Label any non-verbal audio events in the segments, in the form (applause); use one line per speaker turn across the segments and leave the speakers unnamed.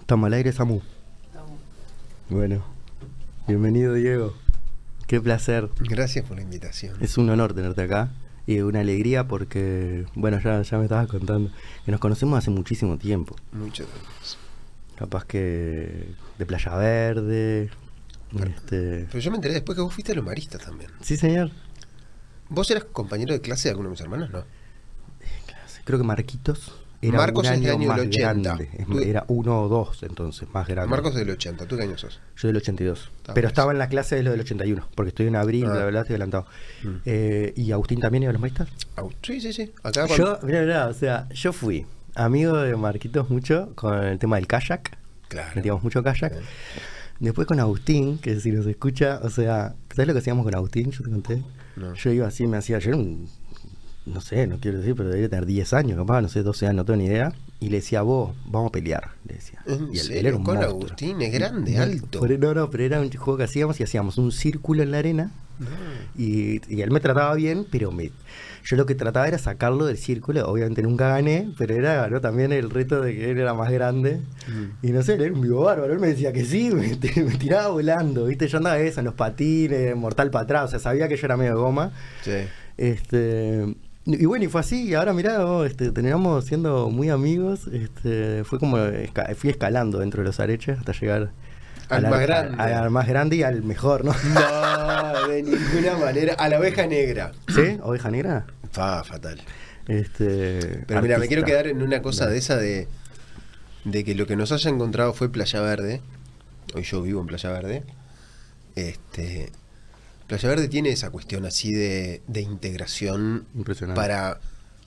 Estamos al aire, Samu. Bueno, bienvenido, Diego. Qué placer.
Gracias por la invitación.
Es un honor tenerte acá y una alegría porque, bueno, ya, ya me estabas contando que nos conocemos hace muchísimo tiempo.
Muchas gracias.
Capaz que de Playa Verde.
Pero-
este...
Pero yo me enteré después que vos fuiste a los maristas también.
Sí, señor.
¿Vos eras compañero de clase de alguno de mis hermanos? No.
clase. Creo que Marquitos era
Marcos
un
es
año,
del año
más
del 80.
grande. Es-
Tú-
Era uno o dos entonces, más grande.
Marcos del 80. ¿Tú qué año sos?
Yo del 82.
Está
pero
bien.
estaba en la clase de lo del 81, porque estoy en abril,
Ah.
bla, bla, bla, estoy adelantado.
Mm.
Eh, ¿Y Agustín también iba a los maestros?
Au. Sí, sí, sí. Acá cuando...
Yo, mira, mira, o sea, yo fui amigo de Marquitos mucho con el tema del kayak.
Claro.
Metíamos mucho kayak.
Sí.
Después con Agustín, que si nos escucha, o sea, ¿sabes lo que hacíamos con Agustín? Yo te conté.
No.
Yo iba así, me hacía, yo era un, no sé, no quiero decir, pero debería tener 10 años, capaz, no sé, 12 años, no tengo ni idea. Y le decía, vos, vamos a pelear, le decía.
¿En
y él- él
serio? Con Agustín, es grande, alto.
Pero- no, no, pero era un juego que hacíamos y hacíamos un círculo en la arena.
No.
Y, y él me trataba bien, pero me, yo lo que trataba era sacarlo del círculo. Obviamente nunca gané, pero era ¿no? también el reto de que él era más grande.
Mm.
Y no sé, él era un vivo bárbaro. Él me decía que sí, (laughs) me, te- me tiraba volando. ¿viste? Yo andaba eso, en los patines, mortal para atrás. O sea, sabía que yo era medio goma.
Sí.
Este, y bueno, y fue así, y ahora mirá, vos, este, terminamos siendo muy amigos, este, fue como esca- fui escalando dentro de los areches hasta llegar
Al más grande.
al- al más grande y al mejor,
(laughs)
¿no?
No, de ninguna manera. A la oveja negra.
¿Sí? Oveja negra.
Fa, fatal.
Este,
Pero mira, me
artista.
quiero quedar en una cosa de esa de, de que lo que nos haya encontrado fue Playa Verde. Hoy yo vivo en Playa Verde. Este, Playa Verde tiene esa cuestión así de, de integración
Impresionante.
para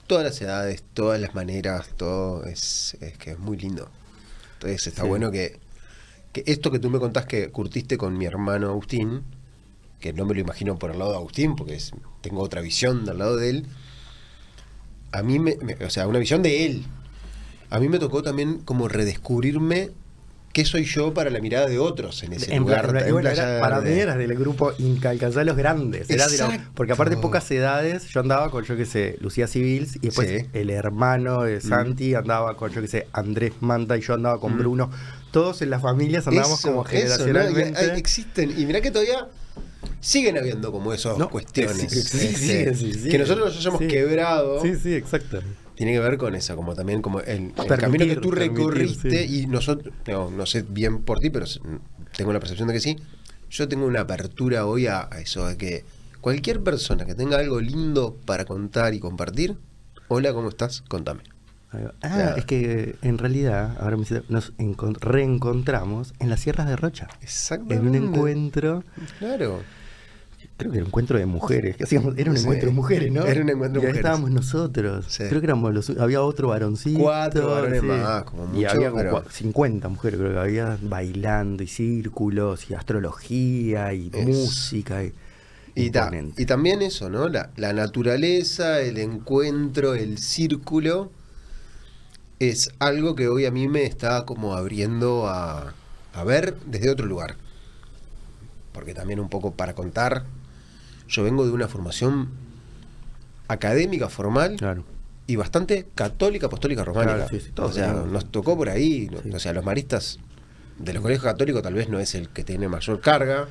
todas las edades, todas las maneras, todo es, es que es muy lindo. Entonces está
Sí.
bueno que, que esto que tú me contás que curtiste con mi hermano Agustín, que no me lo imagino por el lado de Agustín, porque es- tengo otra visión del lado de él, a mí me, me- o sea, una visión de él. A mí me tocó también como redescubrirme qué soy yo para la mirada de otros en ese
En
lugar.
pla- en pla-
en
bueno,
Playa
era- para mí
Verde.
eras del grupo Incalcanzables los Grandes. Era de la-
Exacto.
porque aparte pocas edades, yo andaba con, yo que sé, Lucía Civils y después
Sí. Mm.
el hermano de Santi andaba con, yo que sé, Andrés Manta y yo andaba con Bruno. Todos en las familias andábamos
Eso,
como
eso,
generacionalmente.
¿no? Y hay- existen. Y mirá que todavía siguen habiendo como esas
No, (laughs)
cuestiones.
sí, sí,
este,
sí, sí, sí.
que nosotros nos hayamos
Sí.
quebrado.
Sí, sí, exacto.
Tiene que ver con eso, como también como el, el
Permitir,
camino que tú
permitir,
recorriste
sí.
y nosotros, no, no sé bien por ti, pero s- tengo la percepción de que sí. Yo tengo una apertura hoy a, a eso, de que cualquier persona que tenga algo lindo para contar y compartir, hola, ¿cómo estás? Contame.
Ahí va. Ah,
Claro.
es que en realidad, ahora me siento- nos encon- reencontramos en las Sierras de Rocha.
Ah,
En un
Exactamente.
encuentro,
Claro.
creo que era un encuentro de mujeres, que hacíamos, era un
Sí.
encuentro de mujeres, ¿no?
Era un encuentro de
y ahí
mujeres.
estábamos nosotros.
Sí.
Creo que éramos los, había otro varoncito.
Cuatro varones más, como
Y
mucho,
había como
pero-
cua- 50 mujeres, creo que había bailando y círculos y astrología y
Es-
música. Y,
Y, ta-
imponente.
y también eso, ¿no? La, la naturaleza, el encuentro, el círculo, es algo que hoy a mí me está como abriendo a, a ver desde otro lugar. Porque también un poco para contar, yo vengo de una formación académica formal
Claro.
y bastante católica, apostólica, románica.
Claro, sí, sí, todo,
o sea,
claro.
nos tocó por ahí. no-
Sí.
O sea, los maristas de los colegios católicos tal vez no es el que tiene mayor carga,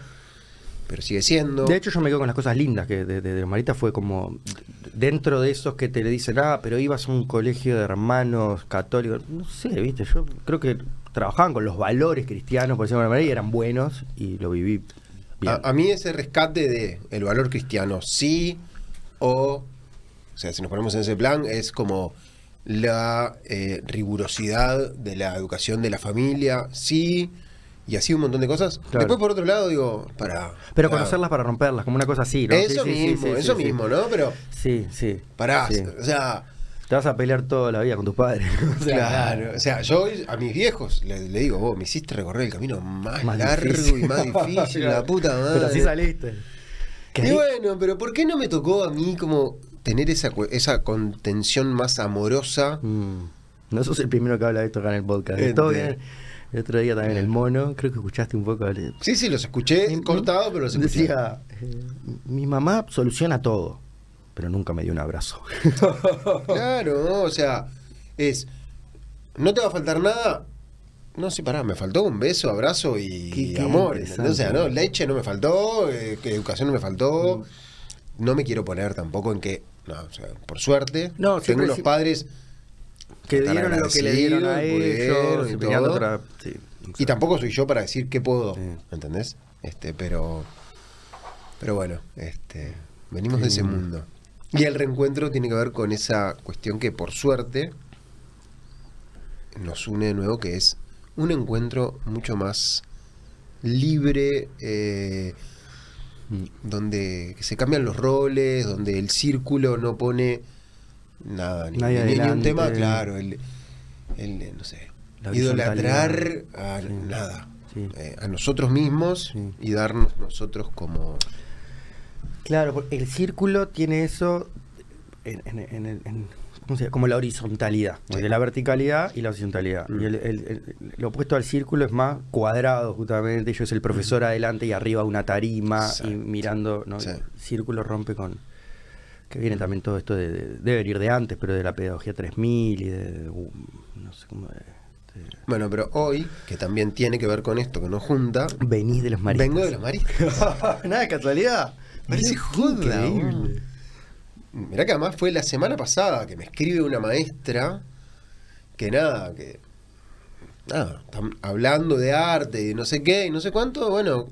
pero sigue siendo.
De hecho, yo me quedo con las cosas lindas que de, de, de Marita fue como d- dentro de esos que te le dicen, ah, pero ibas a un colegio de hermanos católicos. No sé, viste, yo creo que trabajaban con los valores cristianos, por decirlo de alguna manera, y eran buenos y lo viví bien.
A, a mí ese rescate de el valor cristiano, sí o, o sea, si nos ponemos en ese plan, es como la eh, rigurosidad de la educación de la familia, sí, y así un montón de cosas.
Claro.
Después, por otro lado, digo, para...
pero
para-
conocerlas para romperlas, como una cosa así, ¿no?
Eso
Sí, sí, sí,
mismo,
sí, sí,
eso
sí.
mismo, ¿no? Pero,
Sí, sí.
pará,
sí. (laughs)
o sea...
Te vas a pelear toda la vida con tus padres. O sea,
Claro, o sea, yo hoy a mis viejos le, le digo, vos me hiciste recorrer el camino más,
más
largo
difícil.
y más difícil, la puta madre.
Pero así saliste. Que
Y
ahí-
bueno, pero ¿por qué no me tocó a mí como tener esa, cu- esa contención más amorosa?
Mm. No sos el primero que habla de esto acá en el podcast. De todo
Ente.
bien. El otro día también el mono, creo que escuchaste un poco. de-
Sí, sí, los escuché
Mi-
cortado, pero los escuché.
Decía, eh, mi mamá soluciona todo, pero nunca me dio un abrazo.
Claro, ¿no? o sea, es, no te va a faltar nada, No, sí, pará, me faltó un beso, abrazo y
Qué- qué
amor. ¿entendés? O sea, no,
interesante.
leche no me faltó, eh, que educación no me faltó.
Mm.
No me quiero poner tampoco en que, no, o sea, por suerte,
No,
tengo
siempre
unos
sí-
padres
(laughs) Que
Están
dieron lo que le
agradecidos,
dieron a
pudieron
ellos.
y
y peleando
todo.
otra- sí,
y tampoco soy yo para decir qué puedo,
Sí.
¿entendés? Este, pero pero bueno, este venimos de ese mundo. Y el reencuentro tiene que ver con esa cuestión que por suerte nos une de nuevo, que es un encuentro mucho más libre, eh,
Mm.
donde se cambian los roles, donde el círculo no pone nada, ni,
Nadie
ni- ni un
adelante.
tema, claro, el, el, eh, no sé,
La
idolatrar
horizontalidad.
a
Sí.
nada,
Sí.
eh, a nosotros mismos
Sí.
y darnos nosotros como...
Claro, porque el círculo tiene eso en, en- en- en- en- ¿cómo se llama? como la horizontalidad, porque la verticalidad y la horizontalidad.
Mm.
Y el, el- el- lo opuesto al círculo es más cuadrado, justamente. Yo soy el profesor adelante y arriba una tarima y
Mm. Exacto.
mirando. ¿no?
Sí.
El Círculo rompe con. Que viene también todo esto de, de- debe venir de antes, pero de la pedagogía 3000 y de. de- uh, no sé cómo. de- de-
Bueno, pero hoy, que también tiene que ver con esto, que nos junta,
venís de los maristas.
vengo de los maristas.
(laughs) Nada de casualidad.
Parece
Qué
joda,
increíble.
Mirá que además fue la semana pasada que me escribe una maestra que nada, que. Nada, están hablando de arte y no sé qué y no sé cuánto. Bueno,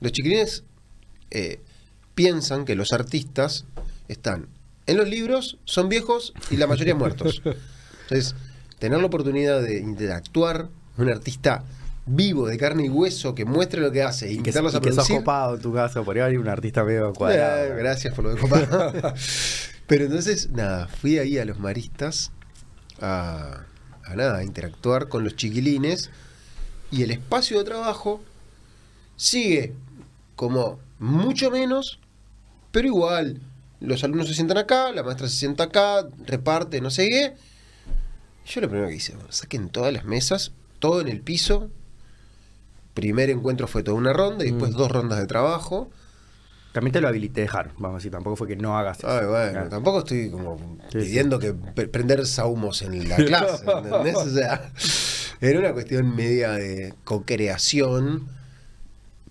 los chiquilines eh, piensan que los artistas están en los libros, son viejos y la mayoría muertos. Entonces, tener la oportunidad de interactuar, un artista vivo, de carne y hueso, que muestre lo que hace y
Y que, y
invitarlos a
que sos
producir.
copado en tu casa, por ahí hay un artista medio
Eh,
cuadrado.
gracias por lo de copa. (laughs) Pero entonces, nada, fui ahí a los maristas a, a nada, a interactuar con los chiquilines y el espacio de trabajo sigue como mucho menos, pero igual. Los alumnos se sientan acá, la maestra se sienta acá, reparte, no sé qué. Yo lo primero que hice, bueno, saquen todas las mesas, todo en el piso. Primer encuentro fue toda una ronda y después
Mm.
dos rondas de trabajo.
También te lo habilité dejar, vamos a decir, tampoco fue que no hagas eso.
Ay, bueno,
Claro.
tampoco estoy como
Sí,
pidiendo que pre- prender sahumos en
(laughs)
la clase, ¿entendés? O sea, era una cuestión media de co-creación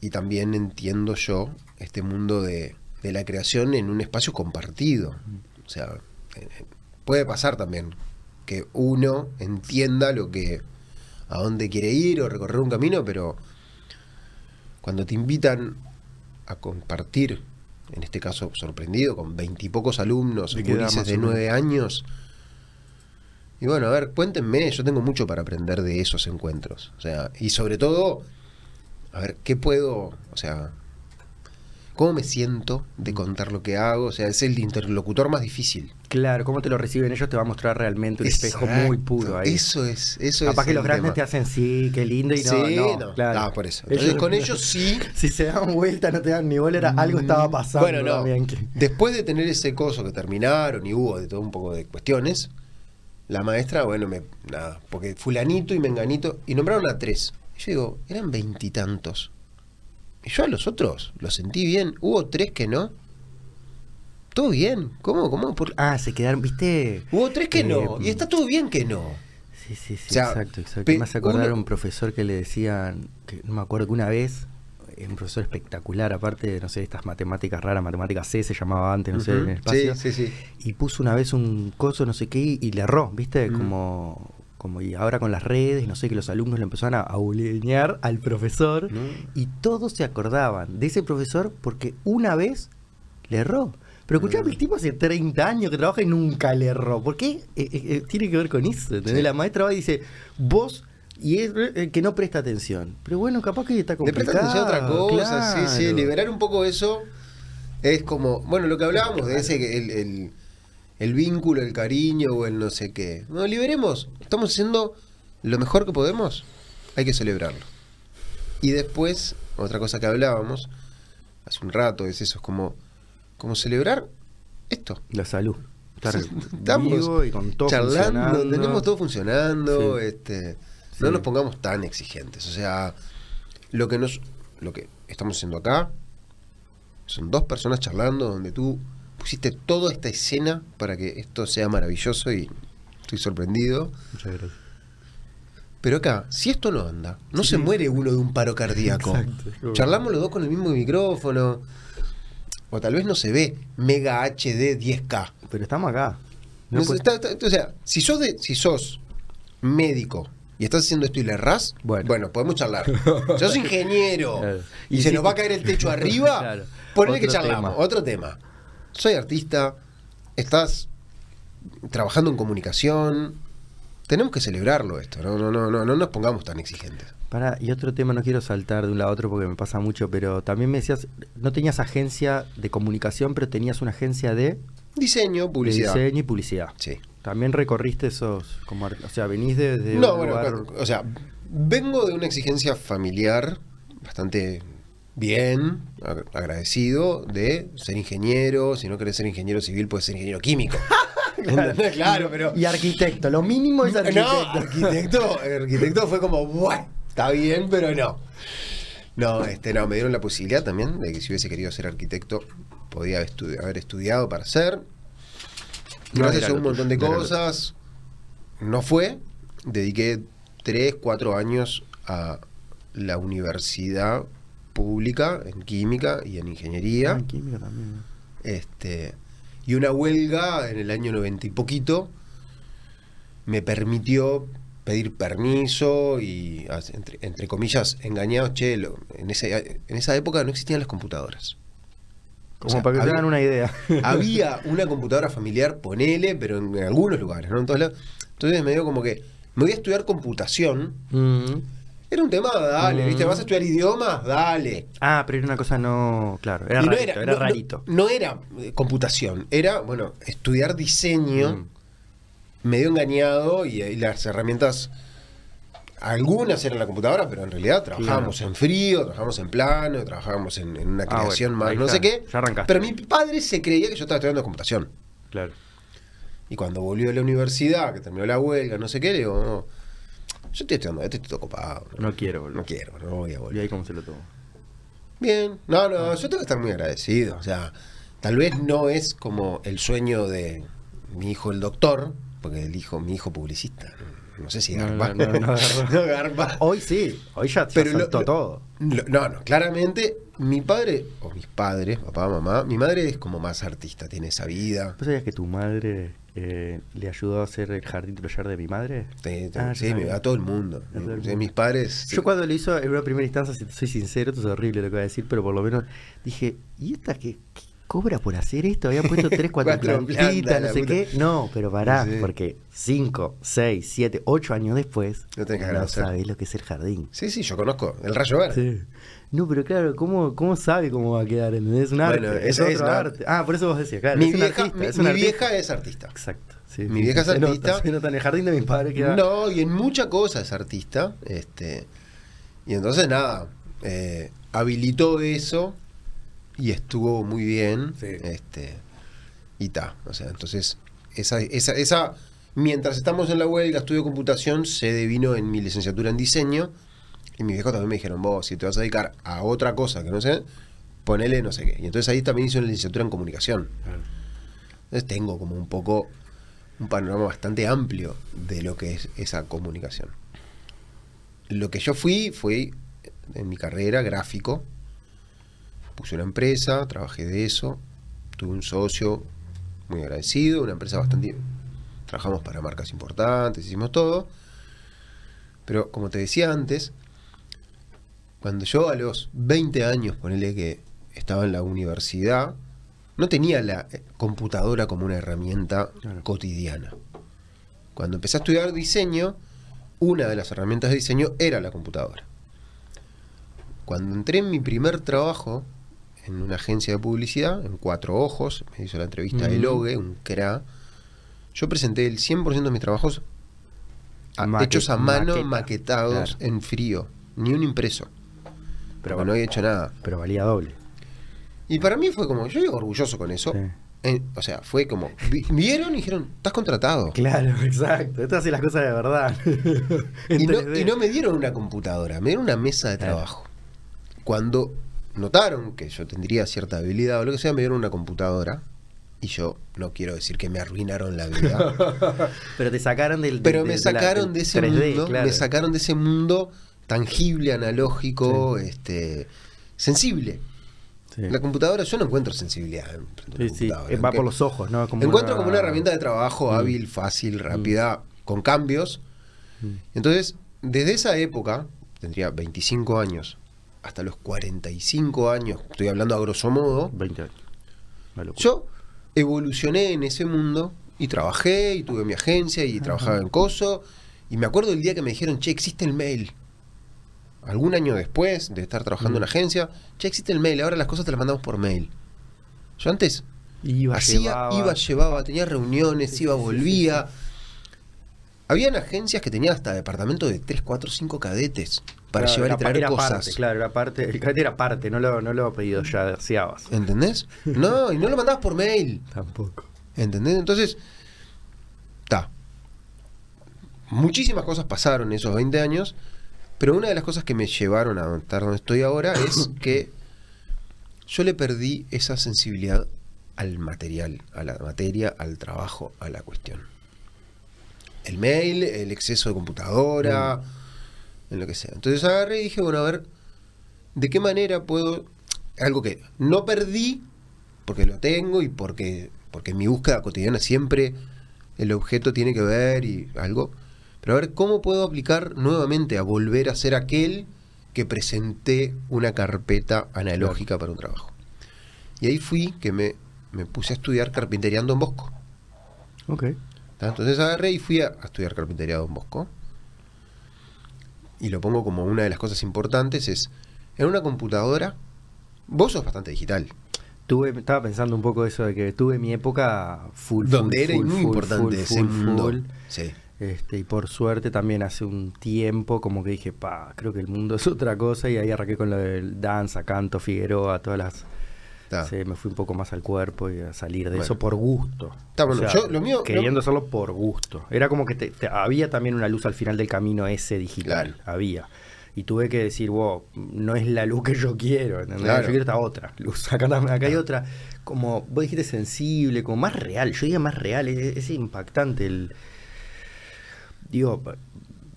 y también entiendo yo este mundo de, de la creación en un espacio compartido. O sea, eh, eh, puede pasar también que uno entienda lo que a dónde quiere ir o recorrer un camino, pero cuando te invitan a compartir, en este caso sorprendido, con veintipocos alumnos,
¿De qué edad
gurises
más
de
o menos?
nueve años. Y bueno, a ver, cuéntenme, yo tengo mucho para aprender de esos encuentros. O sea, y sobre todo, a ver, ¿qué puedo? O sea, ¿cómo me siento
Mm.
de contar lo que hago? O sea, es el interlocutor más difícil.
Claro, cómo te lo reciben ellos te va a mostrar realmente un espejo muy puro ahí.
Eso es, eso es.
Capaz que
el
los grandes
tema.
te hacen sí, qué lindo y no,
sí,
no,
no,
claro.
no, por eso. Entonces, con ellos sí.
(laughs) Si se dan vuelta, no te dan ni bola, era- algo estaba pasando
Bueno, no.
también que-
Después de tener ese coso que terminaron y hubo de todo un poco de cuestiones, la maestra, bueno, me, nada, porque fulanito y menganito, y nombraron a tres. Y yo digo, eran veintitantos. Y, yo a los otros los sentí bien. Hubo tres que no. Todo bien. ¿Cómo? ¿Cómo? ¿Por-
Ah, se quedaron, ¿viste?
Hubo tres que no.
Eh,
Y está todo bien que no.
Sí, sí, sí,
O sea,
exacto, exacto.
pe-
Me hace acordar
uno-
a un profesor que le decían, que no me acuerdo que una vez, eh, un profesor espectacular, aparte de, no sé, estas matemáticas raras, matemáticas C se llamaba antes, no sé,
Ujú.
en el espacio.
Sí, sí, sí.
Y puso una vez un coso, no sé qué, y y le erró, ¿viste?
Mm.
Como, como y ahora con las redes, no sé, que los alumnos le empezaron a, a bulinear al profesor.
No.
Y todos se acordaban de ese profesor porque una vez le erró. Pero escuchame,
Mm.
el tipo hace 30 años que trabaja y nunca le erró. ¿Por qué? Eh, eh, eh, tiene que ver con eso. ¿entendés?
Sí.
La maestra va y dice, vos y es el que no presta atención. Pero bueno, capaz que está
Le
complicado.
prestan atención a otra cosa, sí, sí,
claro.
liberar un poco eso es como, bueno, lo que hablábamos de ese, que el, el- el vínculo, el cariño o el no sé qué. No, liberemos, estamos haciendo lo mejor que podemos, hay que celebrarlo. Y después, otra cosa que hablábamos hace un rato es eso, es como, como celebrar esto.
La salud. Estar
O sea, estamos
vivo y con todo
charlando,
funcionando.
tenemos todo funcionando,
Sí.
este, no
Sí.
nos pongamos tan exigentes. O sea, lo que nos, lo que estamos haciendo acá son dos personas charlando donde tú pusiste toda esta escena para que esto sea maravilloso y estoy sorprendido.
Muchas gracias.
Pero acá, si esto no anda, no se muere uno de un paro cardíaco.
(laughs) Exacto, es como-
Charlamos los dos con el mismo micrófono. O tal vez no se ve Mega HD 10K.
Pero estamos acá. No
No pues. sé,
puede-
está- está- o sea, si sos, de, si sos médico y estás haciendo esto y le errás,
Bueno.
bueno,
(laughs)
podemos charlar. Si sos ingeniero
Claro.
y,
Y
se
si-
nos va a caer el techo
(laughs)
arriba,
Claro.
ponele que
Otro
charlamos.
tema.
Otro tema. Soy artista, estás trabajando en comunicación. Tenemos que celebrarlo esto, no, no, no, no, no nos pongamos tan exigentes.
Pará, y otro tema, no quiero saltar de un lado a otro porque me pasa mucho, pero también me decías, no tenías agencia de comunicación, pero tenías una agencia de, de
Diseño, publicidad.
diseño y publicidad.
Sí.
También recorriste esos, como, ar- o sea, venís desde
No,
un
bueno,
lugar-
claro, o sea, vengo de una exigencia familiar bastante bien, ag- agradecido, de ser ingeniero, si no querés ser ingeniero civil, puedes ser
(laughs)
ingeniero químico. (laughs) claro, pero...
Y arquitecto, lo mínimo es arquitecto.
No, arquitecto, el arquitecto fue como, bueno, está bien, pero no. No, este, no, me dieron la posibilidad también de que si hubiese querido ser arquitecto, podía estudi- haber estudiado para ser.
No,
Gracias
era
a un
lo tuyo,
montón de
era lo
cosas, no fue. Dediqué 3, 4 años a la universidad pública en química y en ingeniería.
Ah, química también, ¿no?
Este, y una huelga en el año 90 y poquito me permitió pedir permiso y, as- entre, entre comillas, engañados, che, lo- en, ese- en esa época no existían
(laughs)
las computadoras.
Como
O sea,
para que se
había-
hagan una idea.
Había una computadora familiar, ponele, pero en, en algunos lugares, ¿no? En todos lados. Entonces me dio como que, me voy a estudiar computación.
(laughs) Mm.
Era un tema, dale, ¿viste? ¿Vas a estudiar idiomas? Dale.
Ah, pero era una cosa no. Claro, era
Y no
rarito. Era,
no- no-
rarito.
No, era eh, computación, era, bueno, estudiar diseño,
Mm.
medio engañado y, y las herramientas, algunas eran la computadora, pero en realidad trabajábamos en frío, trabajábamos en plano, trabajábamos en, en una
Ah, bueno,
creación
ahí
más, no
está,
sé qué.
ya arrancaste.
Pero mi padre se creía que yo estaba estudiando computación.
Claro.
Y cuando volvió a la universidad, que terminó la huelga, no sé qué, le digo, no, yo estoy estudiando, esto estoy todo copado.
No quiero, boludo.
No quiero, no voy a volver.
Y ahí cómo se lo tomó.
Bien, no, no, yo tengo que estar muy agradecido. O sea, tal vez no es como el sueño de mi hijo el doctor, porque el hijo, mi hijo publicista. No, no sé si
No,
garpa.
no, no, no garpa.
(laughs) No garpa.
Hoy sí, hoy ya se
Pero lo-
saltó
lo-
todo.
Lo- No, no, claramente mi padre, o mis padres, papá, mamá, mi madre es como más artista, tiene esa vida.
¿Vos sabías que tu madre eh, le ayudó a hacer el jardín troyar de mi madre?
Te- te-
Ah, yo
sí,
sabía.
a todo el mundo.
A todo el
Sí,
mundo.
Mis padres.
Yo cuando lo hizo en una primera instancia, si te soy sincero, esto es horrible lo que voy a decir, pero por lo menos dije, ¿y esta que cobra por hacer esto? Habían puesto
(laughs)
3, 4
Cuatro
plantitas,
plantas,
no
la
sé
puta.
qué. No, pero pará,
Sí.
porque 5, 6, 7, 8 años después,
Lo tenés que
no
agradecer.
sabés lo que es el jardín.
Sí, sí, yo conozco el rayo verde.
Sí. No, pero claro, ¿cómo, ¿cómo sabe cómo va a quedar? ¿Entendés? Es un arte.
Bueno,
es,
eso
otro
es un arte.
arte. Ah, por eso vos decías, claro.
mi
es un
vieja,
artista,
mi-
es un
mi
artista.
vieja es artista.
Exacto. sí,
Mi
sí,
vieja es
se nota,
artista.
se nota en el jardín de mi padre queda-
No, y en mucha cosa es artista. Este, y entonces nada, eh, habilitó eso y estuvo muy bien.
Sí.
Este, y ta, o sea, entonces esa, esa, esa, mientras estamos en la huelga, estudio computación, se devino en mi licenciatura en diseño. Y mis viejos también me dijeron, vos, si te vas a dedicar a otra cosa que no sé, ponele no sé qué. Y entonces ahí también hice una licenciatura en comunicación. Entonces tengo como un poco un panorama bastante amplio de lo que es esa comunicación. Lo que yo fui fue en mi carrera gráfico. Puse una empresa, trabajé de eso, tuve un socio muy agradecido, una empresa bastante... Trabajamos para marcas importantes, hicimos todo. Pero como te decía antes, cuando yo a los 20 años, ponele que estaba en la universidad, no tenía la eh, computadora como una herramienta
Claro.
cotidiana. Cuando empecé a estudiar diseño, una de las herramientas de diseño era la computadora. Cuando entré en mi primer trabajo en una agencia de publicidad, en Cuatro Ojos, me hizo la entrevista de
Ujú.
Logue, un CRA, yo presenté el 100% de mis trabajos a-
Maque-
ah, hechos a mano,
maqueta.
maquetados
Claro.
en frío, ni un impreso,
Pero,
pero no había hecho nada.
pero valía doble.
Y para mí fue como, yo digo orgulloso con eso.
Sí.
En- o sea, fue como, vi- vieron y dijeron, estás contratado.
Claro, exacto. Esto hace las cosas de verdad. En
(laughs) Y no,
3D.
y no me dieron una computadora, me dieron una mesa de
Claro.
trabajo. Cuando notaron que yo tendría cierta habilidad o lo que sea, me dieron una computadora Y yo no quiero decir que me arruinaron
(laughs)
la vida.
(laughs) Pero te sacaron del.
pero
del-
me
de la-
sacaron
del
de ese
3D,
mundo,
claro.
me sacaron de ese mundo tangible, analógico, este sensible.
Sí.
La computadora, yo no encuentro sensibilidad en
Sí,
la
sí, eh,
computadora.
Va
Aunque-
por los ojos, Mm. ¿no?
encuentro como una herramienta de trabajo hábil, fácil, rápida, con cambios.
Mm.
Entonces, desde esa época, tendría 25 años hasta los 45 años, estoy hablando a grosso modo,
20 años. Una locura.
yo evolucioné en ese mundo y trabajé y tuve mi agencia y trabajaba en Coso. Y me acuerdo el día que me dijeron, che, existe el mail. Algún año después de estar trabajando en la agencia, che, existe el mail, ahora las cosas te las mandamos por mail. Yo antes
Iba,
hacía,
llevaba-
iba, llevaba, tenía reuniones, iba, volvía. Habían agencias que tenían hasta departamento de 3, 4, 5 cadetes para
Claro,
llevar
era
y
pa-
traer
era
cosas.
Parte, claro, era parte. El cadete era parte, no lo, no lo pedido ya deseabas. (laughs)
¿Entendés? No, y no lo mandabas por mail.
Tampoco.
¿Entendés? Entonces, ta. Muchísimas cosas pasaron en esos 20 años, pero una de las cosas que me llevaron a estar donde estoy ahora es que yo le perdí esa sensibilidad al material, a la materia, al trabajo, a la cuestión. El mail, el exceso de computadora, en lo que sea. Entonces agarré y dije, bueno, a ver, ¿de qué manera puedo...? Algo que no perdí, porque lo tengo y porque, porque en mi búsqueda cotidiana siempre el objeto tiene que ver y algo. Pero a ver, ¿cómo puedo aplicar nuevamente a volver a ser aquel que presenté una carpeta analógica para un trabajo? Y ahí fui que me, me puse a estudiar carpintería en Don Bosco.
Ok.
¿tá? Entonces agarré y fui a, a estudiar carpintería a Don Bosco. Y lo pongo como una de las cosas importantes es, en una computadora, vos sos bastante digital.
Tuve, estaba pensando un poco eso de que tuve mi época full.
donde
full,
era
full,
muy
full,
importante
full,
ese
full,
mundo.
full.
Sí.
Este, y por suerte también hace un tiempo como que dije, pa, creo que el mundo es otra cosa y ahí arranqué con lo del danza, canto, Figueroa, todas las...
Está.
Sí, me fui un poco más al cuerpo y a salir de
Bueno.
eso por gusto.
Está bueno, yo- lo mío-
Queriendo
lo-
hacerlo por gusto. Era como que te- te- había también una luz al final del camino ese digital.
Claro.
Había. Y tuve que decir, wow, no es la luz que yo quiero. ¿entendés?
Claro.
Yo quiero esta otra luz. Acá, tam- acá hay otra, como vos dijiste, sensible, como más real. Yo diría más real. Es, es impactante el. Digo, pa-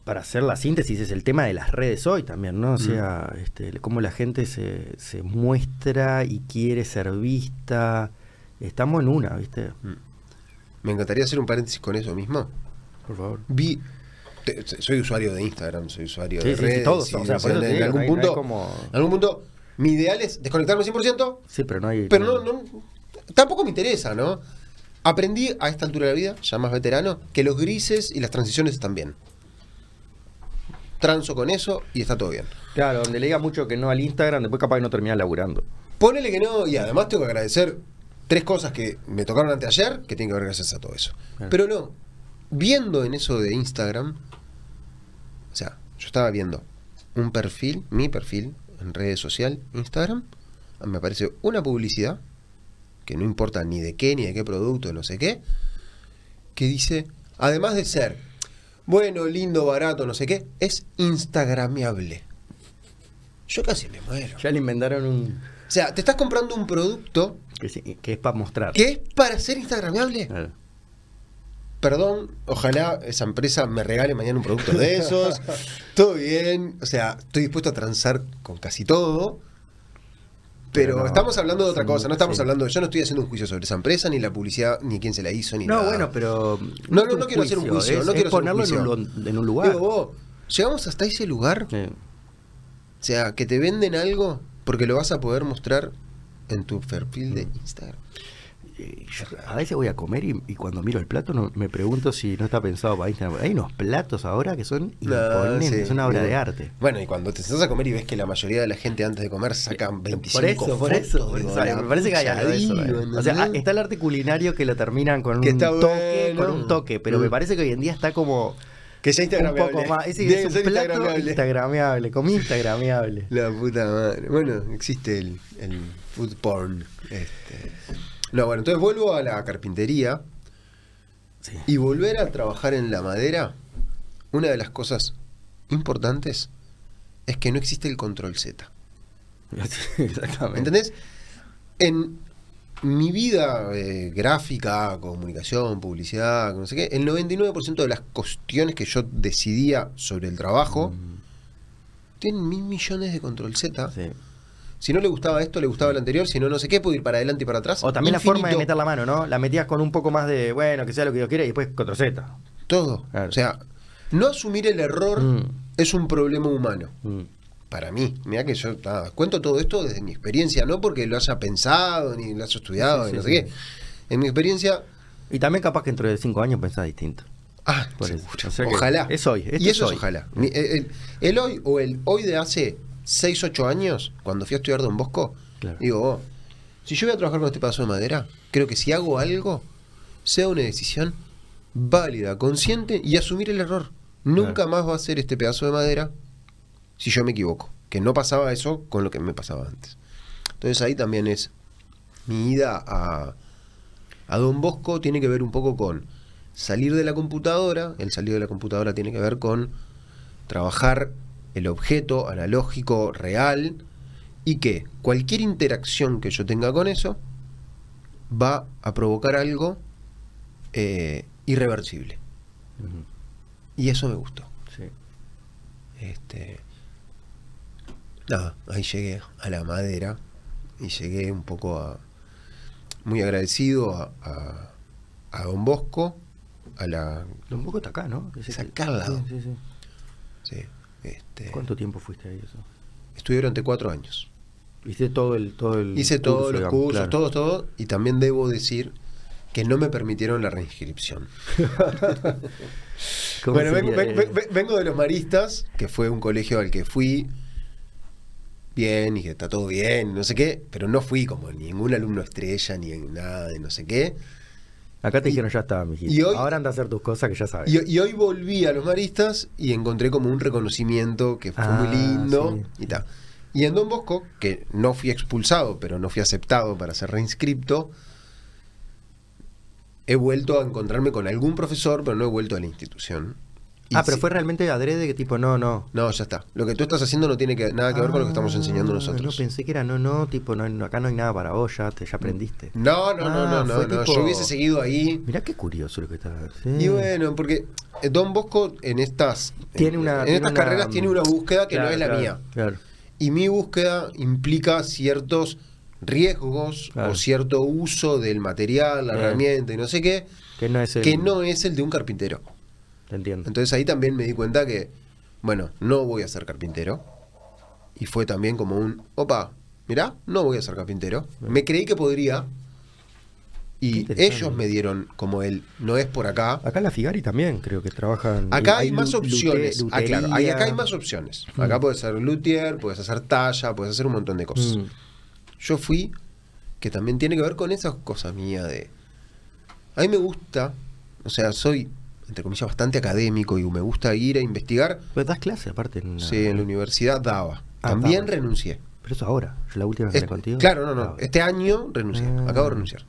para hacer la síntesis, es el tema de las redes hoy también, ¿no? O sea, este, cómo la gente se, se muestra y quiere ser vista. Estamos en una, ¿viste?
Mm. Me encantaría hacer un paréntesis con eso mismo.
Por favor.
Vi. te- te- soy usuario de Instagram, soy usuario
Sí,
de
sí, sí,
redes.
todos,
y
o sea,
no
por
sé,
eso te
en,
digo,
algún
no hay- no hay
punto,
como-
en algún punto, mi ideal es desconectarme 100%,
Sí, pero no hay.
pero no, no- tampoco me interesa, ¿no? Aprendí a esta altura de la vida, ya más veterano, que los grises y las transiciones están bien. Transo con eso y está todo bien.
Claro, donde le diga mucho que no al Instagram, después capaz que no termina laburando.
Ponele que no, y además tengo que agradecer tres cosas que me tocaron anteayer que tienen que ver gracias a todo eso.
Claro.
Pero no, viendo en eso de Instagram, o sea, yo estaba viendo un perfil, mi perfil, en redes social, Instagram, me aparece una publicidad, que no importa ni de qué, ni de qué producto, no sé qué, que dice, además de ser bueno, lindo, barato, no sé qué, es instagrameable. Yo casi me muero.
Ya le inventaron un.
O sea, te estás comprando un producto
que, sí, que es para mostrar.
que es para ser instagramable.
Claro.
Perdón, ojalá esa empresa me regale mañana un producto de esos.
(laughs)
todo bien, o sea, estoy dispuesto a transar con casi todo. Pero
Pero no,
estamos hablando de otra
son
cosa, no
muy-
estamos
sí.
hablando, yo no estoy haciendo un juicio sobre esa empresa, ni la publicidad, ni quién se la hizo, ni
No,
nada.
bueno, pero.
No, no,
es
no quiero hacer un juicio,
Es,
no
es
quiero hacer un
ponerlo en,
juicio.
un, lu- en un lugar.
Digo, vos, llegamos hasta ese lugar,
Sí.
o sea, que te venden algo porque lo vas a poder mostrar en tu perfil de Instagram.
Eh, yo a veces voy a comer y, y cuando miro el plato no, me pregunto si no está pensado para Instagram. Hay unos platos ahora que son imponentes,
No, Ah, sí.
es una obra
Y-
de arte.
Bueno, y cuando te sentás a comer y ves que la mayoría de la gente antes de comer sacan 25
Por eso, por eso,
fotos,
por
digo,
eso.
la
Me parece que hay algo de eso.
pucha,
eh.
digo,
O sea,
¿no?
a- está el arte culinario que lo terminan con
Que
un
está
toque,
bueno.
con un toque, pero
Mm.
me parece que hoy en día está como
que sea
un
instagramable.
poco más. Ese
Debe
es
ser
un plato
instagramable.
instagrameable, comida
(laughs)
instagrameable.
La puta madre. Bueno, existe el, el food porn. este. No, bueno, entonces vuelvo a la carpintería.
Sí.
Y volver a trabajar en la madera, una de las cosas importantes es que no existe el control Z.
Exactamente.
¿Entendés? En mi vida eh, gráfica, comunicación, publicidad, no sé qué, el 99% de las cuestiones que yo decidía sobre el trabajo tienen mil millones de control Z.
Mm. Sí.
Si no le gustaba esto, le gustaba el anterior, si no, no sé qué, puedo ir para adelante y para atrás.
O también la forma de
Infinito.
meter la mano, ¿no? La metías con un poco más de, bueno, que sea lo que Dios quiera y después control Z.
Todo.
Claro.
O sea, no asumir el error
Mm.
es un problema humano.
Mm.
Para mí, mira que yo nada, cuento todo esto desde mi experiencia, no porque lo haya pensado ni lo haya estudiado,
Sí,
ni no
sí,
sé
sí.
qué. En mi experiencia,
Y también capaz que dentro de cinco años pensás distinto.
ah,
Por eso.
seguro.
O sea que
ojalá.
es hoy, esto
Y eso
es
es
hoy.
ojalá. Mi- El, el- el hoy o el hoy de hace 6, 8 años, cuando fui a estudiar Don Bosco,
Claro.
digo, oh, si yo voy a trabajar con este pedazo de madera, creo que si hago algo, sea una decisión válida, consciente y asumir el error. Nunca
Claro.
más va a ser este pedazo de madera si yo me equivoco. Que no pasaba eso con lo que me pasaba antes. Entonces ahí también es mi ida a, a Don Bosco tiene que ver un poco con salir de la computadora, el salir de la computadora tiene que ver con trabajar el objeto analógico real y que cualquier interacción que yo tenga con eso va a provocar algo eh, irreversible.
Ujú.
Y eso me gustó.
Sí.
Este, nada, ahí llegué a la madera y llegué un poco a. Muy agradecido a, a, a Don Bosco, a la.
Don Bosco está acá, ¿no? Que sé
Es
que-
acá al lado.
Sí, sí,
sí, este,
sí. ¿Cuánto tiempo fuiste ahí eso?
estudié durante cuatro años.
Hice todo el todo el
Hice todos los
digamos,
cursos,
claro.
todos, todos, y también debo decir que no me permitieron la reinscripción.
¿Cómo
Bueno, vengo,
sería?
ven- ven- vengo de los Maristas, que fue un colegio al que fui bien y que está todo bien, no sé qué, pero no fui como ningún alumno estrella ni en nada de no sé qué.
Acá te dijeron ya está, mijito.
y hoy-
Ahora anda a hacer tus cosas que ya sabes.
Y, y hoy volví a los Maristas y encontré como un reconocimiento que fue muy
Ah,
lindo
sí.
y tal. Y en Don Bosco, que no fui expulsado, pero no fui aceptado para ser reinscripto, he vuelto a encontrarme con algún profesor, pero no he vuelto a la institución. Y
ah, pero
sí-
fue realmente adrede que tipo no, no.
No, ya está. Lo que tú estás haciendo no tiene que, nada que ver con lo que estamos
Ah,
enseñando
No
nosotros.
pensé que era no, no, tipo no, no, acá no hay nada para vos, ya te ya aprendiste.
No, no, no,
Ah,
no, no,
fue
no.
tipo- Mm.
Yo hubiese seguido ahí.
Mirá qué curioso lo que está. sí.
Y bueno, porque eh, Don Bosco en estas,
Tiene
en-
una-
en
tiene
estas
una-
carreras tiene una búsqueda que
Claro,
no es la
claro,
mía.
Claro.
Y mi búsqueda implica ciertos riesgos
Claro. Eh.
o cierto uso del material, la
Bien.
herramienta y no sé qué,
Que no es el
que no es el de un carpintero.
Te entiendo.
Entonces ahí también me di cuenta que, bueno, no voy a ser carpintero. Y fue también como un, opa, mirá, no voy a ser carpintero. Me creí que podría.
Qué
Y
interesante.
ellos me dieron como el, no es por acá.
Acá en la Figari también creo que trabajan.
Acá hay
lu-
más
lute-
opciones. Ah, claro, ahí
lutería.
acá hay más opciones. Acá puedes ser luthier, puedes hacer talla, puedes hacer un montón de cosas.
Mm.
Yo fui, que también tiene que ver con esas cosas mías de... A mí me gusta, o sea, soy, entre comillas, bastante académico y me gusta ir a investigar,
Pero das clase aparte. en una-
Sí, en la universidad daba.
Ah,
También
daba.
renuncié.
Pero eso ahora. Yo la última vez que
Este-
hablé contigo.
claro, no, no.
Ah,
Este año renuncié.
Ah.
Acabo de renunciar.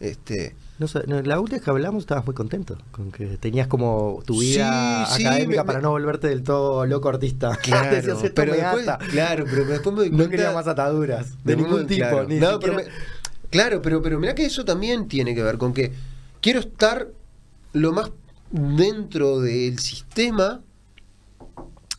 Este.
no sé, no, la última vez que hablamos estabas muy contento. Con que tenías como tu
Sí,
vida
sí,
académica
me-
para no volverte del todo loco artista. (laughs) Decías, "Esto
pero
me
después,
ata".
claro, pero después me di
No
cuenta-
quería más ataduras.
me
De
di
ningún
cuenta,
tipo.
claro.
ni
No, pero
siquiera-
me- claro, pero, pero mirá que eso también tiene que ver con que quiero estar lo más dentro del sistema,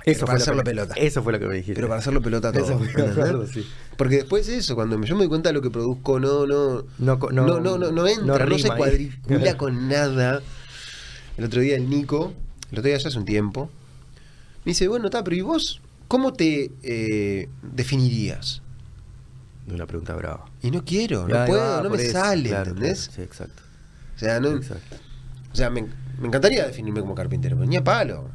Eso fue,
para
lo
hacer
que
la
me-
pelota.
eso fue lo que me dijiste.
pero para hacerlo pelota todo.
Eso fue- me
¿entendés? (laughs)
acuerdo, sí.
Porque después de eso, cuando yo me di cuenta de lo que produzco, no, no,
No co- no-
no, no, no, no entra,
no
no, se
rima ahí. (laughs)
cuadricula con nada. El otro día el Nico, el otro día ya hace un tiempo, me dice, bueno, está, pero ¿y vos cómo te eh, definirías?
Una pregunta brava.
Y no quiero, no
Ahí
puedo,
va,
no
por
me
eso,
sale,
claro,
¿entendés?
claro, sí, exacto.
O sea, no-
exacto.
o sea me, me encantaría definirme como carpintero, pero ni a palo.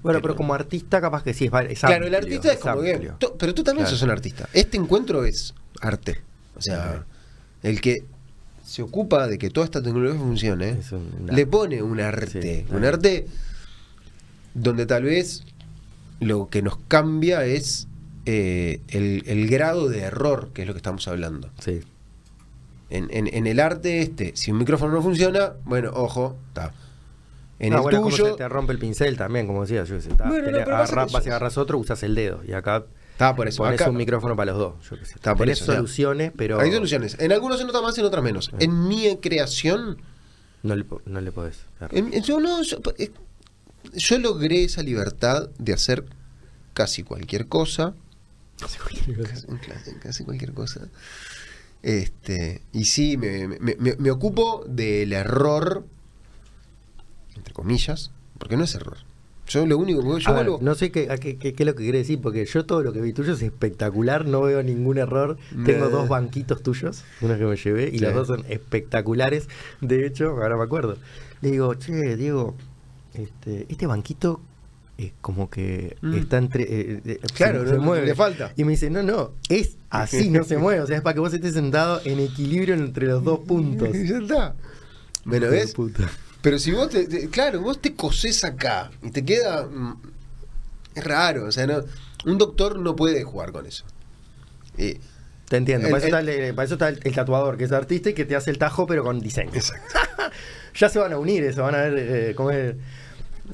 Bueno, pero como artista capaz que sí es, va- es
claro, el
amplio,
artista es
es
como que.
amplio.
to- pero tú también
Claro.
sos un artista. Este encuentro es arte. O sea,
Ok.
el que se ocupa de que toda esta tecnología funcione,
Es un- un
le
arte.
pone un arte.
Sí,
un
claro.
arte donde tal vez lo que nos cambia es eh, el, el grado de error, que es lo que estamos hablando.
Sí.
En, en- en el arte este, si un micrófono no funciona, bueno, ojo, está. En
Ah,
el
bueno, como
tuyo,
se te rompe el pincel también, como decías, yo qué sé, está,
Bueno, no,
tenés-
pero pasa
agarra-
que
vas y
yo-
agarras otro, usas el dedo. Y acá
Está por eso.
Pones
Acá-
un micrófono para los dos. Yo qué sé.
Está por
Tenés
eso, claro.
soluciones, pero.
Hay soluciones. En algunos se nota más, en otras menos. En mi creación,
No le, po- no le podés. dar.
(laughs) en- en- yo no. Yo, eh, yo logré esa libertad de hacer casi cualquier cosa. Casi, casi cualquier cosa. Este, y sí, me, me- me- me ocupo del error, entre comillas, porque no es error. Yo lo único que yo
A ver,
vuelvo-
no sé qué, a qué- qué- qué es lo que quiere decir, porque yo todo lo que vi tuyo es espectacular, no veo ningún error.
Nah.
Tengo dos banquitos tuyos, uno que me llevé, y
Sí.
los dos son espectaculares. De hecho, ahora me acuerdo. Le digo, che, Diego, este, este banquito es como que
Mm.
está entre. eh, eh, se-
Claro,
se
no-
mueve.
le falta.
Y me dice, no, no, es así, no se
(laughs)
mueve. O sea, es para que vos estés sentado en equilibrio entre los dos puntos.
(laughs) Ya está. Bueno,
Hijo de
¿ves?
puta.
Pero si vos te, te- claro, vos te cosés acá y te queda mm, es raro, o sea, no- un doctor no puede jugar con eso. Eh,
Te entiendo. para,
El-
eso está el, eh, para eso está el- el tatuador, que es artista y que te hace el tajo, pero con diseño.
Exacto.
(laughs) ya se van a unir, se van a ver eh, cómo es.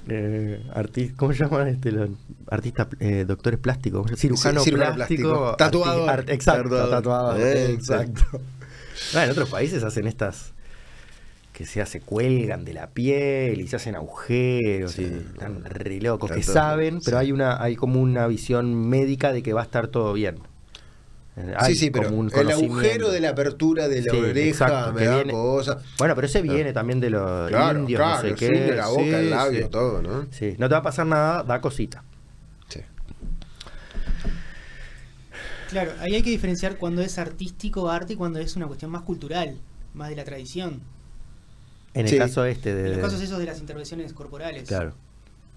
eh, arti- ¿Cómo se llaman este, los artistas, eh, doctores plásticos? ¿Cómo se llama? Cirujano,
Sí, cirujano
plástico.
plástico.
arti-
Tatuador.
art- exacto,
Tatuador.
tatuador.
Eh,
exacto. Ah, en otros países hacen estas que se hace, cuelgan de la piel y se hacen agujeros
Sí.
y están re locos,
Están
que
todos
saben,
locos,
pero
sí.
hay una, hay como una visión médica de que va a estar todo bien. Eh, hay
sí, sí, pero
como un
el
conocimiento.
agujero de la apertura de la
Sí,
oreja
exacto,
me
que
da
viene-
cosa.
Bueno, pero ese viene también de los
Claro,
indios,
claro,
no sé
el
qué.
fin de la boca,
Sí,
el labio,
sí.
todo, ¿no?
Sí, no te va a pasar nada, da cosita.
Sí.
Claro, ahí hay que diferenciar cuando es artístico arte y cuando es una cuestión más cultural, más de la tradición.
En
Sí.
el caso este de.
En los casos esos de las intervenciones corporales.
Claro.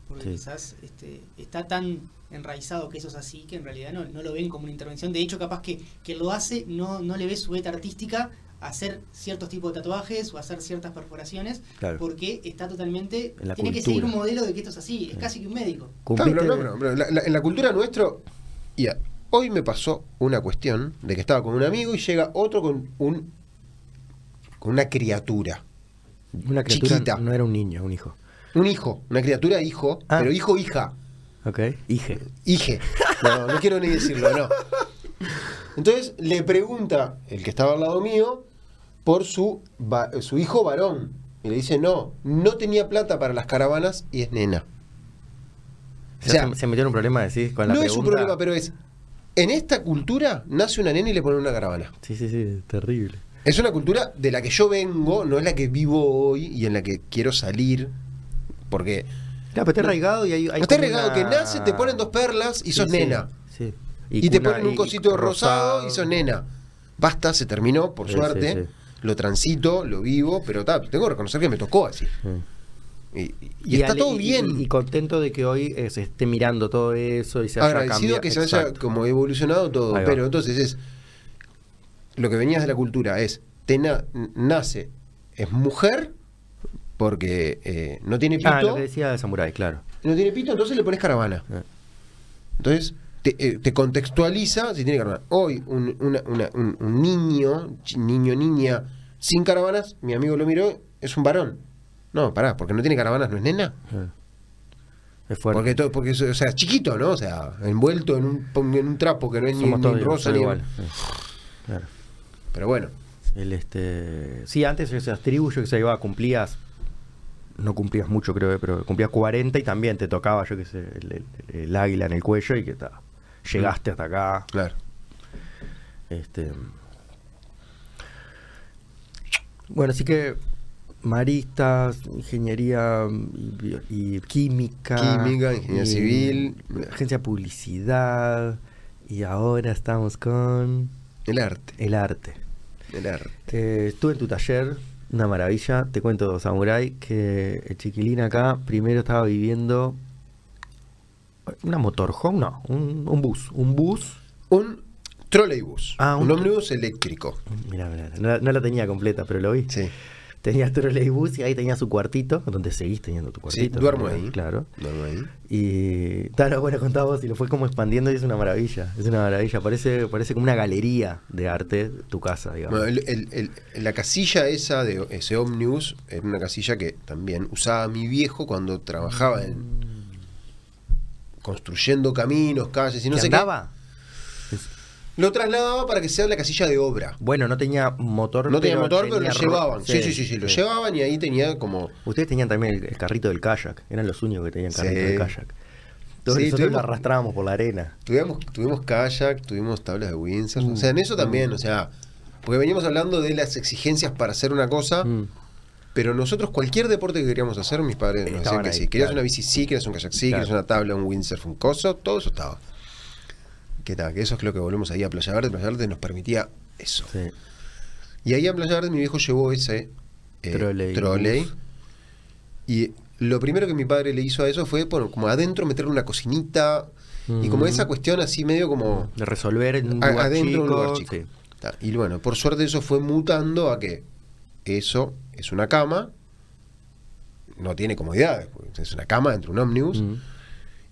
Porque
sí.
quizás este, está tan enraizado que eso es así que en realidad no, no lo ven como una intervención. De hecho, capaz que, que lo hace, no, no le ve su beta artística a hacer ciertos tipos de tatuajes o a hacer ciertas perforaciones
Claro.
porque está totalmente...
En la
tiene que
cultura.
seguir un modelo de que esto es así. Es casi que un médico.
Cumpliste-
Claro, pero no, pero- pero la- la- en la cultura nuestro, ya, hoy me pasó una cuestión de que estaba con un amigo y llega otro con un con una criatura,
Una criatura
Chiquita.
no era un niño, un hijo.
un hijo, una criatura hijo,
Ah.
pero hijo hija.
Ok. Hije.
Hije. No, no quiero ni decirlo, no. Entonces le pregunta el que estaba al lado mío por su, va- su hijo varón. Y le dice, no, no tenía plata para las caravanas y es nena.
Se,
O sea,
se metió en un problema, decís, con la
no es
pregunta.
un problema, pero es, en esta cultura nace una nena y le ponen una caravana.
Sí, sí, sí, terrible.
Es una cultura de la que yo vengo, no es la que vivo hoy y en la que quiero salir. Porque
Claro, pero está arraigado y hay. hay
está
como
regado
una-
que nace, te ponen dos perlas
Sí,
y sos
sí,
nena.
Sí.
y, te
cuna-
ponen un
y-
cosito rosado, y sos nena. Basta, se terminó, por
Sí,
suerte.
sí, sí.
Lo transito, lo vivo, pero ta, tengo que reconocer que me tocó así.
Sí.
Y, y- y está
ale-
todo
y-
bien.
Y, y contento de que hoy eh, se esté mirando todo eso y se haya
Agradecido
cambiado.
que se haya
Exacto.
como evolucionado todo.
Ahí va.
Pero entonces es. Lo que venías de la cultura es. Te na- nace, es mujer, porque eh, no tiene pito.
Ah, lo que decía de Samurai, claro.
no tiene pito, entonces le pones caravana.
Eh.
Entonces, te, eh, te contextualiza si tiene caravana. Hoy, un, una- una- un- un niño, chi- niño, niña, sin caravanas, mi amigo lo miró, es un varón. No, pará, porque no tiene caravanas, no es nena.
Eh. Es fuerte.
Porque, todo, porque, es, o sea, chiquito, ¿no? O sea, envuelto en un, en un trapo que no es ni,
Somos
ni
todos
rosa ni.
igual. Claro.
Pero bueno,
El este. Sí, antes esas tribus yo que se iba, cumplías. No cumplías mucho, creo, eh, pero cumplías 40 y también te tocaba, yo que sé, el, el- el águila en el cuello y que ta, llegaste hasta acá.
claro.
Este. Bueno, así que maristas, ingeniería y, bio- y química.
Química, ingeniería civil.
Agencia de publicidad. Y ahora estamos con
El arte,
el arte.
el arte.
Eh, estuve en tu taller, una maravilla. Te cuento, Samurai, que el chiquilín acá primero estaba viviendo una motorhome, no, un, un bus. Un bus.
Un trolleybus.
Ah,
un,
un-
ómnibus eléctrico.
Mirá, mirá, no, la- no la tenía completa, pero lo vi.
Sí.
Tenía trolleybus y ahí tenía su cuartito, donde seguís teniendo tu
Sí,
cuartito.
duermo
¿no?
ahí.
Claro.
Duermo ahí.
Y claro, bueno, contaba vos y lo fue como expandiendo y es una maravilla. Es una maravilla. Parece, parece como una galería de arte tu casa, digamos.
Bueno, el- el- el- la casilla esa de ese ómnibus era una casilla que también usaba mi viejo cuando trabajaba en construyendo caminos, calles y no
¿Que
sé
andaba?
qué. Lo trasladaba para que sea la casilla de obra.
Bueno, no tenía motor.
No tenía motor, pero lo
tenía ro-
llevaban. Sí, sí, sí, sí, lo llevaban y ahí tenía como.
Ustedes tenían también el, el carrito del kayak. Eran los únicos que tenían
Sí.
carrito del kayak. Todos
Sí,
nosotros
tuvimos-
lo arrastrábamos por la arena.
Tuvimos, tuvimos kayak, tuvimos tablas de Windsor. O sea, en eso también, o sea. Porque veníamos hablando de las exigencias para hacer una cosa,
Mm.
pero nosotros cualquier deporte que queríamos hacer, mis padres nos decían
Estaban
que
ahí,
sí. Querías
claro.
una bici, sí, querías un kayak, sí,
Claro.
querías una tabla, un windsurf, un coso, todo eso estaba. Que tal, que eso es lo que volvemos ahí a Playa Verde. Playa Verde nos permitía eso.
Sí.
Y ahí a Playa Verde mi viejo llevó ese eh,
Trolley.
trolley. Y lo primero que mi padre le hizo a eso fue bueno, como adentro meterle una cocinita. Y como
Mm.
esa cuestión así medio como
De resolver en un
a-
lugar
adentro
chico.
un lugar chico.
sí.
Ta, Y bueno, por suerte eso fue mutando a que eso es una cama. No tiene comodidades, porque es una cama dentro de un ómnibus.
Mm.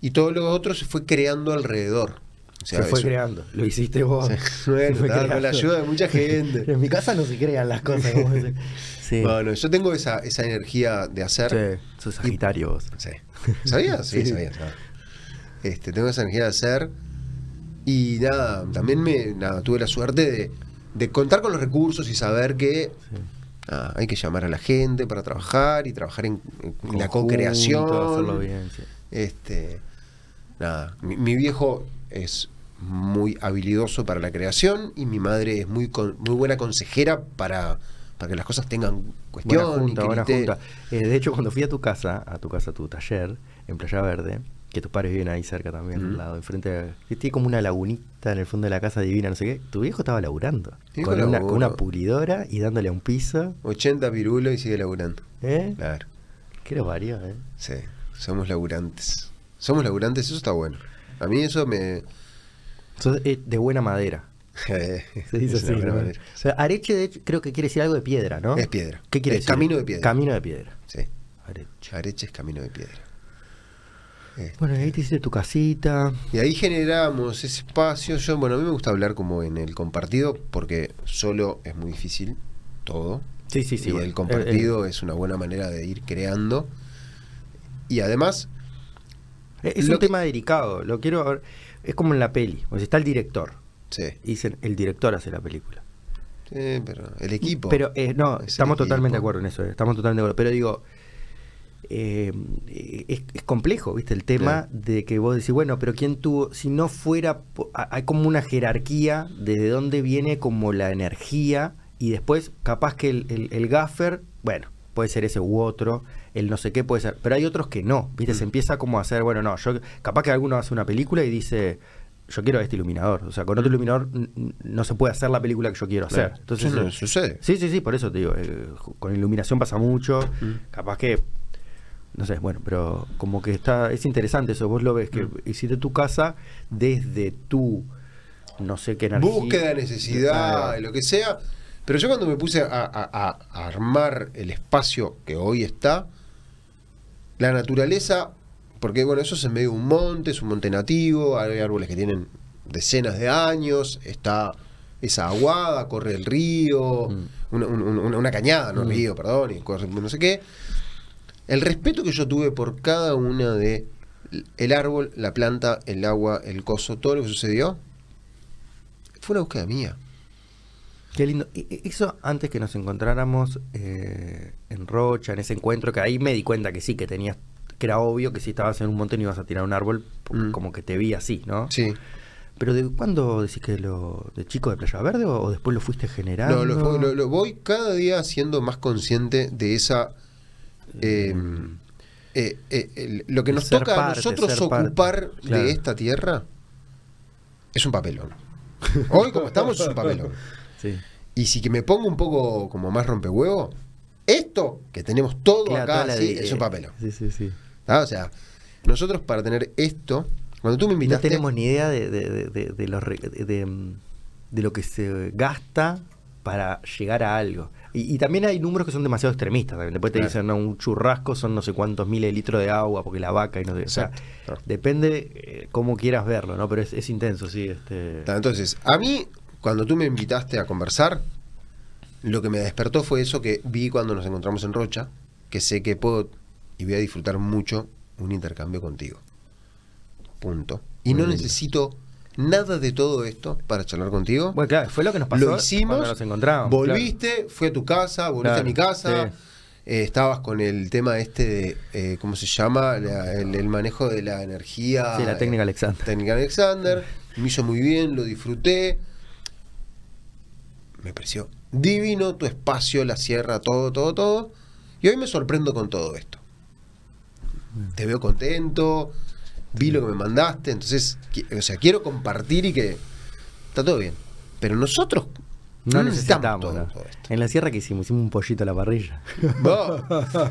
Y todo lo otro se fue creando alrededor. O sea,
se fue
eso-
creando. Lo hiciste (laughs) vos.
Sí. Bueno,
fue
tal, con la
creando.
ayuda de
(laughs)
mucha gente.
en mi casa no se crean las cosas. como ese.
(laughs)
sí.
Bueno, yo tengo esa, esa energía de hacer.
sí. Sos sagitario vos.
Sí. (laughs) ¿Sabías? Sí,
Sí.
sabías. sabía. Este, tengo esa energía de hacer. Y nada, también me nada, tuve la suerte de, de contar con los recursos y saber que nada, hay que llamar a la gente para trabajar y trabajar en, en
Conjunto, hacerlo
la co-creación.
bien, sí.
Este, nada, mi, mi viejo es muy habilidoso para la creación y mi madre es muy con- muy buena consejera para, para que las cosas tengan cuestión.
Buena junta,
y
buena
criterio.
junta. Eh, de hecho, cuando fui a tu casa, a tu casa, a tu taller, en Playa Verde, que tus padres viven ahí cerca también,
Ujú.
al lado, enfrente, a- que tiene como una lagunita en el fondo de la casa divina, no sé qué, tu viejo estaba laburando.
Mi viejo
Con una,
laburo.
con una pulidora y dándole a un piso.
80 pirulos y sigue laburando.
¿Eh?
Claro,
Qué lo parió, ¿eh?
sí, somos laburantes. Somos laburantes, eso está bueno. A mí eso me... (laughs)
Sos, eh, de buena madera. (laughs) Se dice
es una
así,
buena
¿no?
manera.
O sea, Areche, de hecho, creo que quiere decir algo de piedra, ¿no?
Es piedra.
¿Qué quiere
Es
decir?
camino de piedra.
Camino de piedra.
Sí,
Areche.
Areche es camino de piedra. Eh,
Bueno, y ahí te hiciste tu casita.
Y ahí generamos ese espacio. Yo, bueno, a mí me gusta hablar como en el compartido porque solo es muy difícil todo.
Sí, sí, sí.
y
bueno.
el
Eh,
compartido es una buena manera de ir creando. Y además,
eh, es
lo
un
que-
tema delicado. Lo quiero ver. Es como en la peli. O sea, está el director.
sí,
Y dicen, el director hace la película.
sí, pero el equipo.
Pero eh, no,
Es el
estamos totalmente de
equipo.
acuerdo en eso, eh, estamos totalmente de acuerdo. Pero digo, eh, eh, es, es complejo, ¿viste? El tema
Claro.
de que vos decís, bueno, pero ¿quién tuvo? Si no fuera, po- ha- hay como una jerarquía desde dónde viene como la energía y después capaz que el, el- el gaffer, bueno, puede ser ese u otro, el no sé qué puede ser, pero hay otros que no, ¿viste?
Mm.
Se empieza como a hacer, bueno, no, yo capaz que alguno hace una película y dice... Yo quiero este iluminador, o sea, con otro iluminador n- n- no se puede hacer la película que yo quiero hacer.
Mm. Claro.
Entonces,
Eso no
eh,
sucede.
Sí, sí, sí, por eso te digo. eh, ju- con iluminación pasa mucho.
Mm.
Capaz que. No sé, bueno, pero como que está. Es interesante eso. Vos lo ves que
Mm.
hiciste tu casa desde tu. No sé qué energía.
búsqueda, necesidad, lo que sea. Pero yo cuando me puse a, a- a- a armar el espacio que hoy está, la naturaleza, porque bueno, eso es en medio de un monte, es un monte nativo, hay árboles que tienen decenas de años, está esa aguada, corre el río,
Mm.
una, un- un- una- una cañada, no
Mm.
río, perdón, y corre no sé qué. El respeto que yo tuve por cada una de el árbol, la planta, el agua, el coso, todo lo que sucedió, fue una búsqueda mía.
Qué lindo. E- e- Eso antes que nos encontráramos eh, en Rocha, en ese encuentro, que ahí me di cuenta que sí, que tenías. Que era obvio que si estabas en un montón ibas a tirar un árbol, porque
Mm.
como que te vi así, ¿no?
Sí.
Pero ¿de cuándo decís que lo. de chico de Playa Verde o, o después lo fuiste generando?
No, lo, fue- lo- lo voy cada día siendo más consciente de esa. eh, eh, eh, el- lo que
Mm. de
nos
ser
toca a
parte,
nosotros
ser parte.
ocupar
Claro.
de esta tierra es un papelón. Hoy, como estamos, es un papelón.
Sí.
Y si que me pongo un poco como más rompehuevo, esto que tenemos todo
Claro, toda
acá
la
sí,
de-
es un papelón.
Sí, sí, sí.
¿tá? O sea, nosotros para tener esto, cuando tú me
No
invitaste.
tenemos ni idea de, de, de- de- de los re- de- de- de lo que se gasta para llegar a algo. Y, y también hay números que son demasiado extremistas. también. Después te
Claro.
dicen, no, un churrasco son no sé cuántos miles de litros de agua porque la vaca y no sé. O sea,
Exacto, claro.
depende eh, cómo quieras verlo, ¿no? Pero es, es intenso, sí. Este...
Ta, Entonces, a mí, cuando tú me invitaste a conversar, lo que me despertó fue eso que vi cuando nos encontramos en Rocha, que sé que puedo y voy a disfrutar mucho un intercambio contigo. Punto. Y
Muy
no
lindo.
necesito nada de todo esto para charlar contigo.
Bueno, claro, fue lo que nos pasó
lo hicimos,
cuando nos encontramos.
volviste, fui a tu casa, volviste
Claro,
a mi casa.
sí.
eh, estabas con el tema este de, eh, ¿cómo se llama? La- el, el manejo de la energía.
claro. Sí, la técnica Alexander.
técnica Alexander. Me hizo muy bien, lo disfruté. Me pareció divino tu espacio, la sierra, todo, todo, todo. Y hoy me sorprendo con todo esto. Te veo contento, vi lo que me mandaste, entonces, qui- o sea, quiero compartir y que está todo bien. Pero nosotros
No necesitamos.
todo-
nada.
todo esto.
En la sierra que hicimos, hicimos un pollito a la parrilla.
No.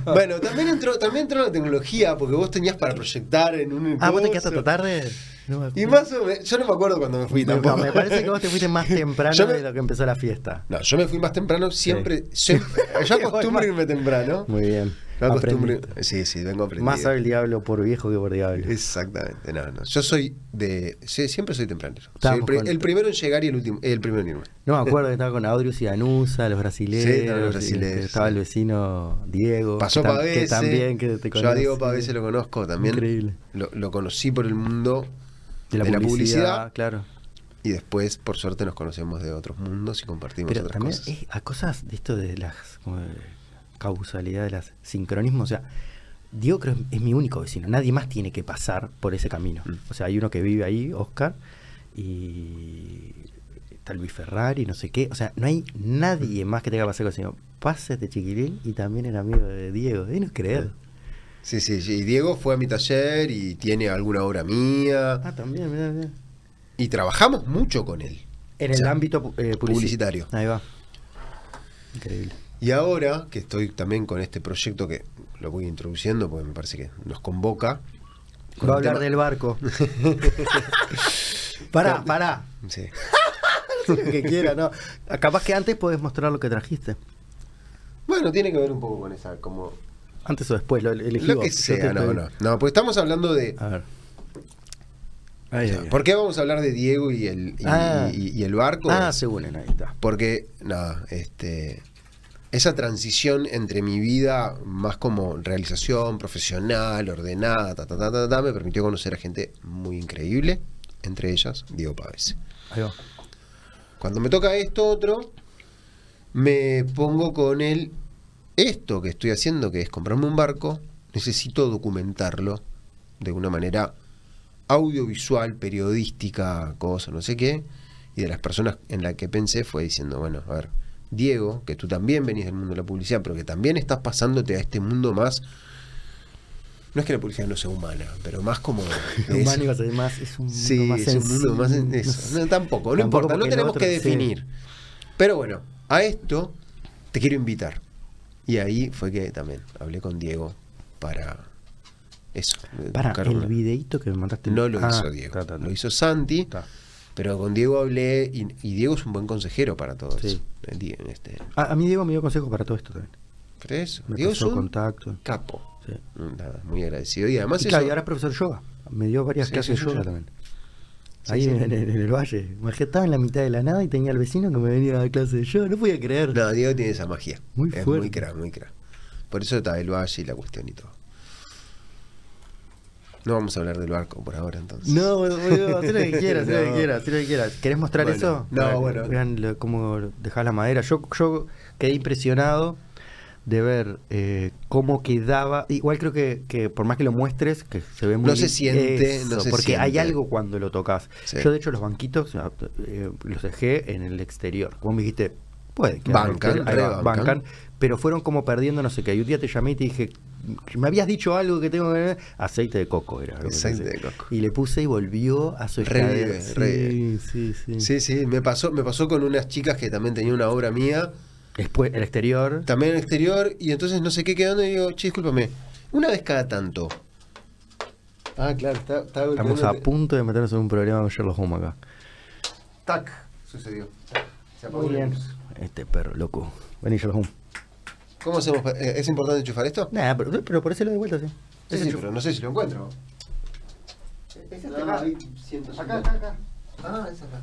Bueno, también entró, también entró la tecnología, porque vos tenías para proyectar en un
Ah, ¿vos te
coso.
quedaste hasta tarde? No me
Y
acuerdo.
más o menos, yo no me acuerdo cuando me fui
Me-
tampoco.
me parece que vos te fuiste
(laughs)
más temprano
Yo me-
de lo que empezó la fiesta.
No, yo me fui más temprano, siempre.
(laughs)
siempre- yo acostumbro irme temprano.
Muy bien.
Yo acostumbro.
Aprendiste.
Sí, sí, vengo aprendido.
Más sabe el diablo por viejo que por diablo.
Exactamente, no, no. Yo soy de. sí, siempre soy tempranero. Soy
Estábamos
el, pri-
con-
el primero en llegar y el último, el primero en irme.
No me acuerdo que estaba con Audrius y Anusa, los brasileños.
Sí, estaban los brasileros,
y Estaba
sí.
el vecino Diego.
Pasó
Oh, que tam-
Pavese.
Que también que te
yo a
conoce.
Diego Pavese lo conozco también.
Increíble.
Lo, lo conocí por el mundo
De la, publicidad, claro.
Y después, por suerte, nos conocemos de otros mundos y compartimos
Pero
otras
también
cosas.
es a cosas de esto de las como de causalidad, de las sincronismos. O sea, Diego creo es mi único vecino. Nadie más tiene que pasar por ese camino.
Mm.
O sea, hay uno que vive ahí, Oscar, y está Luis Ferrari, no sé qué. O sea, no hay nadie más que tenga que pasar con el señor. Pasa este chiquilín y también era amigo de Diego. De no creer.
Mm. Sí, sí, sí. Y Diego fue a mi taller y tiene alguna obra mía.
Ah, también, mirá, mirá.
Y trabajamos mucho con él.
En
O
el
sea,
ámbito eh, publici-
publicitario.
Ahí va. Increíble.
Y ahora que estoy también con este proyecto que lo voy introduciendo porque me parece que nos convoca. con
Va a
el
hablar
tema-
del
(laughs)
barco. pará,
Claro.
pará.
Sí.
que quiera, ¿no? Capaz que antes podés mostrar lo que trajiste.
Bueno, tiene que ver un poco con esa, como...
Antes o después, lo elegí
Lo
vos.
que
Yo
sea,
te Ah,
no,
pedí.
no. No, pues estamos hablando de...
A ver.
o sea, ¿Por qué vamos a hablar de Diego y el, y,
Ah.
y- y el barco?
Ah, se unen, ahí está.
Porque, nada, este... Esa transición entre mi vida más como realización profesional, ordenada, ta, ta, ta, ta, ta, me permitió conocer a gente muy increíble, entre ellas Diego Pávez.
Ahí va.
Cuando me toca esto otro, me pongo con el esto que estoy haciendo, que es comprarme un barco, necesito documentarlo de una manera audiovisual, periodística, cosa, no sé qué. Y de las personas en las que pensé fue diciendo, bueno, a ver, Diego, que tú también venís del mundo de la publicidad, pero que también estás pasándote a este mundo más... No es que la publicidad no sea humana, pero más como... de
Humano
ese-
iba a ser más, es un mundo
Sí,
más
es un mundo
sencillo,
más en-
no
eso.
sé.
No, tampoco,
Tampoco
no importa, no
porque lo
tenemos que
otro, sí.
definir. Pero bueno, a esto te quiero invitar. Y ahí fue que también hablé con Diego para eso.
Para
buscar
el
una-
videíto que me mandaste.
No lo
Ah,
hizo Diego,
ta, ta, ta.
lo hizo Santi,
Ta.
pero con Diego hablé y, y Diego es un buen consejero para todo
Sí.
eso. Eh, Di- Este,
Ah, A, a mí Diego me dio consejos para todo esto también.
pero eso,
Me
Diego es
pasó
un
contacto.
capo.
Sí.
Nada, muy agradecido. Y además
Y,
eso-
claro, y ahora es profesor de yoga. Me dio varias
Sí,
clases
sí,
de
sí,
yoga
sí.
también.
Sí,
Ahí
sí.
En, en- en el valle. Me estaba en la mitad de la nada y tenía al vecino que me venía a dar clases de yoga. No podía creer.
No, Diego tiene esa magia.
Muy
es
fuerte.
muy crack, muy crack. Por eso está el valle y la cuestión y todo. No vamos a hablar del barco por ahora entonces.
No, boludo, haz lo
(laughs)
que quieras, haz lo que
No.
quieras, haz lo que quieras. ¿Querés mostrar
Bueno,
eso?
no,
Para que
bueno.
Vean lo- cómo dejás la madera. Yo, yo quedé impresionado de ver eh, cómo quedaba. Igual creo que, que por más que lo muestres, que se ve muy
No se
lim-
siente, no se
Porque hay
siente.
algo cuando lo tocas.
Sí.
Yo, de hecho, los banquitos eh, los dejé en el exterior. Como me dijiste, puede que
Bancan,
pero- ahí va,
rebancan.
bancan, pero fueron como perdiendo no sé qué. Y un día te llamé y te dije, me habías dicho algo que tengo que aceite de coco era. algo que
Aceite
pensé.
de coco.
Y le puse y volvió a su
Revive,
escalera. Sí,
revive.
sí, sí.
Sí, sí, me pasó, me pasó con unas chicas que también tenían una obra mía,
Después, el exterior.
también en el exterior, y entonces no sé qué quedando y digo, che, discúlpame, una vez cada tanto. Ah, claro, está, está
Estamos a
golpeándote.
punto de meternos en un problema con Sherlock Holmes acá.
Tac, sucedió. Se apagó
Muy
la
bien.
luz.
Este perro, loco. Vení, Sherlock Holmes.
¿Cómo hacemos? pa- eh, ¿Es importante enchufar esto?
Nah, pero, pero por eso lo de vuelta, sí.
Sí, sí, pero no sé si lo encuentro. Ah, ahí, 150. Ah, esa acá.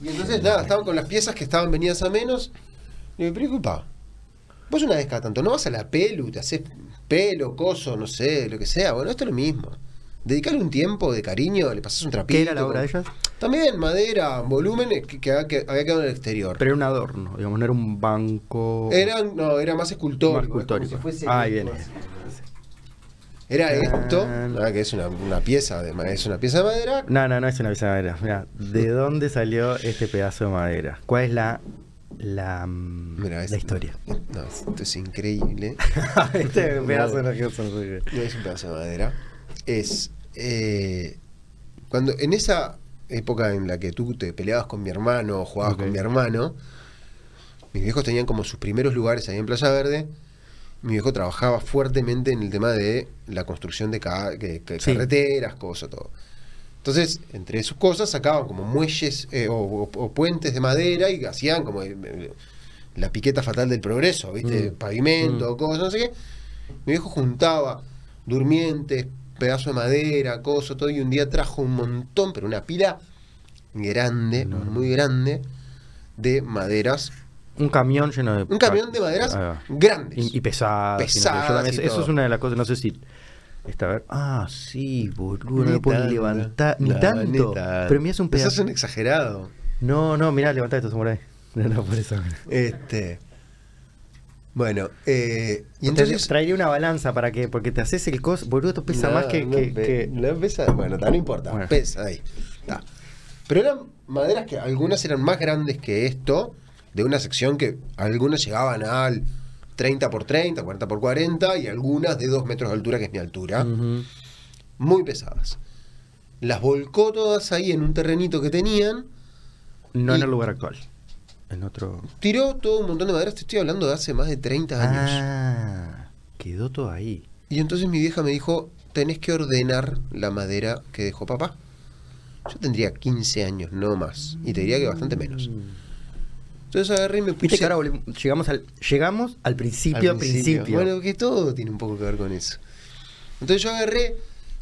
Y entonces, nada, estaban con las piezas que estaban venidas a menos. Y me preocupa. Vos una vez cada tanto, no vas a la pelu, te haces pelo, coso, no sé, lo que sea. Bueno, esto es lo mismo. dedicarle un tiempo de cariño, le pasás un trapito.
¿Qué era la obra de ellas?
También madera, volúmenes que, que había que- había quedado en el exterior.
Pero era un adorno, digamos, no era un banco.
Eran, no, era más escultórico.
Más
es como
escultórico.
si fuese-
Ah, ahí viene.
Era esto,
Ah.
ah, que es una, una pieza de ma- es una pieza de madera.
No, no, no es una pieza de madera. Mirá,
(laughs)
¿de dónde salió este pedazo de madera? ¿Cuál es la, la, mm,
Mirá, es-
la
(laughs)
historia?
No, esto es increíble.
(laughs)
(laughs)
este pedazo no quiero sonreír.
No es un pedazo de madera. Es. eh, cuando en esa época en la que tú te peleabas con mi hermano, jugabas
Ok.
con mi hermano, mis viejos tenían como sus primeros lugares ahí en Playa Verde. Mi viejo trabajaba fuertemente en el tema de la construcción de ca- que- que-
Sí.
carreteras, cosas, todo. Entonces, entre sus cosas sacaban como muelles eh, o, o- o puentes de madera y hacían como eh, eh, la piqueta fatal del progreso, ¿viste?
Mm.
Pavimento,
Mm.
cosas, no sé qué. Mi viejo juntaba durmientes, pedazo de madera, cosas, todo, y un día trajo un montón, pero una pila grande,
Enorme.
muy grande, de maderas.
Un camión lleno de.
Un camión de maderas
Ahí va.
grandes.
Ah. Y, y pesadas. y no sé, yo
Pesadas
también-
y
eso
todo.
es una de las cosas, no sé si. Esta, a ver. Ah, sí, boludo, no
Ni
lo puedo
tanto.
ni levantar. Ni
No,
tanto.
ni tanto.
Pero mirá, es un
Eso
pedazo.
un exagerado.
No, no, mirá, levantá esto, samurai. (laughs) No, no, por eso.
Este. Bueno, eh, y
Entonces,
entonces.
traería una balanza para que, porque te haces el cos, boludo, esto pesa
No,
más que,
no
que-
pe-
que-
no pesa. Bueno, ta, no importa.
Bueno.
Pesa ahí. Ta. Pero eran maderas que algunas eran más grandes que esto, de una sección que algunas llegaban al 30 por 30, 40 por 40 y algunas de 2 metros de altura, que es mi altura.
Ujú.
Muy pesadas. Las volcó todas ahí en un terrenito que tenían.
No en
Y-
el lugar actual. En otro.
Tiró todo un montón de maderas, te estoy hablando de hace más de 30 años.
Ah, quedó todo ahí.
Y entonces mi vieja me dijo, tenés que ordenar la madera que dejó papá. Yo tendría 15 años, no más. Y te diría que bastante menos. Entonces agarré y me puse...
Mm. Viste que ahora volvemos- llegamos al, llegamos al principio,
al
al principio.
Bueno, que todo tiene un poco que ver con eso. Entonces yo agarré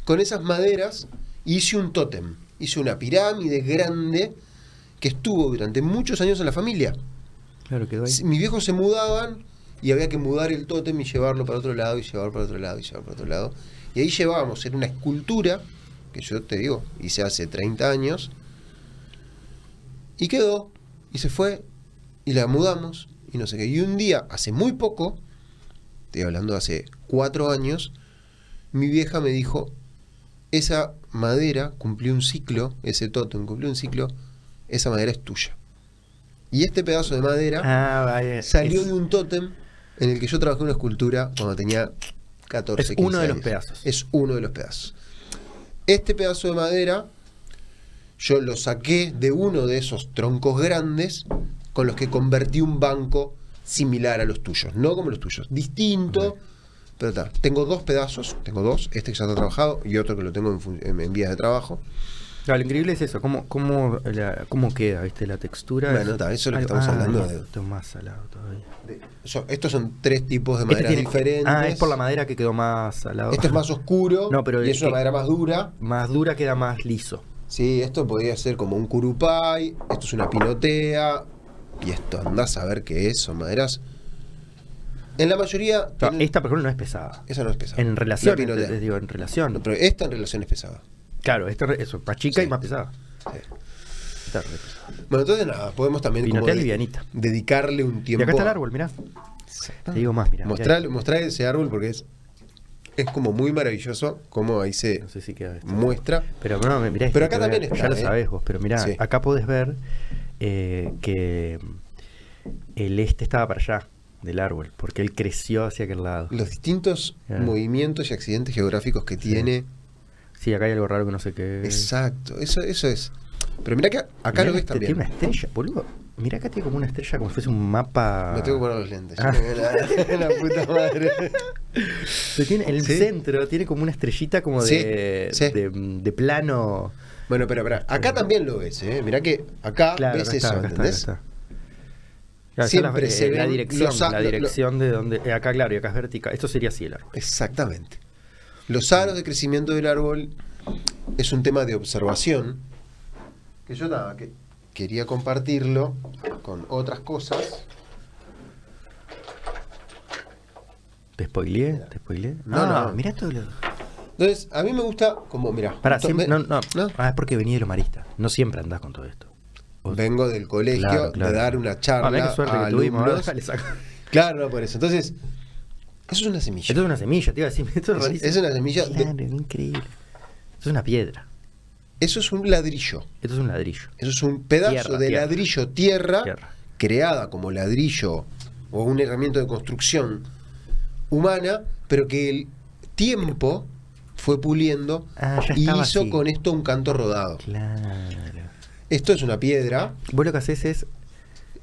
con esas maderas y hice un tótem. Hice una pirámide grande que estuvo durante muchos años en la familia.
claro, quedó ahí.
Si- Mis viejos se mudaban y había que mudar el tótem y llevarlo para otro lado y llevarlo para otro lado y llevarlo para otro lado. Y ahí llevábamos, era una escultura, que yo te digo, hice hace 30 años, y quedó, y se fue, y la mudamos, y no sé qué. Y un día, hace muy poco, estoy hablando de hace 4 años, mi vieja me dijo, esa madera cumplió un ciclo, ese tótem cumplió un ciclo, esa madera es tuya. Y este pedazo de madera
Ah, vaya.
salió
es,
de un tótem en el que yo trabajé una escultura cuando tenía 14,
Es
15
uno de los
años.
pedazos.
Es uno de los pedazos. Este pedazo de madera yo lo saqué de uno de esos troncos grandes con los que convertí un banco similar a los tuyos, no como los tuyos, distinto, pero tal. Tengo dos pedazos, tengo dos, este que ya está trabajado y otro que lo tengo en fun- en, en vías de trabajo.
claro, lo increíble es eso, cómo, cómo, la- cómo queda, ¿viste? La textura.
Bueno, ta, eso es lo que
Algo-
estamos hablando de-
Esto es más salado todavía.
So- estos son tres tipos de
Este
madera
tiene-
diferentes.
Ah, es por la madera que quedó más salado.
Este es más oscuro
No, pero
y
el
es una
que-
madera más dura.
(laughs) Más dura queda más liso.
Sí, esto podría ser como un curupay, esto es una pinotea, y esto andás a ver qué es, son maderas. En la mayoría.
No,
tienen-
esta, por ejemplo, no es pesada.
Esa no es pesada.
En
La
relación,
pinotea.
les digo, en
No,
relación.
pero esta en relación es pesada.
Claro, esta re- eso, más chica
Sí.
y más pesada.
Sí.
Esta re pesada.
Bueno, entonces nada, podemos también como
Pinotea
de-
livianita.
dedicarle un
Y
tiempo.
acá está el
a-
árbol, mirá. Te digo más, mirá. mirá.
Mostrar, mostrar ese árbol porque es, es como muy maravilloso cómo ahí se
No sé si queda esto.
muestra.
Pero no, me- mirá
Pero
esto,
acá
mirá,
también está,
Ya lo
¿eh?
sabés vos, pero mirá,
Sí.
acá podés ver eh, que el este estaba para allá del árbol, porque él creció hacia aquel lado.
Los distintos
Claro.
movimientos y accidentes geográficos que tiene.
Sí, acá hay algo raro que no sé qué.
Exacto, eso, eso es. Pero mirá que acá
Mirá,
lo ves
este
también.
Tiene una estrella, boludo. Mirá acá tiene como una estrella, como si fuese un mapa.
Me tengo que poner los lentes.
Ah.
La, (laughs) la puta madre.
Pero tiene- en el
Sí.
centro tiene como una estrellita como
Sí,
de,
sí.
de, de plano.
Bueno, pero, pero acá también lo ves, ¿eh? Mirá que acá
Claro,
ves
acá está,
eso,
acá está,
¿entendés?
acá está. Claro, son las-
Siempre se
eh, la
ven
dirección,
los a-
la
lo- lo-
dirección de donde eh, acá claro, y acá es vertical. Esto sería así el árbol.
Exactamente. Los aros de crecimiento del árbol es un tema de observación que yo nada, que quería compartirlo con otras cosas.
¿Te spoileé?
Mira.
¿Te spoileé?
No,
ah,
no.
mirá todo lo.
Entonces, a mí me gusta como, mira,
Para
esto-
siempre, no,
me-
no,
¿no?
Ah, es porque venía de los maristas. No siempre andás con todo esto. O-
vengo del colegio
Claro, claro.
de dar una
Ah, mirá
charla
qué suerte
a
que tuvimos.
alumnos.
ah, dale, saca.
Claro, no, por eso. Entonces, eso es una semilla.
Esto es una semilla, te iba a decir. (laughs) Esto es,
Es-
rarísimo.
es una semilla de-
Claro, increíble. Esto es una piedra.
Eso es un ladrillo.
Esto es un ladrillo.
Eso es un pedazo
Tierra,
de
tierra.
ladrillo tierra,
Tierra.
creada como ladrillo o una herramienta de construcción humana, pero que el tiempo fue puliendo
Ah, ya
y
estaba
hizo
así.
con esto un canto rodado.
Claro.
Esto es una piedra,
Vos lo que haces es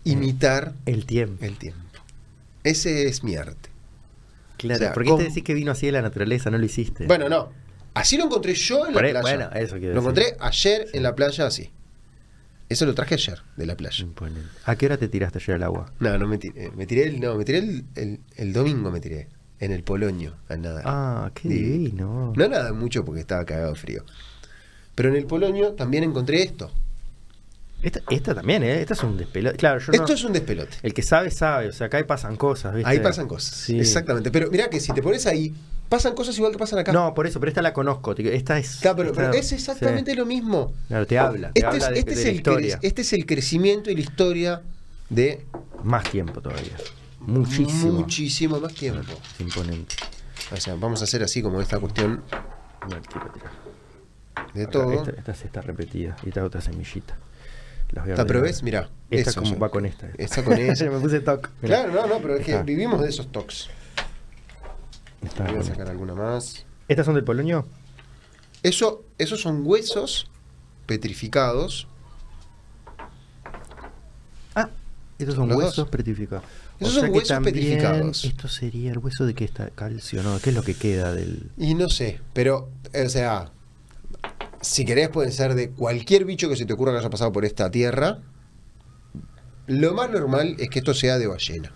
Mm.
imitar
el tiempo.
el tiempo. Ese es mi arte.
Claro.
o sea,
¿Por qué te
¿cómo?
este decís que vino así de la naturaleza? No lo hiciste.
Bueno, no. Así lo encontré yo en la
Este. Por ahí-
playa.
bueno, eso quiero
lo
decir.
encontré ayer en la playa así. Eso lo traje ayer de la playa.
Imponente. ¿A qué hora te tiraste ayer al agua?
No, no me tiré. Me tiré el, no, me tiré el, el- el domingo me tiré. En el Polonio, al nadar.
Ah, qué
Divino.
divino.
No nada mucho porque estaba cagado de frío. Pero en el Polonio también encontré esto.
Esta, esta también, ¿eh? Esta es un despelote. Claro, yo no-
Esto es un despelote.
El que sabe, sabe. O sea, acá ahí pasan cosas, ¿viste?
Ahí pasan cosas.
Sí.
Exactamente. Pero mirá que si te pones ahí, pasan cosas igual que pasan acá.
No, por eso, pero esta la conozco. te- Esta es.
Claro, pero,
esta-
pero es exactamente
sí.
lo mismo.
Claro, te habla. Te
Este,
habla
es,
de-
este
de
es
la
el
historia.
cre- este es el crecimiento y la historia de
Más tiempo todavía. Muchísimo.
muchísimo más tiempo.
Es imponente.
O sea, vamos a hacer así como esta cuestión
Mira, tira, tira.
de
Acá,
todo.
Esta, esta sí está repetida. Y esta otra semillita. Las voy a
Ah, pero
ordenar.
ves, mirá.
Esta
eso,
como
yo-
va con esta.
Esta
(laughs)
con esa.
Me puse toc. Mirá.
Claro, no, no, pero es que
Está.
vivimos de esos tocs.
Esta
Voy
con
a
esta.
sacar alguna más.
¿Estas son del Polonio?
Eso, esos son huesos petrificados.
Ah, estos son
Los
huesos
dos.
petrificados.
Esos son huesos petrificados.
Esto sería el hueso de que está calcio, ¿no? ¿Qué es lo que queda del.?
Y no sé, pero, o sea, si querés pueden ser de cualquier bicho que se te ocurra que haya pasado por esta tierra. Lo más normal es que esto sea de ballena.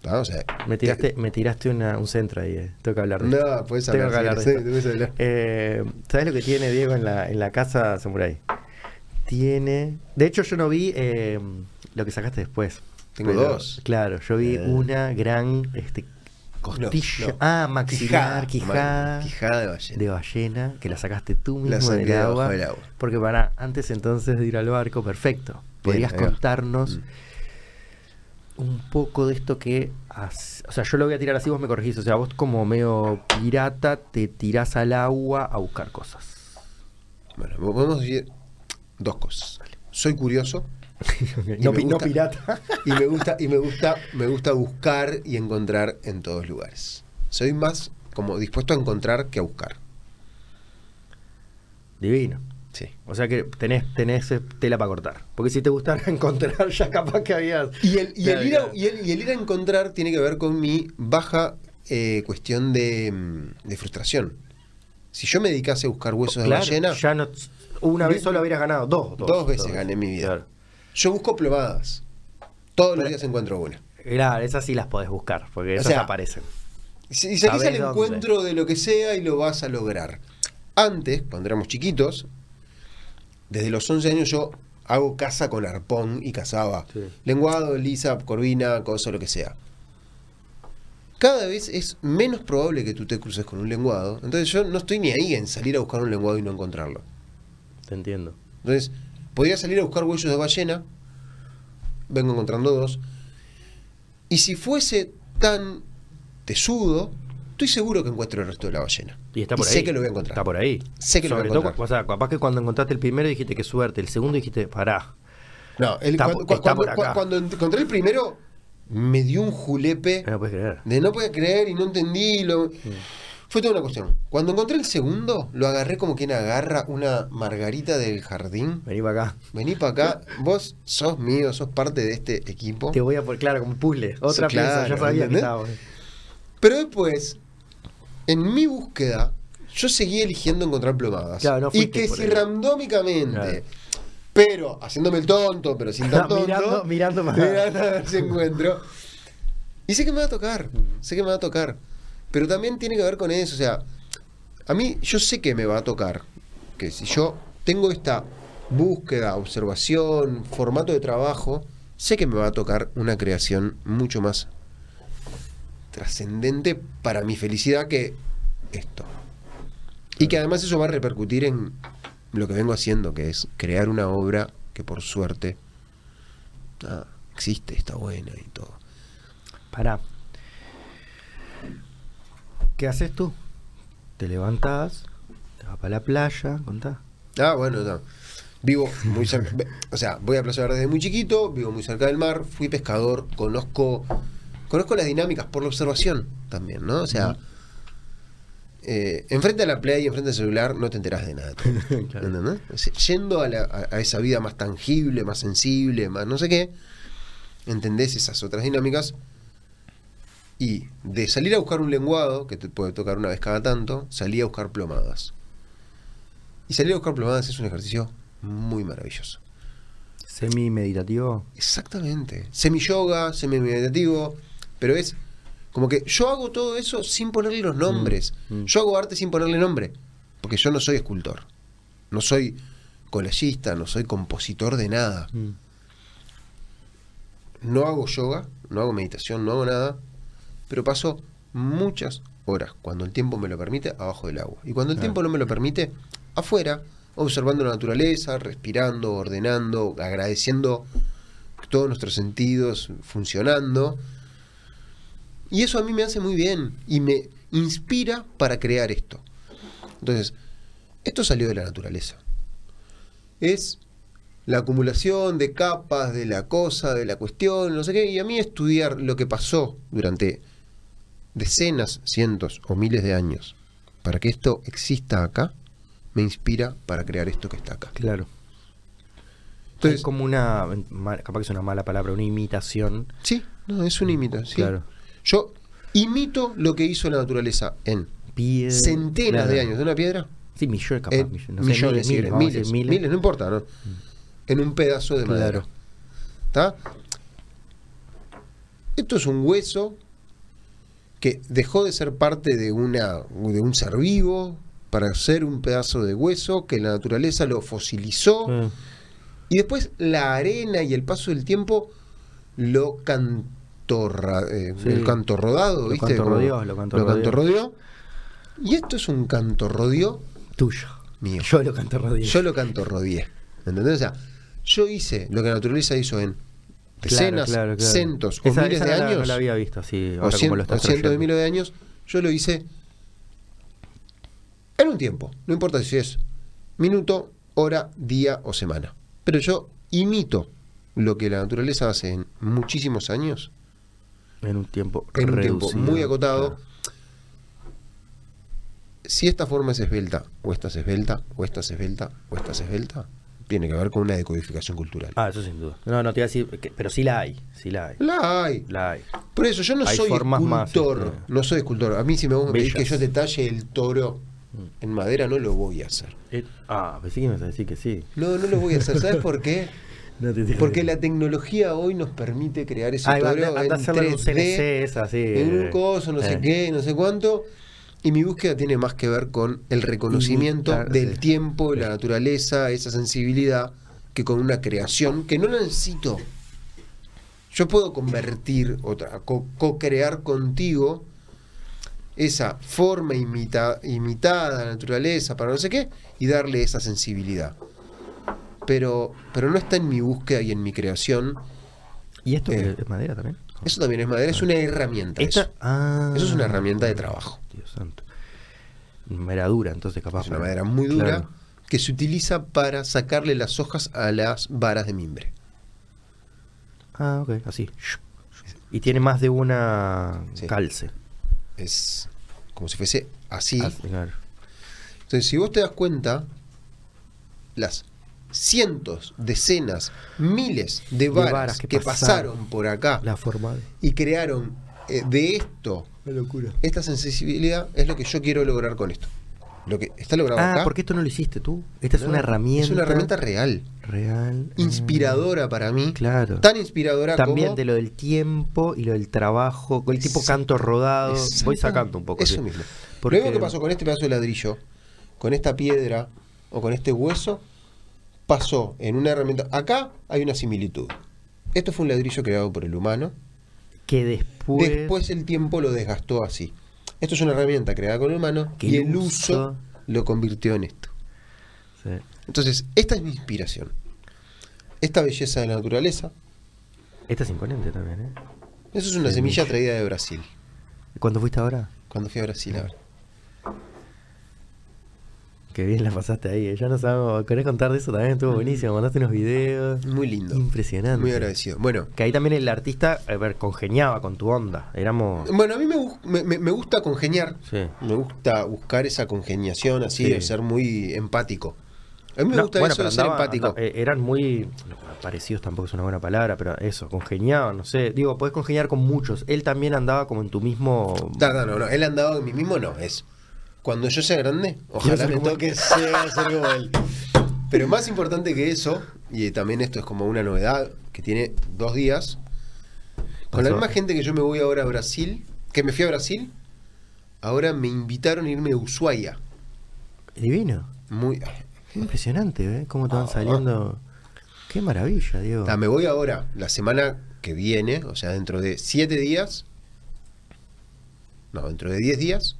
¿Tá? O sea,
Me tiraste, me tiraste una- un centro ahí, eh. tengo que hablar de esto.
No, puedes
Tengo
hablar.
que hablar
sí,
de
sí,
esto.
puedes hablar.
Eh, ¿Sabes lo que tiene Diego en la, en la casa Samurai? Tiene. De hecho, yo no vi eh, lo que sacaste después.
Tengo dos.
Claro, yo vi
Eh.
una gran este, costilla.
No, no.
Ah, maxilar,
Quijada,
quijada.
quijada de ballena.
de ballena que la sacaste tú
La
mismo del
saqué de
agua,
abajo del agua.
Porque para antes entonces de ir al barco, perfecto. Podrías
ahí va. Mm.
contarnos un poco de esto que has- o sea, yo lo voy a tirar así, vos me corregís, o sea, vos como medio pirata te tirás al agua a buscar cosas.
Bueno, vo- vamos a decir dos cosas. Soy curioso (laughs) Y
no,
me
pi- no
gusta. (laughs)
pirata.
y me gusta y me gusta me gusta buscar y encontrar en todos lugares. Soy más como dispuesto a encontrar que a buscar.
Divino.
Sí.
O sea que tenés, tenés eh, tela para cortar. Porque si te gustara (laughs) encontrar, ya capaz que habías.
Y el, y,
Claro,
el ir a,
claro.
y el- y el ir a encontrar tiene que ver con mi baja eh, cuestión de, mm, de frustración. Si yo me dedicase a buscar huesos
Claro,
de ballena,
ya no, una vez solo hubieras ganado, dos.
dos, veces gané en mi vida.
Claro.
Yo busco plomadas. Todos los
Pero-
días encuentro una.
Claro, esas sí las podés buscar, porque
O
esas
sea,
aparecen.
Y si- y salís
Sabés
al
dónde.
encuentro de lo que sea y lo vas a lograr. Antes, cuando éramos chiquitos, desde los 11 años yo hago caza con arpón y cazaba.
Sí.
Lenguado, lisa, corvina, cosa, lo que sea. Cada vez es menos probable que tú te cruces con un lenguado. Entonces yo no estoy ni ahí en salir a buscar un lenguado y no encontrarlo.
Te entiendo.
Entonces, podría salir a buscar huellos de ballena. Vengo encontrando dos. Y si fuese tan tesudo, estoy seguro que encuentro el resto de la ballena.
Y está por ahí.
sé que lo voy a encontrar.
Está por ahí.
Sé que lo
Sobre
voy a
todo,
encontrar.
o sea, capaz que cuando encontraste el primero dijiste que suerte, el segundo dijiste pará.
No, el-
Está
cuando,
por- está
cuando-
por acá.
cuando encontré el primero, me dio un julepe
No lo puedes creer.
de no podía creer y no entendí. Lo...
Mm.
Fue toda una cuestión. Cuando encontré el segundo, lo agarré como quien agarra una margarita del jardín.
Vení para acá.
Vení
(laughs)
para acá, vos sos mío, sos parte de este equipo.
Te voy a por claro, como un puzzle. Otra
Sí,
pieza, ya
claro,
sabía que
¿entendés?
estaba.
Pero después, en mi búsqueda, yo seguí eligiendo encontrar plomadas.
Claro, no
y
fuiste
que
por
si
ahí.
randomicamente,
Claro.
pero haciéndome el tonto,
(laughs)
pero sin tan tonto,
Mirando- mirando más.
mirando a ver si encuentro. Y sé que me va a tocar, sé que me va a tocar. Pero también tiene que ver con eso, o sea, a mí yo sé que me va a tocar. Que si yo tengo esta búsqueda, observación, formato de trabajo, sé que me va a tocar una creación mucho más trascendente para mi felicidad que esto. Y que además eso va a repercutir en lo que vengo haciendo, que es crear una obra que por suerte ah, existe, está buena y todo.
Pará. ¿Qué haces tú? Te levantás, te vas para la playa, contá.
Ah, bueno, no. Vivo muy cerca, o sea, voy a Plaza Verde desde muy chiquito, vivo muy cerca del mar, fui pescador, conozco, conozco las dinámicas por la observación también, ¿no? O sea, eh, enfrente a la play, enfrente al celular, no te enterás de nada.
Claro.
¿Entendés? O sea, Yendo a, la- a- a esa vida más tangible, más sensible, más no sé qué, entendés esas otras dinámicas y de salir a buscar un lenguado, que te puede tocar una vez cada tanto, salí a buscar plomadas. Y salir a buscar plomadas es un ejercicio muy maravilloso.
Semi meditativo.
Exactamente. Semi-yoga, semi-meditativo, pero es como que yo hago todo eso sin ponerle los nombres.
Mm, mm.
Yo hago arte sin ponerle nombre, porque yo no soy escultor, no soy colegista, no soy compositor de nada. No hago yoga, no hago meditación, no hago nada, pero paso muchas horas, cuando el tiempo me lo permite, abajo del agua. Y cuando el
Claro.
tiempo no me lo permite, afuera, observando la naturaleza, respirando, ordenando, agradeciendo todos nuestros sentidos funcionando. Y eso a mí me hace muy bien y me inspira para crear esto. Entonces, esto salió de la naturaleza. Es la acumulación de capas, de la cosa, de la cuestión, no sé qué. Y a mí estudiar lo que pasó durante decenas, cientos o miles de años para que esto exista acá, me inspira para crear esto que está acá.
Claro.
Entonces,
es como una, mal- capaz que es una mala palabra, una imitación.
sí, no, es un imito. sí.
Claro.
Yo imito lo que hizo la naturaleza en
Piedra-
centenas
Eh, claro.
de años de una piedra.
Sí, millones capaz.
en
millones, no sé,
Eh, millones, sí,
miles,
miles,
vamos a
miles,
decir
miles, no importa, ¿no? En un pedazo de madera.
Claro.
¿Está? Esto es un hueso que dejó de ser parte de, una, de un ser vivo para ser un pedazo de hueso que la naturaleza lo fosilizó.
Eh,
Y después la arena y el paso del tiempo lo cantorra, eh,
Sí.
el canto rodado,
Lo
¿viste?
cantorrodeó,
Como-
lo cantorrodeó.
lo cantorrodeó. Y esto es un canto rodeo
Tuyo.
mío.
Yo lo canto rodillo.
Yo lo canto rodeé. ¿Entendés? O sea, yo hice lo que la naturaleza hizo en decenas, cientos o
Esa-
miles
esa
de
no la-
años.
No la había visto así,
o
ahora
cien-
como lo
o
estás
cientos de
trayendo.
miles de años. Yo lo hice en un tiempo. No importa si es minuto, hora, día o semana. Pero yo imito lo que la naturaleza hace en muchísimos años,
En un tiempo
en un tiempo
reducido,
muy acotado.
claro.
Si esta forma es esbelta, o esta es esbelta, o esta es esbelta, o esta es esbelta, tiene que ver con una decodificación cultural.
Ah, eso sin duda. No, no te iba a decir, que- pero sí la hay, sí la hay.
La hay.
La hay.
Por eso yo no
Hay
soy
formas más,
escultor.
este,
No soy escultor. A mí si me vos me pedís que
bellas. Mm.
yo detalle el toro en madera, no lo voy a hacer.
Eh, ah, pensé que me ibas a decir que sí.
No, no lo voy a hacer. ¿Sabes por
(laughs)
qué?
No te
Porque la tecnología hoy nos permite crear ese
Ay,
toro
anda, anda a
en
hacerlo en un
3D,
CNC, es así.
en un coso, no
eh.
sé qué, no sé cuánto. Y mi búsqueda tiene más que ver con el reconocimiento
Imitar,
del
sí.
tiempo, la naturaleza, esa sensibilidad, que con una creación que no la necesito. Yo puedo convertir, otra, co- co-crear contigo esa forma imita- imitada a la naturaleza para no sé qué y darle esa sensibilidad. Pero, pero no está en mi búsqueda y en mi creación.
¿Y esto
Eh.
es madera también?
Eso también es madera, es una herramienta.
Esta-
eso.
ah.
Eso es una herramienta de trabajo.
Dios santo. Madera dura, entonces capaz.
Es una
para-
madera muy dura
Claro.
que se utiliza para sacarle las hojas a las varas de mimbre.
Ah, ok, así. Y tiene más de una
Sí.
calce.
Es como si fuese así.
Ah, claro.
Entonces, si vos te das cuenta, las cientos, decenas, miles de varas,
varas
que,
que
pasaron,
pasaron.
por acá
La forma de.
y crearon eh, de esto
locura.
esta sensibilidad es lo que yo quiero lograr con esto. Lo que está logrado
Ah,
acá.
porque esto no lo hiciste tú. Esta es
¿no?
una herramienta.
Es una herramienta real.
real.
Inspiradora para mí.
Claro.
Tan inspiradora
También
como.
de lo del tiempo y lo del trabajo, con el tipo
Exacto.
canto rodado. Voy
Exacto.
sacando un poco.
Eso
sí.
mismo.
Porque-
Lo mismo que pasó con este pedazo de ladrillo, con esta piedra o con este hueso, pasó en una herramienta. Acá hay una similitud. Esto fue un ladrillo creado por el humano.
Que después.
Después el tiempo lo desgastó así. Esto es una herramienta creada con el humano
Que
y
el
el
uso-
uso lo convirtió en esto.
Sí.
Entonces, esta es mi inspiración. Esta belleza de la naturaleza.
Esta es imponente también, ¿eh?
Eso es una semilla traída de Brasil.
¿Cuándo fuiste ahora?
Cuando fui a Brasil, a ver.
Qué bien la pasaste ahí. eh. Ya no sabemos. ¿Querés contar de eso también? Estuvo buenísimo. Mandaste unos videos.
Mm. Muy lindo.
Impresionante.
Muy agradecido. Bueno,
Que ahí también el artista, a ver, congeniaba con tu onda. Éramos.
bueno a mí me, gu- me- me- me gusta congeniar.
Sí.
Me gusta buscar esa congeniación así,
Sí.
de ser muy empático. A mí me
No,
gusta
bueno,
eso
pero
de ser
andaba-
empático.
anda- eh, eran muy no, parecidos, tampoco es una buena palabra, pero eso, congeniaban, no sé. Digo, podés congeniar con muchos. Él también andaba como en tu mismo.
No, no, no, no, él andaba en mí mismo, no, es. Cuando yo sea grande,
Quiero
ojalá
ser
me
como
toque ser ser como él. Pero más importante que eso, y también esto es como una novedad que tiene dos días, con la
Pasó.
misma gente que yo me voy ahora a Brasil, que me fui a Brasil, ahora me invitaron a irme a Ushuaia.
Divino.
Muy,
Qué
Mm.
impresionante, ¿eh? Cómo te van saliendo. Qué maravilla, Diego.
Ah, me voy ahora, la semana que viene, o sea, dentro de 7 días, no, dentro de 10 días,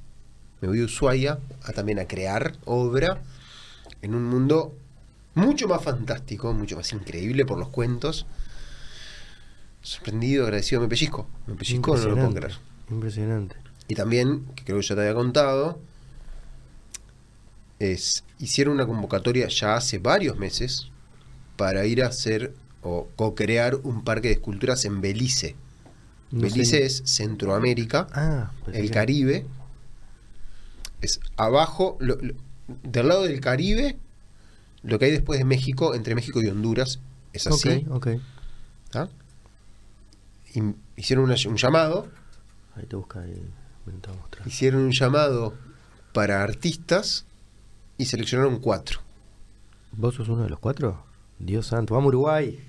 me voy a Ushuaia a también a crear obra en un mundo mucho más fantástico, mucho más increíble por los cuentos. Sorprendido, agradecido, me pellizco, me pellizco, no lo puedo creer.
Impresionante.
Y también, que creo que ya te había contado, es, hicieron una convocatoria ya hace varios meses para ir a hacer o co-crear un parque de esculturas en Belice.
No
Belice
sé-
es Centroamérica,
Ah, pensé
el
que-
Caribe. Es abajo, lo- lo- del lado del Caribe, lo que hay después de México, entre México y Honduras, es así.
Ok, ok.
¿tá? Him- Hicieron una- un llamado
Ahí te busca el. me lo te voy a mostrar.
hicieron un llamado para artistas y seleccionaron cuatro.
¿Vos sos uno de los cuatro? Dios santo. Vamos, a Uruguay.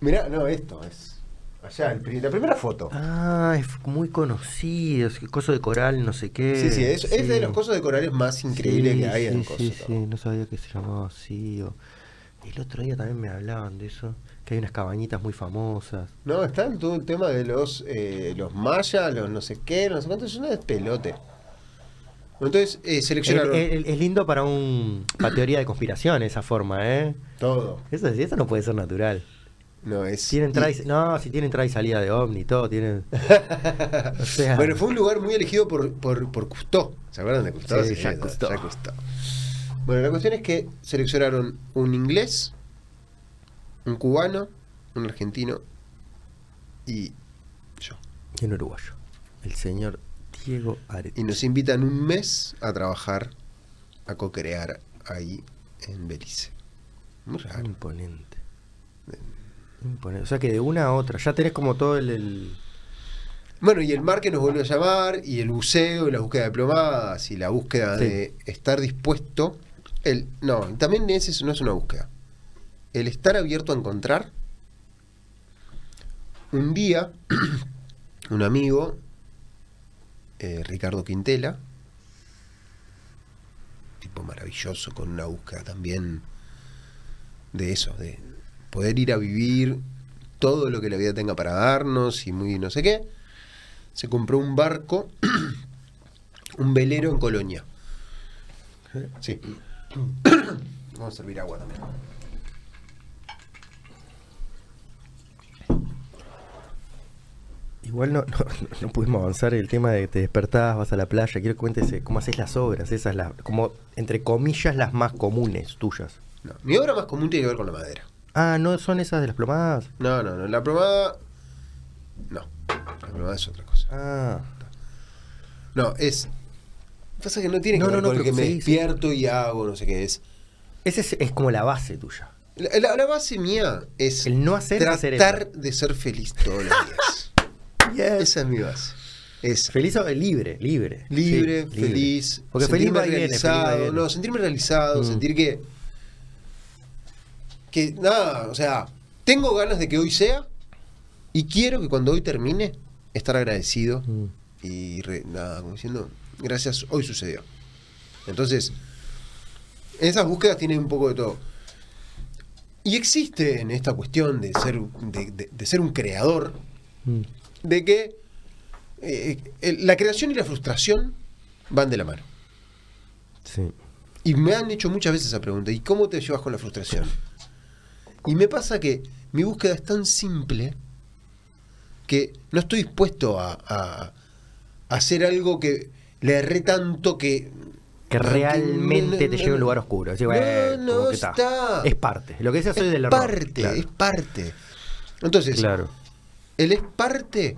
Mirá, no, esto es. Allá, el pri- la primera foto.
Ah, es muy conocido. Es que coso de coral, no sé qué.
sí, sí, es, es de
Sí.
los cosas de corales más increíbles
Sí,
que hay
sí,
en
sí,
cosas,
sí,
¿no?
no sabía que se llamaba así. o- El otro día también me hablaban de eso. Que hay unas cabañitas muy famosas.
No, está en todo el tema de los, eh, los mayas, los no sé qué, no sé cuánto, es una despelote. Entonces, eh,
El-
seleccionaron
el- el- es lindo para un para teoría de conspiración esa forma, ¿eh?
todo.
Eso, es- eso no puede ser natural.
No, es,
Tienen entrada
y-
y- no, si tiene entrada y salida de ovni, todo tienen. o sea,
Bueno, fue un lugar muy elegido por, por, por Cousteau. ¿Se acuerdan de Cousteau?
Sí, Jacques Cousteau.
Jacques Cousteau. Bueno, la cuestión es que seleccionaron un inglés, un cubano, un argentino y yo.
y un uruguayo. El señor Diego
Y
Areti.
nos invitan un mes a trabajar, a co-crear ahí en Belice. Muy raro.
Imponente. Imponente. O sea que de una a otra, ya tenés como todo el. el-
Bueno, y el mar que nos volvió a llamar, y el buceo, y la búsqueda de plomadas, y la búsqueda
Sí.
de estar dispuesto. El, no, también ese es- no es una búsqueda. El estar abierto a encontrar. Un día, (clears throat) un amigo, eh, Ricardo Quintela, tipo maravilloso, con una búsqueda también de eso, de poder ir a vivir todo lo que la vida tenga para darnos y muy no sé qué. Se compró un barco, (clears throat) un velero en Colonia. Sí. (clears throat) Vamos a servir agua también.
Igual no, (laughs) no, no pudimos avanzar el tema de que te despertás, vas a la playa. Quiero que cuentes eh, cómo haces las obras, esas, las, como entre comillas, las más comunes tuyas.
No, Mi obra más común tiene que ver con la madera.
Ah, no son esas de las plomadas.
No, no, no. La plomada. No. La plomada es otra cosa.
Ah,
No, es. Pasa que no tiene que
No,
ver
no, no,
con el que
pero
me
sí, sí.
despierto y hago, no sé qué es.
esa es, es como la base tuya.
La, la- la base mía es
El no hacer es hacer eso.
tratar de ser feliz
(laughs)
todos los días. Esa es mi base. Es
Feliz o eh, libre, libre.
libre,
Sí,
feliz,
Porque feliz
sentirme
va y viene, feliz
realizado,
va y viene.
no, sentirme realizado,
Mm.
sentir que que nada, o sea, tengo ganas de que hoy sea y quiero que cuando hoy termine estar agradecido
Mm.
y re- nada, como diciendo, gracias, hoy sucedió. Entonces, esas búsquedas tienen un poco de todo. Y existe en esta cuestión de ser, de- de- de ser un creador,
Mm.
de que eh, eh, la creación y la frustración van de la mano.
Sí.
Y me han hecho muchas veces esa pregunta, ¿y cómo te llevas con la frustración? Y me pasa que mi búsqueda es tan simple que no estoy dispuesto a, a- a hacer algo que le erré tanto que...
Que realmente te lleve a un lugar oscuro. Decir,
No,
"Bueno,
no
como que
está.
Es parte. Lo que decías hoy
Es
del error.
parte,
Claro.
es parte. Entonces,
Claro.
el es parte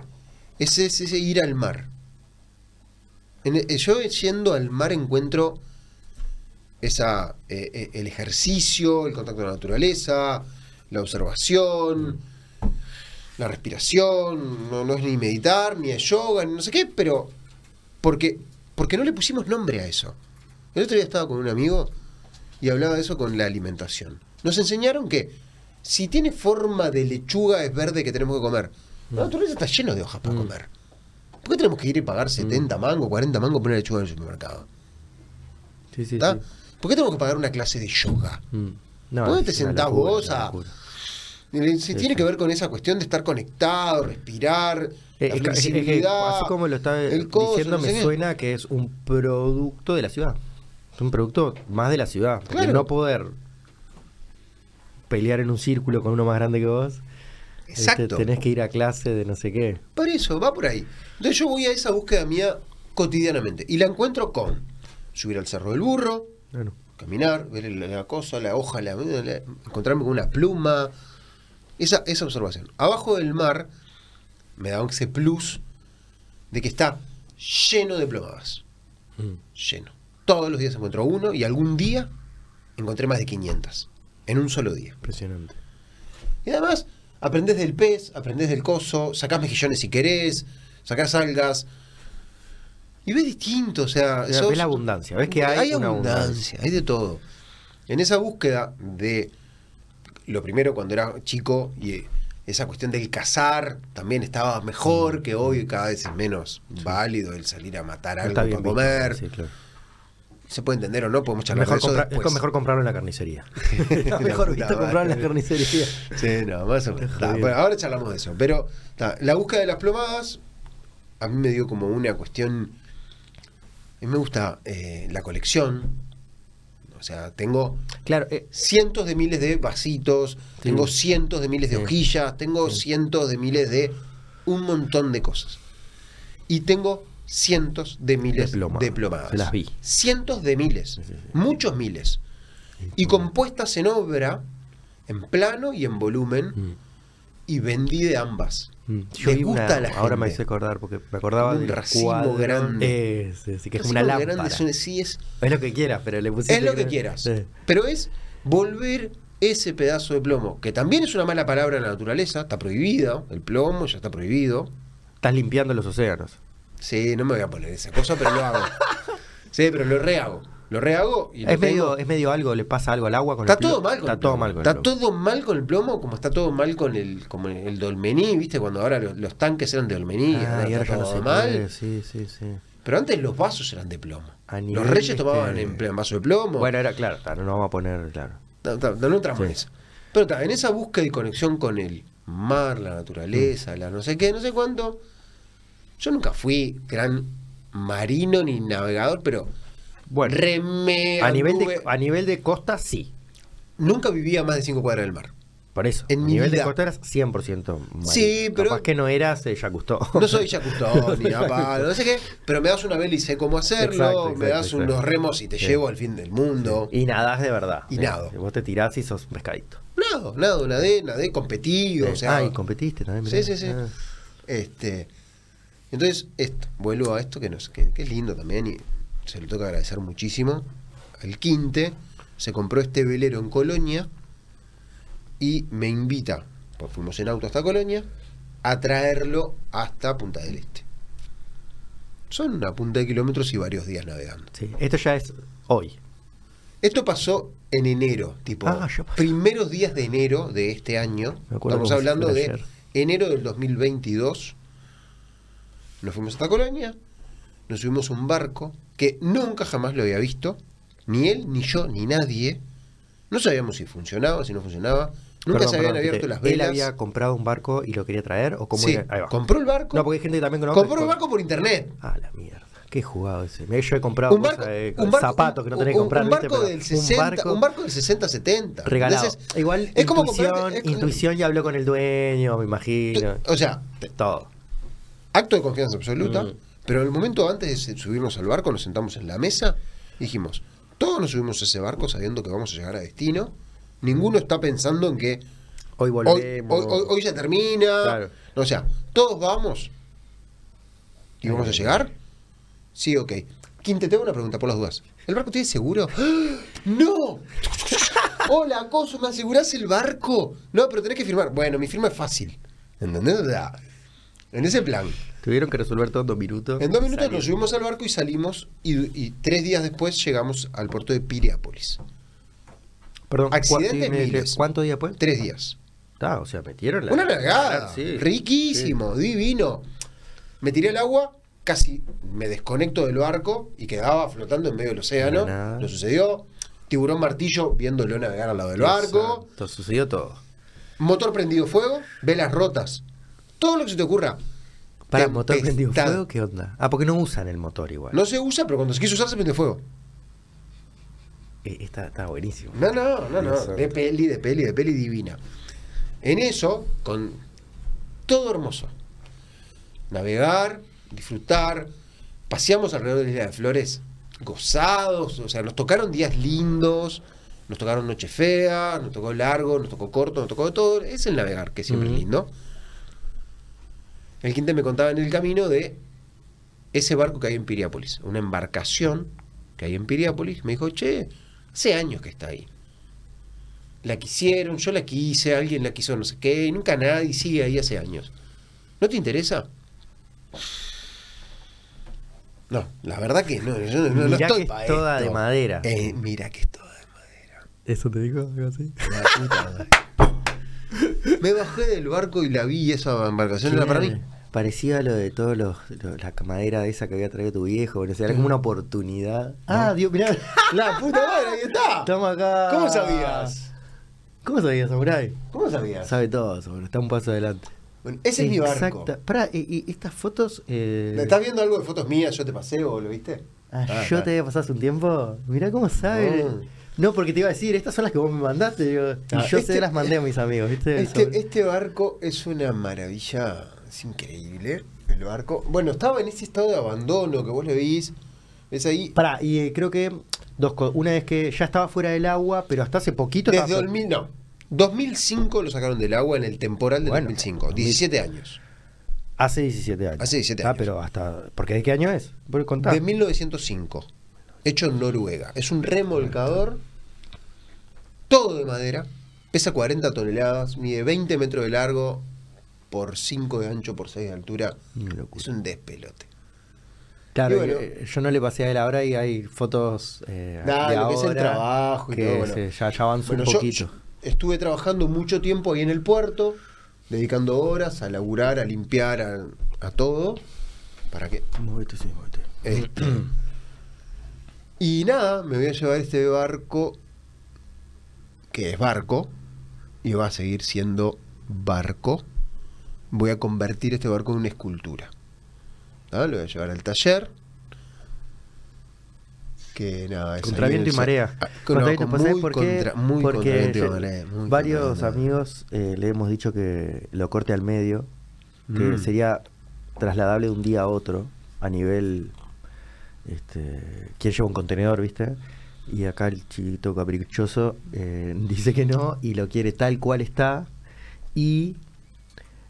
es ese, ese ir al mar. En e- yo yendo al mar encuentro esa, eh, eh, el ejercicio, el contacto con la naturaleza, la observación, la respiración. No, no es ni meditar, ni es yoga, ni no sé qué, pero porque, porque no le pusimos nombre a eso. El otro día estaba con un amigo y hablaba de eso con la alimentación. Nos enseñaron que si tiene forma de lechuga es verde que tenemos que comer. La naturaleza está lleno de hojas para comer. ¿Por qué tenemos que ir y
Mm.
pagar 70 mangos, 40 mangos por una lechuga en el supermercado?
Sí, sí,
¿Está?
sí.
¿Por qué tenemos que pagar una clase de yoga?
Mm.
¿Dónde
es
te
una
sentás
locura, es
vos Ah,
una
a-
locura.
Se
Sí,
tiene
sí.
que ver con esa cuestión de estar conectado,
Eh,
respirar, la
es que- es que
flexibilidad,
así como lo está eh,
el
diciendo,
coso, no
me
sé qué.
suena que es un producto de la ciudad. Es un producto más de la ciudad. porque
Claro.
No poder pelear en un círculo con uno más grande que vos. este,
Exacto.
tenés que ir a clase de no sé qué.
Por eso, va por ahí. Entonces yo voy a esa búsqueda mía cotidianamente y la encuentro con subir al Cerro del Burro,
Bueno,
caminar, ver la, la cosa, la hoja, la- la- encontrarme con una pluma. Esa, esa observación. Abajo del mar me da ese plus de que está lleno de plomadas.
mm,
Lleno. Todos los días encuentro uno y algún día encontré más de 500. En un solo día.
impresionante.
Y además, aprendés del pez, aprendés del coso, sacás mejillones si querés, sacás algas. Y ves distinto, o sea.
Ves la abundancia, ves que hay una
abundancia,
abundancia.
hay de todo. En esa búsqueda de. Lo primero, cuando era chico, y eh, esa cuestión del cazar también estaba mejor que hoy, cada vez es menos válido el salir a matar algo
Está bien
para
visto,
comer.
sí, claro.
Se puede entender o no, podemos
Es
charlar
mejor,
de eso
comprar- es
después.
mejor comprarlo en la
(laughs)
carnicería. Está mejor
puta
visto comprarlo en la
madre.
carnicería.
Sí, no, más o menos. Ta,
Jodido.
bueno, ahora charlamos de eso. Pero ta, la búsqueda de las plomadas, a mí me dio como una cuestión. A mí me gusta eh, la colección. O sea, tengo
Claro, eh,
cientos de miles de vasitos,
Sí.
tengo cientos de miles de
Sí.
hojillas, tengo
Sí.
cientos de miles de un montón de cosas. Y tengo cientos de miles de,
De plomadas.
plomadas.
Las vi.
Cientos de miles,
sí, sí.
muchos miles. Y compuestas en obra, en plano y en volumen,
mm,
y vendí de ambas.
mm.
Les
vi una-
gusta a la
Ahora me
gente.
hice acordar porque me acordaba
Como un
del
racimo
cuadro.
grande.
Eh, sí, sí, que es
Así
como una
como
lámpara.
grande, es un- sí, es,
Es lo que quieras, pero le pusiste.
es lo que
creo-
quieras.
Sí.
Pero es volver ese pedazo de plomo, que también es una mala palabra en la naturaleza, está prohibido, el plomo ya está prohibido.
Estás limpiando los océanos.
Sí, no me voy a poner esa cosa, pero
(laughs)
lo hago. Sí, pero lo rehago. Lo rehago y lo
Es medio,
tengo.
es medio algo, le pasa algo al agua con
Está
el plo-
todo mal con
Está
el
todo
plomo.
mal con el
Está
plomo.
todo mal con el plomo, como está todo mal con el, como el dolmení, ¿viste? Cuando ahora los, los tanques eran de dolmení,
Ah,
ahora
y ahora
está
ya no
todo
se
mal.
puede, Sí, sí, sí.
Pero antes los vasos eran de plomo.
A nivel,
Los reyes tomaban
este,
en, pl- en vaso de plomo.
Bueno, era claro, está, no nos vamos a poner, claro.
Ta- ta- No, no entramos en
Sí.
eso. Pero ta, en esa búsqueda y conexión con el mar, la
Mm.
naturaleza, la no sé qué, no sé cuánto. Yo nunca fui gran marino ni navegador, pero
Bueno,
remé,
a nivel, de,
anduve.
a nivel de costa, sí.
Nunca vivía más de 5 cuadras del mar.
Por eso.
En
a
mi
nivel
vida.
de costa eras 100% marino.
Sí, pero-
Capaz que no eras, eh, ya gustó.
(laughs) No soy
(laughs)
Yacutón, ni Apalo, no sé qué, pero me das una vela y sé cómo hacerlo,
Exacto,
me
exacto,
das
exacto.
unos remos y te
Sí.
llevo al fin del mundo.
(laughs) Y nadás de verdad.
Y
Eh,
nado.
Vos te tirás y sos pescadito.
Nado, nado, nadé, nadé, competí, o
Eh,
sea,
ah, y competiste también.
Sí,
mirá.
sí, sí.
Ah.
Este, entonces, esto, vuelvo a esto que, nos, que, que es lindo también y se lo toca agradecer muchísimo. Al Quinte se compró este velero en Colonia y me invita, pues fuimos en auto hasta Colonia, a traerlo hasta Punta del Este. Son una punta de kilómetros y varios días navegando.
Sí, Esto ya es hoy.
Esto pasó en enero, tipo,
Ah, ya pasó.
primeros días de enero de este año.
Me acuerdo como
Estamos
si
hablando
fuera
de
ayer.
enero del 2022. Nos fuimos hasta Colonia, nos subimos a un barco que nunca jamás lo había visto, ni él, ni yo, ni nadie. No sabíamos si funcionaba, si no funcionaba. Nunca
Perdón,
se habían
perdón,
abierto
te-
las
¿Él
velas.
había comprado un barco y lo quería traer? ¿O cómo
Sí,
era? Ahí va.
compró el barco.
No, porque hay gente que también conoce.
compró el barco por internet.
Ah, la mierda. Qué jugado ese. Mirá, yo he comprado
un barco,
cosas de-
un barco-
zapatos que no
un-
tenés que
un-
comprar.
Un
¿viste?
barco,
Pero
del 60, un barco, del 60, 70.
regalado.
Entonces,
Igual
es como
intuición,
comprarte- es como-
intuición y habló con el dueño, me imagino.
o sea, te-
Todo.
acto de confianza absoluta,
Mm.
pero en el momento antes de subirnos al barco, nos sentamos en la mesa, dijimos, todos nos subimos a ese barco sabiendo que vamos a llegar a destino, ninguno está pensando en que
Hoy
hoy,
volvemos.
hoy- hoy- hoy ya termina,
Claro.
No, o sea, todos vamos y vamos a llegar, sí, ok. Quinte, te hago una pregunta por las dudas. ¿El barco tiene seguro? ¡Ah! ¡No! (laughs) Hola, Coso, ¿me asegurás el barco? No, pero tenés que firmar. Bueno, mi firma es fácil. ¿Entendés? O sea, en ese plan.
Tuvieron que resolver todo en dos minutos.
En dos minutos
Salió.
nos subimos al barco y salimos y, y tres días después llegamos al puerto de Piriápolis.
Perdón, ¿cu-
accidentes
tiene-
miles.
¿Cuántos días después?
Tres días.
Ah, o sea, metieron la. Ah,
Una largada.
Sí.
Riquísimo, divino. Me tiré al agua, casi me desconecto del barco y quedaba flotando en medio del océano.
De nada.
Lo sucedió. Tiburón martillo viéndolo navegar al lado del barco.
Exacto, sucedió todo.
Motor prendido fuego, velas rotas. Todo lo que se te ocurra.
Para motor prendido
Tempestad.
fuego, ¿qué onda? Ah, porque no usan el motor igual.
No se usa, pero cuando se quiso usar se prendió fuego.
Eh, Está, está buenísimo.
No, no, no, no.
Exacto.
De peli, de peli, de peli divina. En eso, con todo hermoso. Navegar, disfrutar. Paseamos alrededor de la Isla de Flores, gozados. O sea, nos tocaron días lindos, nos tocaron noche fea, nos tocó largo, nos tocó corto, nos tocó de todo. Es el navegar, que siempre
Ujú.
es lindo. El Quinte me contaba en el camino de ese barco que hay en Piriápolis, una embarcación que hay en Piriápolis, me dijo, che, hace años que está ahí. La quisieron, yo la quise, alguien la quiso no sé qué, y nunca nadie sigue ahí hace años. ¿No te interesa? No, la verdad que no, yo no, no
Mirá
estoy
que
pa'
es toda
esto.
de madera.
Eh, mira que es toda de madera.
¿Eso te digo? Algo así.
La puta madre. me bajé del barco y la vi y esa embarcación era para mí.
Parecía lo de todos los, lo- la madera esa que había traído tu viejo, no sé, era como una oportunidad. Mm. Ah, Dios, mirá.
(laughs) La puta madre, ahí está.
Estamos acá.
¿Cómo sabías?
¿Cómo sabías, Samurai?
¿Cómo sabías?
Sabe todo, Samurai. Está un paso adelante.
Bueno, ese es mi barco.
Exacta. Pará, y, y estas fotos. eh,
¿Me ¿Estás viendo algo de fotos mías? Yo te pasé o lo viste.
ah, yo
Ah, está.
te había pasado hace un tiempo. Mirá cómo sabe.
Mm.
No, porque te iba a decir, estas son las que vos me mandaste. digo, y
Ah,
yo
este-
se las mandé a mis amigos, ¿viste?
Este,
Sobre-
este barco es una maravilla, es increíble el barco. Bueno, estaba en ese estado de abandono que vos le veis. Es ahí
Pará, y eh, creo que dos co- Una es que ya estaba fuera del agua, pero hasta hace poquito.
desde
estaba-
2000, no. 2005 lo sacaron del agua en el temporal de
Bueno,
2005,
2000.
17 años.
Hace 17 años.
Hace 17
Ah,
años.
pero hasta. ¿Porque de qué año es? Voy a contar.
De 1905, hecho en Noruega. Es un remolcador, todo de madera, pesa 40 toneladas, mide 20 metros de largo, por 5 de ancho, por 6 de altura.
Una locura.
Es un despelote.
Claro,
Y bueno.
eh, yo no le pasé a él ahora y hay fotos eh,
Nah,
de
lo que es el
ahora
trabajo y
que
todo, bueno.
se- ya, ya avanzó
Bueno,
un
yo-
poquito.
yo estuve trabajando mucho tiempo ahí en el puerto, dedicando horas a laburar, a limpiar, a, a todo. ¿Para qué?
Movete, sí, movete.
Este, (clears throat) y nada, me voy a llevar este barco, que es barco, y va a seguir siendo barco. Voy a convertir este barco en una escultura. ¿Ah? Lo voy a llevar al taller. Que nada, es
Contra
ahí en
viento y
el-
marea.
Ah, no,
Contra viento,
con
pues, ¿sabes
muy
por qué?
contra- muy
Porque
contra viento y
yo-
marea, muy
varios
contra viento.
amigos eh, le hemos dicho que lo corte al medio, que
Mm.
sería trasladable de un día a otro a nivel. Este, ¿Quién lleva un contenedor, viste? Y acá el chiquito caprichoso eh, (laughs) dice que no y lo quiere tal cual está. Y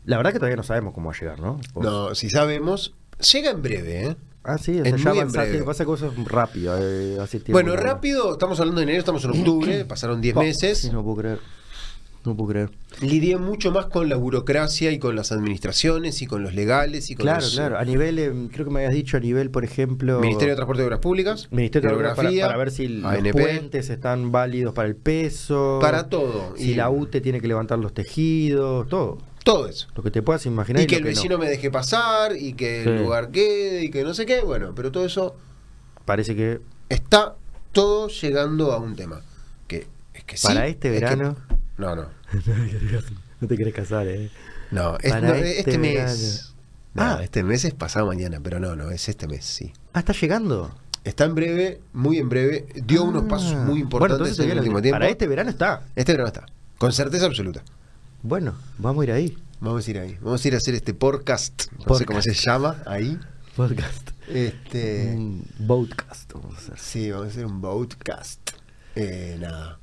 la verdad que todavía no sabemos cómo va a llegar, ¿no? Vos-
No, si sabemos, llega en breve, ¿eh?
Ah, sí, o
Es
sea, ya
muy en
avanzaste.
breve.
Lo que pasa es que vos sos rápido. eh, hace tiempo
Bueno,
que no-
rápido, estamos hablando de enero, estamos
(clears throat)
en octubre, pasaron 10
Pa,
meses.
sí, no puedo creer. No puedo creer.
Lidié mucho más con la burocracia y con las administraciones y con los legales y con
Claro,
los eh,
claro. A nivel, em, creo que me habías dicho, a nivel, por ejemplo.
Ministerio de Transporte y Obras Públicas,
Ministerio de Obras para,
Hidrografía,
para ver si
ANP,
los puentes están válidos para el peso.
Para todo.
Si
Y-
la UTE tiene que levantar los tejidos, todo.
todo eso.
Lo que te puedas imaginar.
Y que
lo
el vecino
no.
me deje pasar y que el
Sí.
lugar quede y que no sé qué, bueno, pero todo eso
Parece que
está todo llegando a un tema que es que sí,
para este
es que-
verano.
no, no.
no te querés casar, ¿eh?
No, es-
Para
no,
este
este,
verano.
mes. No,
Ah.
este mes es pasado mañana, pero no, no, es este mes, sí.
Ah, está llegando.
Está en breve, muy en breve. Dio unos
Ah.
pasos muy
Bueno,
importantes
entonces
en
todavía
el
no-
último tiempo.
Para este verano está.
Este verano está. Con certeza absoluta.
Bueno, vamos a ir ahí.
Vamos a ir ahí. Vamos a ir a hacer este podcast. No sé
Podcast.
cómo se llama ahí.
Podcast.
Este.
Un Boatcast. Vamos a hacer.
Sí, vamos a hacer un podcast. Eh, nada.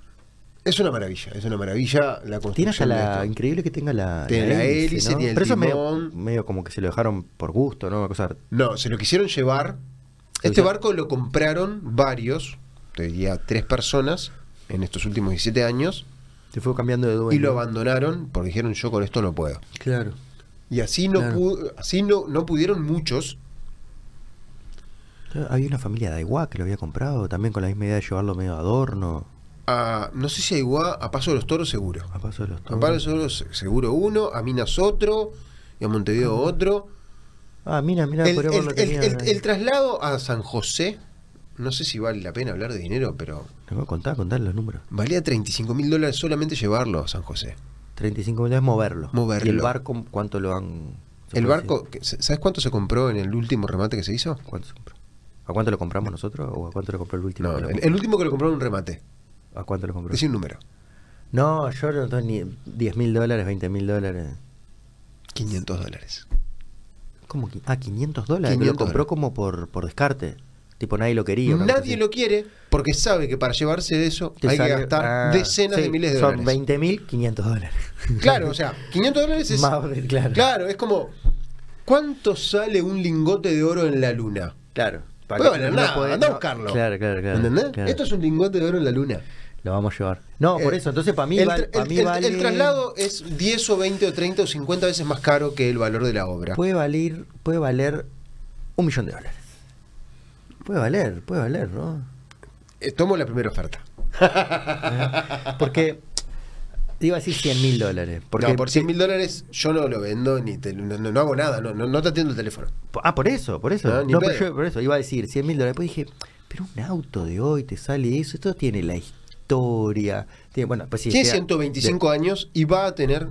Es una maravilla, es una maravilla la construcción.
Tiene hasta
de
la.
esto.
Increíble que tenga la.
Tiene la hélice, tiene el
Pero eso es medio,
timón.
medio como que se lo dejaron por gusto, ¿no? Una cosa.
No, se lo quisieron llevar.
Lo
Este
quisieron-
barco lo compraron varios, te diría tres personas, en estos últimos 17 años,
Se fue cambiando de dueño.
y lo abandonaron porque dijeron yo con esto no puedo.
Claro.
Y así no,
Claro.
pu- así no, no pudieron muchos.
Había una familia de Aiguá que lo había comprado también con la misma idea de llevarlo medio adorno.
a- no sé si a Iguá, a Paso de los Toros seguro.
A paso de los
A
toros.
Paso de los Toros seguro uno, a Minas otro, y a Montevideo otro.
Ah, mira, mira,
El,
por ahí
el-
lo
el-
tenía.
el- el traslado a San José, no sé si vale la pena hablar de dinero, pero
No, contá, contá los números.
valía 35 mil dólares solamente llevarlo a San José.
35 millones moverlo.
Moverlo.
¿Y el barco cuánto lo han.? se
El
puede
barco,
decir?
que- ¿sabes cuánto se compró en el último remate que se hizo?
¿Cuánto se compró? ¿A cuánto lo compramos nosotros o a cuánto lo compró el último?
No,
que lo
el,
compró?
el último que lo compró en un remate.
¿A cuánto lo compró?
Decí un número.
No, yo no tengo ni 10 mil dólares, 20 mil dólares.
500 dólares.
¿Cómo? que- Ah, 500 dólares. pero
500
lo compró como
dólares.
por, por descarte. Tipo, nadie lo quería. una cosa
Nadie
así.
lo quiere porque sabe que para llevarse eso
Te
hay que
sale-
gastar
ah,
decenas
sí,
de miles de
Son
dólares.
20 mil, 500 dólares.
(laughs) Claro, o sea, 500 dólares es.
Más, de- claro.
Claro, es como. ¿Cuánto sale un lingote de oro en la luna?
Claro. Para
No
que-
vale nada,
podés-
andá a buscarlo.
Claro, claro, claro.
¿Entendés?
claro.
Esto es un lingote de oro en la luna.
Lo vamos a llevar. No, por
Eh,
eso. Entonces, para mí,
el,
val-
tra-
pa'
el-
mí
el-
vale-
el traslado es 10 o 20 o 30 o 50 veces más caro que el valor de la obra.
puede valer, puede valer un millón de dólares. Puede valer, puede valer, ¿no?
Eh, Tomo la primera oferta.
Eh, Porque iba a decir 100 mil dólares. Porque,
no, por 100 mil dólares yo no lo vendo ni te- no, no- no hago nada, no, no, no te atiendo el teléfono.
Ah, por eso, por eso.
Ah,
No,
ni
pero
pedo.
yo por eso iba a decir 100 mil dólares. Después dije, pero un auto de hoy te sale eso. Esto tiene la historia. Tiene, bueno, pues sí.
Tiene
sea-
125 años y va a tener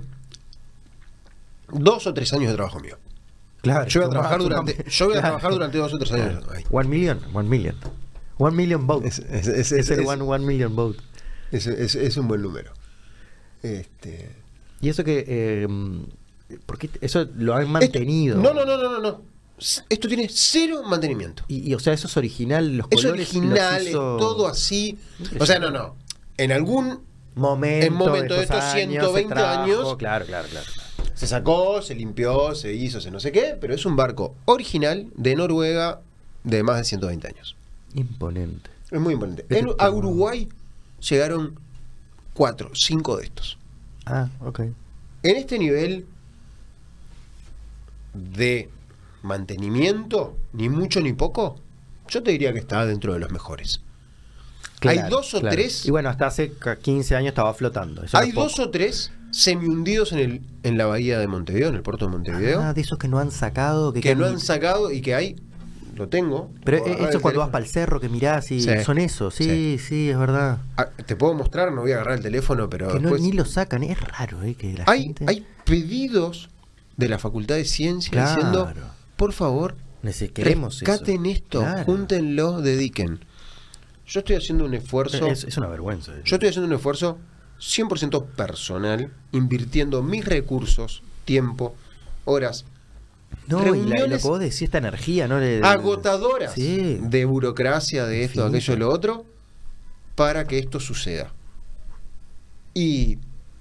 dos o tres años de trabajo mío.
de- claro,
Yo voy
toma,
a trabajar
toma-
durante, yo voy a
claro.
trabajar durante dos o tres años. Ay.
One million, one million. One million boat.
Es-
Es,
es- es- es-
el
es-
one, one million boat.
Es, es- es un buen número. Este,
Y eso que. Eh, ¿por qué te- eso lo han mantenido.
Esto- no, no, no, no, no, no. S- Esto tiene cero mantenimiento.
Y, y, o sea, eso es original, los
Es
colores.
original,
los
es
hizo-
todo así. O sea, no, no. En algún
Momento,
en momento de estos
años,
120
se trajo,
años.
Claro, claro, claro.
se sacó, se limpió, se hizo, se no sé qué, pero es un barco original de Noruega de más de 120 años.
Imponente.
Es muy importante.
Este
En-
tipo-
a Uruguay llegaron cuatro, cinco de estos.
Ah, ok.
En este nivel de mantenimiento, ni mucho ni poco, yo te diría que está dentro de los mejores. Hay dos o tres.
Y bueno, hasta hace ca- 15 años estaba flotando. eso
Hay
era poco.
dos o tres semihundidos en, el, en la bahía de Montevideo, en el puerto de Montevideo,
Ah, de esos que no han sacado. Que,
que no
quedan-
han sacado y que hay, lo tengo.
Pero
Puedo
eh,
agarrar
eso
el
cuando vas
teléfono.
para el cerro que mirás y
Sí.
son esos. Sí, sí, es verdad.
Ah, Te puedo mostrar, no voy a agarrar el teléfono, pero
que no,
después-
ni lo sacan. Es raro, ¿eh? Que la
hay,
gente.
hay pedidos de la Facultad de Ciencias
Claro.
diciendo, por favor,
Nece- Queremos eso.
Rescaten esto,
Claro.
júntenlo, dediquen. Yo estoy haciendo un esfuerzo.
Es, es una vergüenza.
Yo estoy haciendo un esfuerzo 100% personal, invirtiendo mis recursos, tiempo, horas
No, y la- y lo
reuniones-
que vos decís, esta energía, ¿no? Le-
agotadoras
Eh, Sí.
de burocracia, de esto,
Infinito.
aquello, lo otro, para que esto suceda. Y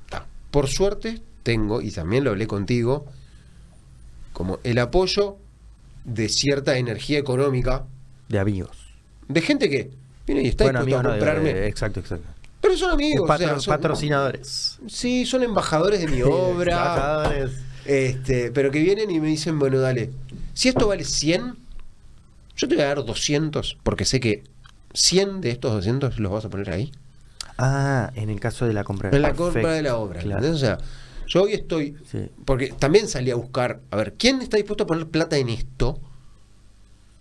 ta, por suerte tengo, y también lo hablé contigo, como el apoyo de cierta energía económica
De amigos.
de gente que viene y está dispuesto a
amigos no,
comprarme.
eh, exacto, exacto.
pero son amigos, o sea,
Patro-
son-
patrocinadores.
Sí, son
(laughs)
embajadores de mi obra.
Trabajadores.
este, pero que vienen y me dicen, bueno, dale, si esto vale 100, yo te voy a dar 200, porque sé que 100 de estos 200 los vas a poner ahí.
Ah, en el caso de la compra.
En la
Perfecto.
compra de la obra.
Claro.
¿entendés? O sea, yo hoy estoy.
Sí.
Porque también salí a buscar. A ver, ¿quién está dispuesto a poner plata en esto?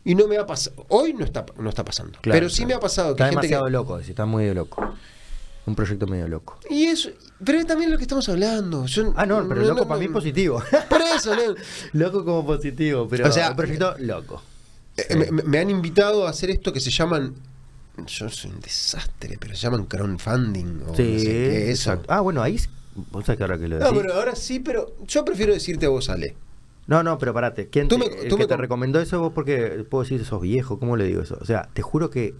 Y no me ha pasado. Hoy no está, no está pasando.
Claro,
pero sí
claro.
me ha pasado que
Está
gente que-
demasiado loco, decís, está muy de loco. Un proyecto medio loco.
Y eso, pero es también lo que estamos hablando. Yo-
Ah, no, pero loco para mí es positivo. (laughs)
Por eso, no.
loco como positivo, pero
O sea,
un proyecto loco.
(laughs) Eh, me, me- me han invitado a hacer esto que se llaman. Yo soy un desastre, pero se llaman crowdfunding o no sé qué, eso.
exacto. Ah, bueno, ahí. s- Vos sabés que ahora que lo
No,
decís.
pero ahora sí, pero yo prefiero decirte a vos, Ale.
No, no, pero parate. ¿Quién
Tú
te,
me-
el
tú
que
me
te
com-
recomendó eso? Vos porque puedo decir sos viejo, ¿cómo le digo eso? O sea, te juro que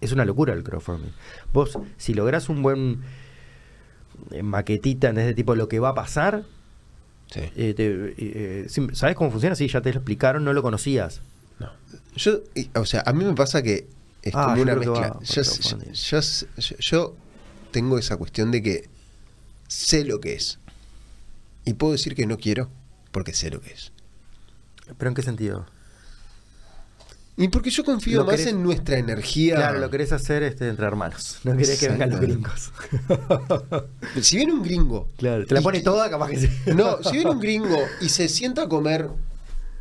es una locura el crowdfunding. Vos, si lográs un buen eh, maquetita en este tipo lo que va a pasar,
Sí.
eh, te- eh, sim- ¿sabés cómo funciona? Sí, ya te lo explicaron, no lo conocías.
No. Yo, y- o sea, a mí me pasa que es
Ah,
como
yo
una
creo que
mezcla.
va por
Yo,
crowdfunding.
yo- yo- yo tengo esa cuestión de que sé lo que es. Y puedo decir que no quiero porque sé lo que es.
¿Pero en qué sentido?
Y porque yo confío
Lo
más
querés-
en nuestra energía.
Claro, lo querés hacer este, entre hermanos. No querés que vengan los gringos. (laughs)
Si viene un gringo.
claro, te la
y-
pone (laughs) toda, capaz que sí.
No, si viene un gringo y se sienta a comer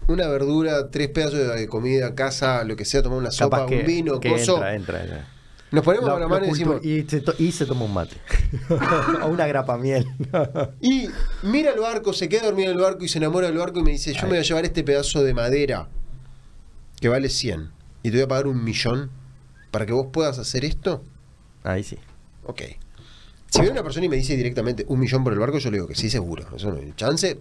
una verdura, tres pedazos de comida, casa, lo que sea, tomar una
Capaz
sopa,
que,
un vino,
que
coso,
entra, entra, entra.
nos ponemos
Lo-
a la
lo
mano y
cultu-
decimos,
y, se to- y se toma un (laughs) mate. o una grapa miel.
y mira el barco, se queda dormido en el barco y se enamora del barco y me dice, yo me voy a llevar este pedazo de madera que vale 100 y te voy a pagar un millón para que vos puedas hacer esto,
(laughs) Ahí sí.
ok. Si viene una persona y me dice directamente un millón por el barco, yo le digo que sí, seguro, eso no hay chance,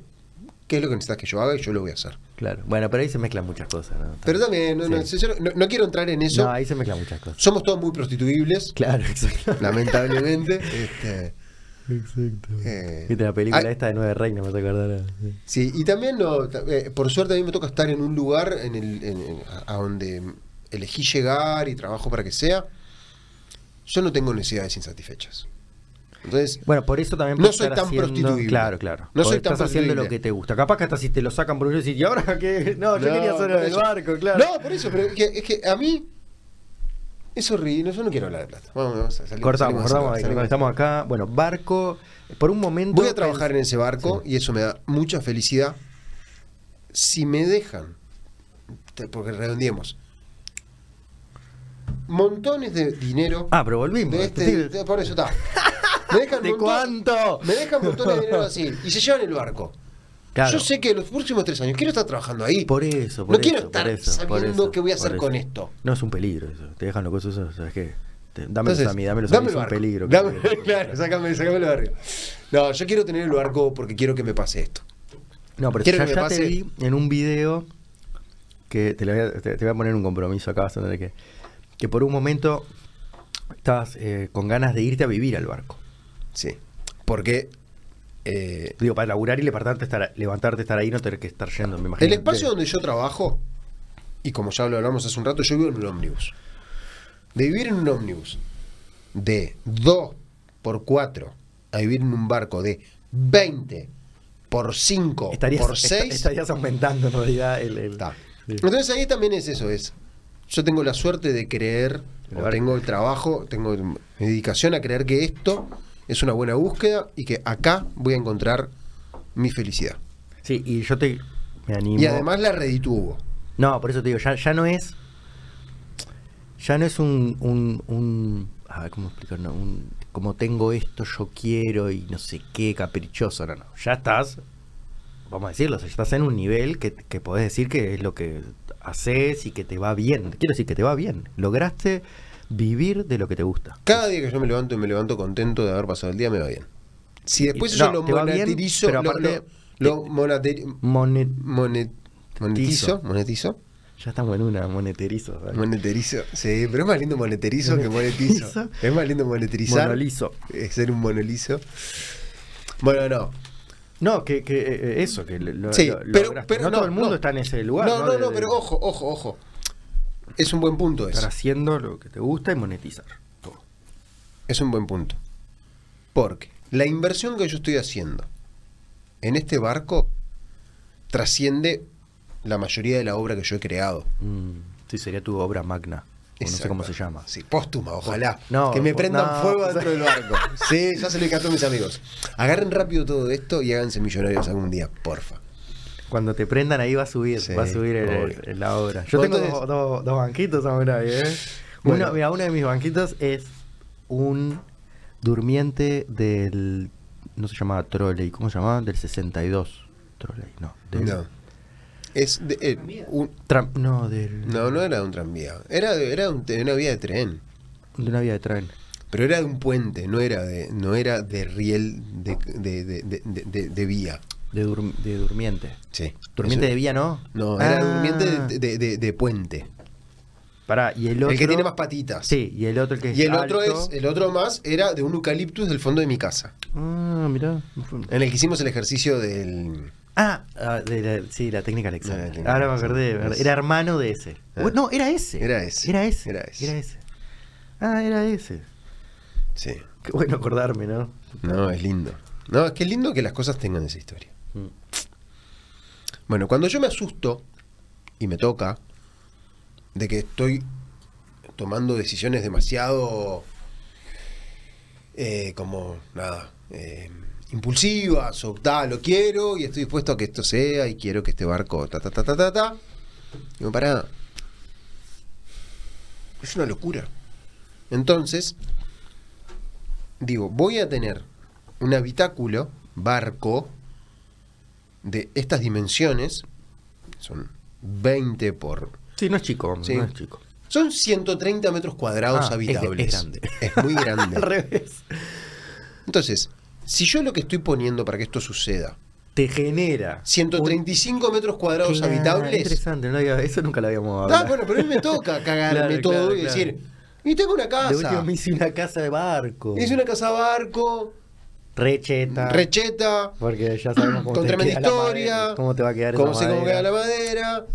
¿qué es lo que necesitas que yo haga y yo lo voy a hacer?
Claro. Bueno, pero ahí se mezclan muchas cosas. ¿no?
Pero también, no, no,
Sí.
sincero, no- no quiero entrar en eso.
No, ahí se mezclan muchas cosas.
Somos todos muy prostituibles,
Claro, exacto. (laughs)
lamentablemente. este,
Exacto.
Eh,
Viste la película
hay-
esta de Nueve Reinas, me vas a acordar. ahora. Sí.
sí, y también, no, ta- eh, por suerte, a mí me toca estar en un lugar en el, en- en- a donde elegí llegar y trabajo para que sea. Yo no tengo necesidades insatisfechas. Entonces,
Bueno, por eso también
No
podés
soy
estar
tan prostituible.
Claro, claro.
No
Podés-
soy tan
Estás haciendo lo
prostituible.
que te gusta. Capaz que hasta si te lo sacan por un y ¿y ahora qué? (laughs) No, yo
No,
quería hacer
por
el
eso.
barco, claro.
No, por eso, pero es que, es que a mí es horrible. Yo no quiero hablar de plata. Vamos, vamos a salir-
Cortamos,
salimos de
cortamos
acá,
ahí.
salimos de acá.
Estamos acá. Bueno, barco. Por un momento.
Voy a trabajar en ese barco y eso me da mucha felicidad. Si me dejan, te- porque redondeemos, montones de dinero.
Ah, pero volvimos.
de este, de- por eso está. Me
(laughs)
dejan,
¿De
monto-
cuánto?
me dejan montones de dinero así y se llevan el barco.
(laughs) Claro.
Yo sé que los próximos tres años quiero estar trabajando ahí.
Por eso, por
no quiero
eso,
estar
por eso, por
sabiendo
eso,
qué voy a
por
hacer
eso.
con esto.
No, es un peligro eso. Te dejan locos eso, ¿sabes qué? Te- dámelos
Entonces,
a mí, dámelos a mí,
dame
es
el
un
barco.
peligro.
Dame- (laughs) claro, sácame, sácame el barrio. No, yo quiero tener el barco porque quiero que me pase esto.
No, pero
Quiero
ya,
que me
ya
pase-
te vi en un video que te, lo voy, a, te- te voy a poner un compromiso acá, vas a tener que, que por un momento estabas eh, con ganas de irte a vivir al barco.
Sí. Porque eh,
Digo, para laburar y levantarte, estar, levantarte, estar ahí, no tener que estar yendo, me imagino.
el espacio donde yo trabajo, y como ya lo hablamos hace un rato, yo vivo en un ómnibus. De vivir en un ómnibus de 2 por 4 a vivir en un barco de 20 por 5
estarías,
por 6.
est- estarías aumentando en realidad el... el-
Está.
Sí.
Entonces ahí también es eso, es. Yo tengo la suerte de creer, o
Claro.
tengo el trabajo, tengo mi dedicación a creer que esto es una buena búsqueda y que acá voy a encontrar mi felicidad.
Sí, y yo te... Me animo.
Y además la redituvo.
No, por eso te digo, ya, ya no es. Ya no es un. un, un a ver, ¿cómo explicar? No, un, como tengo esto, yo quiero y no sé qué, caprichoso. No, no. Ya estás. Vamos a decirlo, o sea, ya estás en un nivel que, que podés decir que es lo que haces y que te va bien. Quiero decir que te va bien. Lograste vivir de lo que te gusta.
Cada día que yo me levanto y me levanto contento de haber pasado el día, me va bien. Si después
Y-
eso
no,
lo
te va bien,
monetizo,
pero
lo-
aparte-
lo, lo monate-
Monet,
monet- monetizo, monetizo,
ya estamos en una moneterizo. ¿sabes?
monetizo. Sí, pero es más lindo moneterizo que monetizo.
Monetizo.
Es más lindo monetizar.
Monolizo.
Eh, ser un monolizo. Bueno, no.
No, que, que, eh, eh, eso, que lo,
Sí,
lo-
pero,
lograste.
pero
no, todo el mundo está en ese lugar.
No, no,
De-
no,
de-
pero ojo, ojo, ojo. Es un buen punto
Estar
eso.
haciendo lo que te gusta y monetizar. Todo.
Es un buen punto. Porque la inversión que yo estoy haciendo en este barco trasciende la mayoría de la obra que yo he creado.
Mm, sí, sería tu obra magna. o no sé
Exacto.
cómo se llama.
Sí, póstuma, ojalá.
No,
que me
po-
prendan
no,
fuego
o sea-
dentro del
(laughs)
barco. Sí, ya se lo dije a todos mis amigos. Agarren rápido todo esto y háganse millonarios algún día, porfa.
Cuando te prendan ahí va a subir,
Sí,
va a subir el-
obvio.
el- la obra. Yo
Bueno,
tengo dos,
entonces-
dos- dos banquitos ahora, ¿eh?
Bueno.
Uno, mira, uno de mis banquitos es un Durmiente del. No se llamaba Trolley, ¿cómo se llamaba? Del 62. Trolley, no. del-
No. Es de- eh, un-
Tram- no, del,
no, no era un tranvía. Era, de- era un- de una vía de tren.
de una vía de tren.
Pero era de un puente, no era de, no era de riel de, de- de- de- de- de- de vía.
De, dur- de Durmiente.
Sí.
Durmiente de
Eso-
vía, ¿no?
No, era
Ah.
durmiente de, de- de- de puente.
Pará, y el otro.
El que tiene más patitas.
Sí, y el otro el que es
Y el otro
alto.
es, el otro más era de un eucaliptus del fondo de mi casa.
Ah, mirá.
En el que hicimos el ejercicio del.
Ah, ah, de la- sí, la técnica
La
Alexander.
técnica
Ahora me
Alexander.
acordé, me acordé. era hermano de ese.
Ah.
Bueno, No, era ese.
Era ese.
Era ese.
Era ese.
Era ese. Ah, era ese.
Sí.
Qué bueno acordarme, ¿no?
No, es lindo. No, es que es lindo que las cosas tengan esa historia. Bueno, cuando yo me asusto y me toca de que estoy tomando decisiones demasiado eh, como nada eh, impulsivas o tal, lo quiero y estoy dispuesto a que esto sea y quiero que este barco ta ta ta ta ta ta. Digo, pará. Es una locura. Entonces, digo, voy a tener un habitáculo, barco, de estas dimensiones, son 20 por...
Sí, no es chico,
Sí.
no es chico.
Son 130 metros cuadrados
Ah, es-
habitables.
es grande.
Es
(laughs)
muy
Al
grande.
revés.
Entonces, si yo lo que estoy poniendo para que esto suceda,
Te genera.
135 metros cuadrados
Claro,
habitables...
Interesante, no había- eso nunca lo habíamos hablado.
Ah, bueno, pero a mí me toca cagarme
Claro,
todo
claro,
y
claro.
decir, y tengo una
De último
casa,
me hice una casa de barco.
hice una casa barco,
Recheta.
recheta,
Porque ya sabemos cómo
con
te
tremenda
queda la
historia.
madera, cómo te va a quedar
Cómo
esa
sé cómo
madera.
queda la madera.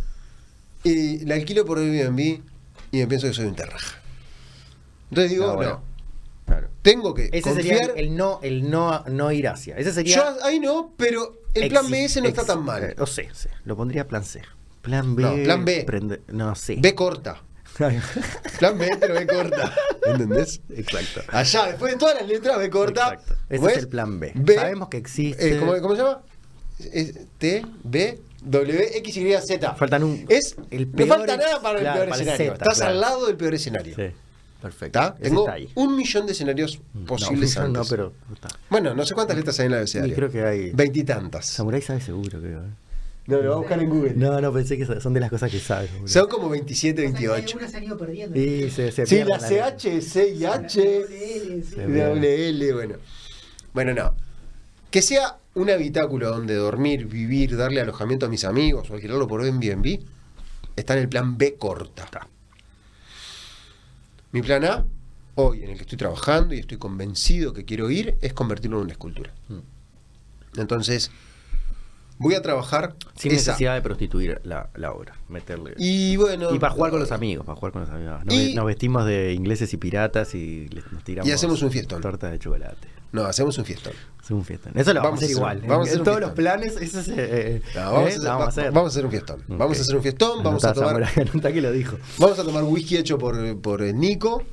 Y la alquilo por Airbnb y me pienso que soy un terraja. Entonces digo,
No,
no,
bueno. Claro.
tengo que
Ese
Eh, confiar.
sería el no, el no, no ir hacia. Ese sería. eh,
Yo ahí no, pero el plan B ese no está tan mal.
O sé, sé. Lo pondría plan C. Plan B.
No, plan B.
prende- no, sí. (laughs)
B corta. Plan B, pero B corta. ¿Entendés?
Exacto.
Allá, después de todas las letras, B corta.
Exacto. Ese
¿Ves?
es el plan B. Sabemos que existe.
eh, ¿cómo, cómo se llama? Es T, B, W, X, Y, Z.
Faltan un-
Es,
el
no
peor
falta
ex-
nada para el
claro,
peor
para el
escenario.
Z,
Estás
claro.
al lado del peor escenario.
Sí. Perfecto.
¿Está?
Ese
Tengo
está ahí.
un millón de escenarios
(laughs)
posibles
no, un millón
antes.
No, pero. Está.
Bueno, no sé cuántas letras hay en el abecedario.
Y creo que hay-
Veintitantas.
Samurai sabe seguro, creo. ¿eh?
No, lo voy a buscar en Google.
No, no, pensé que son de las cosas que sabe. seguro.
Son como 27,
Pasa que
28.
algunas se han ido perdiendo.
Y se, se
Sí,
pierde
la CH, C y H,
Sí, sí.
Se
doble L, bueno. Bueno, no. Que sea un habitáculo donde dormir, vivir, darle alojamiento a mis amigos o alquilarlo por Airbnb, está en el plan B corta. Mi plan A, hoy en el que estoy trabajando y estoy convencido que quiero ir, es convertirlo en una escultura. Entonces, voy a trabajar
Mm. Sin
esa-
necesidad de prostituir la, la obra, meterle. Y,
Y bueno.
para jugar con los amigos, para jugar con los amigos. Nos,
Y-
nos vestimos de ingleses y piratas y les- nos tiramos.
Y hacemos un fiestón.
Tortas de chocolate.
No, hacemos un fiestón.
Hacemos un fiestón. Eso lo vamos,
Vamos
a hacer
a hacer
igual.
un-
En-
vamos
en
a hacer un
todos los
fiestón.
planes, eso se, eh, eh,
No, vamos, a hacer,
lo
va- vamos a hacer un fiestón. Vamos a hacer un fiestón, vamos a
Anotá,
tomar.
Samurai, (laughs) anotá que lo dijo.
Vamos a tomar whisky hecho por, por eh, Nico.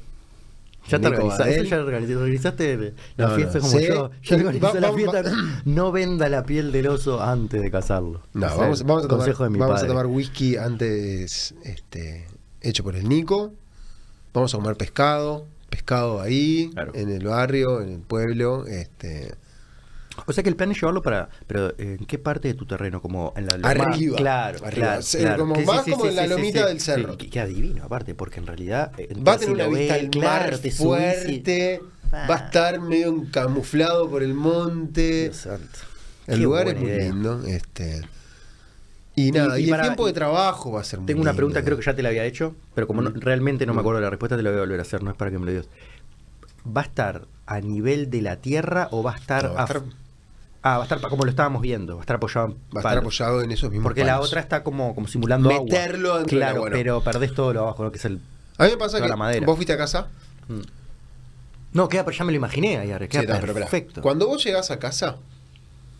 Ya te
Nico
organizaste,
Badel.
eso ya organizaste, organizaste la
No,
fiesta
no,
como
sí.
yo. Yo organizo
Va-
la
va-
fiesta.
va-
No venda la piel del oso antes de casarlo.
No,
Ese es
vamos,
el
vamos a tomar,
consejo de mi
vamos
padre.
a tomar whisky antes este, hecho por el Nico. Vamos a comer pescado, pescado ahí,
Claro.
en el barrio, en el pueblo. Este,
O sea que el plan es llevarlo para. Pero eh, ¿en qué parte de tu terreno? Como en la loma.
Arriba,
Claro,
arriba.
claro,
Sí,
claro.
como más como en la lomita del cerro.
que, que adivino, aparte, porque en realidad. eh,
va a
entonces
tener una
lo
vista
ves,
al
claro,
mar
te subís y-
fuerte,
Pa.
va a estar medio encamuflado por el monte.
Dios santo.
El
Qué
lugar es
buena
muy
idea.
lindo. Este, y nada,
y
y, el
para-
tiempo de trabajo va a ser muy
Tengo una
lindo. Mm.
pregunta, creo que ya te la había hecho, pero como no- realmente no me acuerdo la respuesta, te la voy a volver a hacer, no es para que me lo digas. ¿Va a estar a nivel de la tierra o va a estar.?
No, va a
af-
estar-
Ah, va a estar pa- como lo estábamos viendo, va a estar apoyado. en
Va a estar
palos.
apoyado en esos mismos
Porque la
palos.
otra está como, como simulando agua.
Meterlo dentro de la-
Claro,
bueno.
pero perdés todo lo abajo, ¿no? que es el mm.
A mí me pasa
Toda
que
la madera.
vos fuiste a casa.
No, queda, pero ya me lo imaginé ahí, Arre, queda
Sí, no, pero espera.
perfecto.
Cuando vos llegás a casa,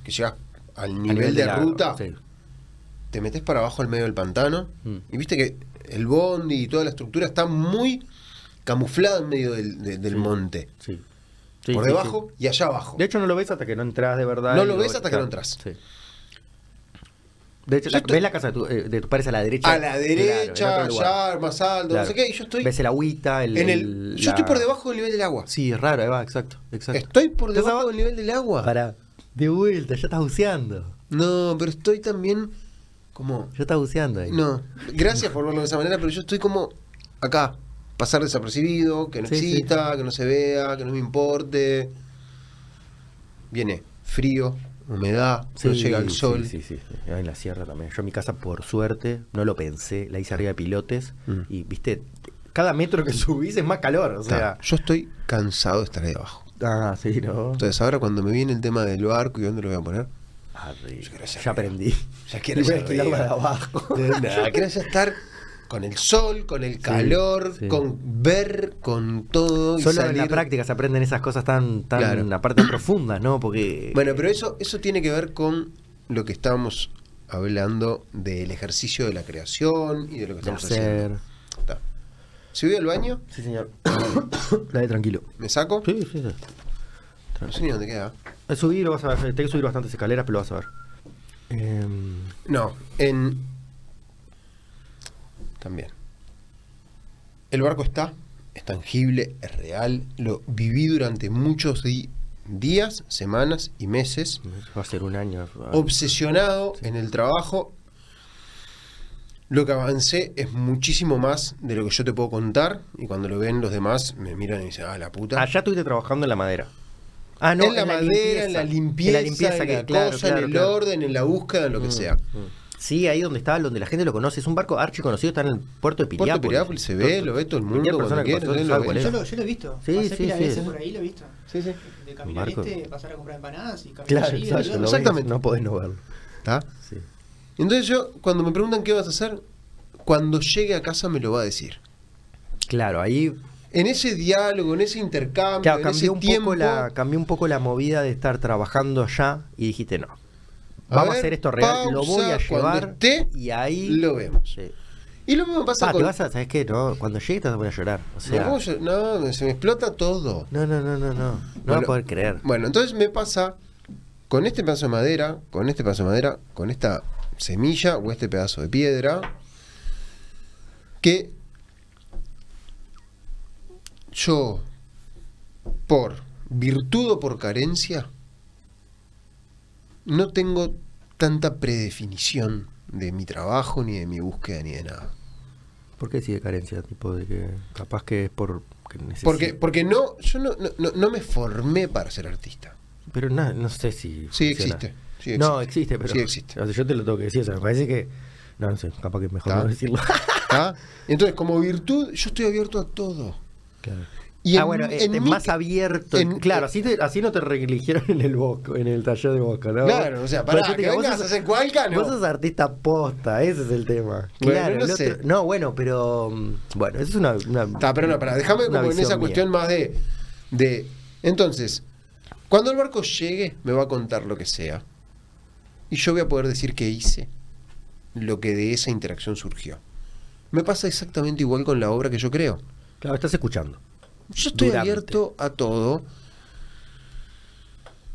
que llegás al
A
nivel, de,
la-
ruta,
sí.
te metes para abajo al medio del pantano
Mm.
y viste que el bondi y toda la estructura está muy camuflada en medio del, de- del monte.
Sí. Sí,
por
sí,
debajo y allá abajo.
sí. De hecho, no lo ves hasta que no entras de verdad.
No
y
lo ves
luego-
hasta que no entras.
Sí. De hecho,
Yo
la-
estoy-
ves la casa de tu, eh, de tu padres a la derecha.
A la derecha,
Claro, en otro lugar.
allá, más alto,
Claro.
no sé qué, y yo estoy
Ves el agüita, el.
en el.
el-
yo
la-
estoy por debajo del nivel del agua.
Sí, es raro, ahí va, exacto. exacto.
Estoy por
Estás
debajo
abajo-
del nivel del agua.
Pará. De vuelta, ya estás buceando.
No, pero estoy también como.
Ya estás buceando ahí.
No, gracias por verlo de esa manera, pero yo estoy como acá, pasar desapercibido, que no
Sí, sí.
exista, que no se vea, que no me importe. Viene frío, humedad, no llega el
sí,
sol.
Sí, sí, sí. En la sierra también. Yo en mi casa, por suerte, no lo pensé, la hice arriba de pilotes.
Mm.
Y viste, cada metro que (laughs) subís es más calor. O
Está,
sea.
yo estoy cansado de estar ahí abajo.
Ah, sí, ¿no?
Entonces ahora cuando me viene el tema del barco y dónde lo voy a poner,
Arriba.
Yo quiero hacer
Ya (laughs)
arriba.
aprendí.
Ya quiero
Y voy a
hacer
alquilarla de
arriba.
(laughs) abajo.
Nada, quiero ya estar con el sol, con el calor,
sí.
con ver, con todo. y
Solo en la
salir-
práctica se aprenden esas cosas tan, tan
Claro.
aparte profundas, ¿no? Porque.
Bueno, pero eso, eso tiene que ver con lo que estábamos hablando del ejercicio de la creación y de lo que
de
estamos
hacer.
haciendo. Está. Si voy al baño,
Sí,
(coughs)
señor. Dale, tranquilo.
me saco.
Sí, sí, sí.
No sé ni dónde queda.
Al subir, lo vas a ver. Tenés que subir bastantes escaleras, pero lo vas a ver. Em,
No, en. También. El barco está, es tangible, es real. Lo viví durante muchos di- días, semanas y meses.
va a ser un año.
obsesionado en el trabajo. Lo que avancé es muchísimo más de lo que yo te puedo contar. Y cuando lo ven los demás, me miran y dicen, ah, la puta.
Allá estuviste trabajando en la madera. Ah,
en la, madera, en la limpieza, en la,
que- claro,
cosa, en
claro,
el
claro.
orden, en la búsqueda, en lo que sea.
Sí, ahí donde está, donde la gente lo conoce. Es un barco archi conocido, está en el puerto de
Puerto
Piriápolis.
Piriápolis se ve, lo ve todo el mundo
Cualquier
cuando
persona que
quiere,
pasó
lo
sabe
ve.
cuál es.
Yo lo, yo lo he visto.
Sí,
Pasé
sí,
pilas
sí.
veces por ahí, lo he visto.
Sí, sí.
De camino al
Marco.
este, pasar a comprar empanadas y caminar
Claro,
ahí,
exacto, lo
boludo.
ves,
Exactamente.
no podés no verlo.
¿Está?
Sí.
Entonces yo, cuando me preguntan qué vas a hacer, cuando llegue a casa me lo va a decir.
Claro, ahí
En ese diálogo, en ese intercambio,
claro,
en ese
cambió, un
tiempo,
poco la, cambió un poco la movida de estar trabajando allá y dijiste no. Vamos a,
ver,
hacer esto real, lo voy a
pausa, cuando
llevar
esté,
y ahí
lo vemos.
Sí.
Y lo mismo pasa
Pa,
con.
Ah, te vas a, ¿sabes qué? No, cuando llegues te vas a poner a llorar. O
Me
sea,
pongo yo- no, se me explota todo.
no, no, no, no, no. No vas a
Bueno,
poder creer.
Bueno, entonces me pasa con este pedazo de madera, con este pedazo de madera, con esta semilla o este pedazo de piedra, que yo, por virtud o por carencia, no tengo tanta predefinición de mi trabajo, ni de mi búsqueda, ni de nada.
¿Por qué sigue carencia? Tipo de que capaz que es por que necesi-
Porque, porque no, yo no, no- no- no me formé para ser artista.
Pero no, no sé si.
Sí
funciona.
existe. sí
No, existe, pero.
Sí existe.
O sea, yo te lo tengo que decir, o sea, me parece que. No, no sé, capaz que mejor
¿Está?
no
(laughs)
decirlo.
¿Está? ¿Ah? Entonces, como virtud, yo estoy abierto a todo.
claro.
Y
ah,
en-
bueno,
en
este,
mí-
más abierto.
en-
claro, así, te- así no te religieron en el bosco, en el taller de bosco, ¿no?
Claro, o sea, pará,
Porque yo te
que
digo,
vengas a hacer cualca, ¿no?
Vos sos artista posta, ese es el tema.
Bueno,
claro,
no
el otro-
sé.
no, bueno, pero. mm, Bueno, eso es una. una-
Está, pero no, pará, déjame
una
como en
visión
esa
mía.
cuestión más de, de. Entonces, cuando el barco llegue, me va a contar lo que sea. Y yo voy a poder decir que hice lo que de esa interacción surgió. Me pasa exactamente igual con la obra que yo creo.
Claro, estás escuchando.
Yo estoy
Durante.
abierto a todo.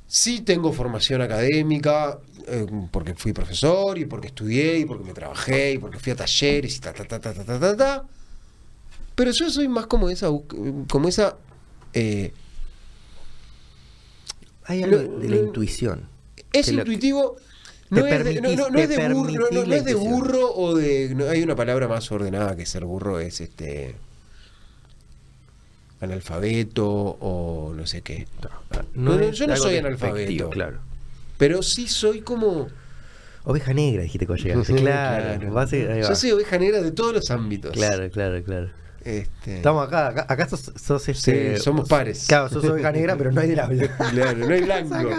Sí tengo formación académica, eh, porque fui profesor y porque estudié y porque me trabajé y porque fui a talleres y ta, ta, ta, ta, ta, ta, ta, ta. Pero yo soy más como esa, bu- como esa eh,
Hay algo
Lo-
de la
lo-
intuición.
es
Que lo-
intuitivo. No
te
es, de, no- no-
permitís-
no es
te
de burro, no- no-
permitís
no
la
es de
intuición.
burro o de. no, hay una palabra más ordenada que ser burro, es este. analfabeto o no sé qué. No, no,
es
yo no
algo
soy
despectivo,
analfabeto.
Claro.
Pero sí soy como.
Oveja negra dijiste cuando llegaste. Claro, va a ser- ahí va.
Yo soy oveja negra de todos los ámbitos.
Claro, claro, claro.
Este,
Estamos acá, acá, acá sos, sos este-
Sí, somos pares.
Claro, sos oveja negra, pero no hay del
(laughs)
habla.
(laughs) Claro, no hay blanco.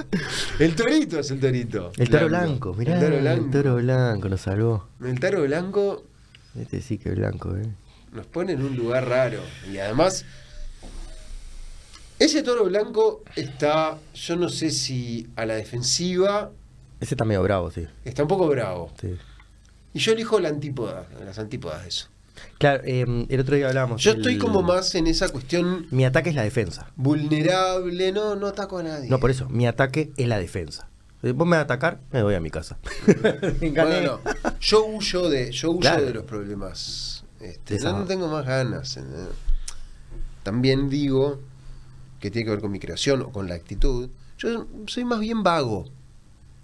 El torito es el torito.
El toro blanco, mirá.
El toro blanco.
El toro blanco nos salvó.
El toro blanco
Este sí que es blanco, eh.
nos pone en un lugar raro. Y además, ese toro blanco está, yo no sé si a la defensiva,
Ese está medio bravo, sí.
está un poco bravo.
sí.
Y yo elijo la antípoda, las antípodas de eso.
Claro, eh, el otro día hablábamos.
Yo
el-
estoy como más en esa cuestión
Mi ataque es la defensa.
vulnerable, no, no ataco a nadie.
No, por eso, mi ataque es la defensa. Eh, Vos me vas a atacar, me voy a mi casa. (laughs) Gané.
Bueno, no. Yo huyo de, yo huyo
Claro.
de los problemas. Este,
De esa-
no, no tengo más ganas. eh. También digo que tiene que ver con mi creación o con la actitud. Yo soy más bien vago.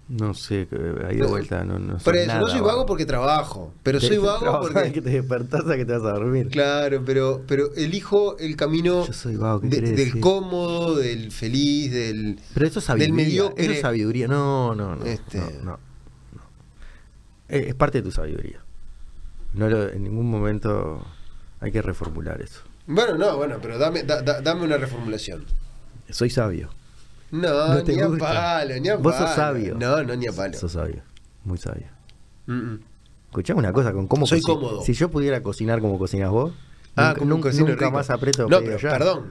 No sé, eh, ahí de
No,
vuelta, no, no
Por
soy
eso,
nada
no soy vago porque trabajo, pero
Te-
soy vago
trabajás que
porque...
te despertás a que te vas a dormir.
Claro, pero, pero elijo el camino
Yo soy vago, ¿qué
de-
querés
del
decir?
cómodo, del feliz, del...
Pero eso es
del
sabiduría.
mediocre.
Eso es sabiduría. No, no, no.
Este-
no, no, no. Eh, Es parte de tu sabiduría. No lo- en ningún momento hay que reformular eso.
Bueno, no, bueno, pero dame, da- da- dame una reformulación.
Soy sabio.
No,
No te
ni a
gusta.
palo, ni a
Vos
palo.
sos sabio.
No, no, ni a palo.
Sos sabio. Muy sabio.
Mm, mm.
Escuchame una cosa, con cómo
Soy
coci-
cómodo.
Si yo pudiera cocinar como cocinas vos,
Ah,
nunca,
como un
nunca-
cocino
nunca
rico.
más aprieto
No,
pedido
pero,
ya.
perdón.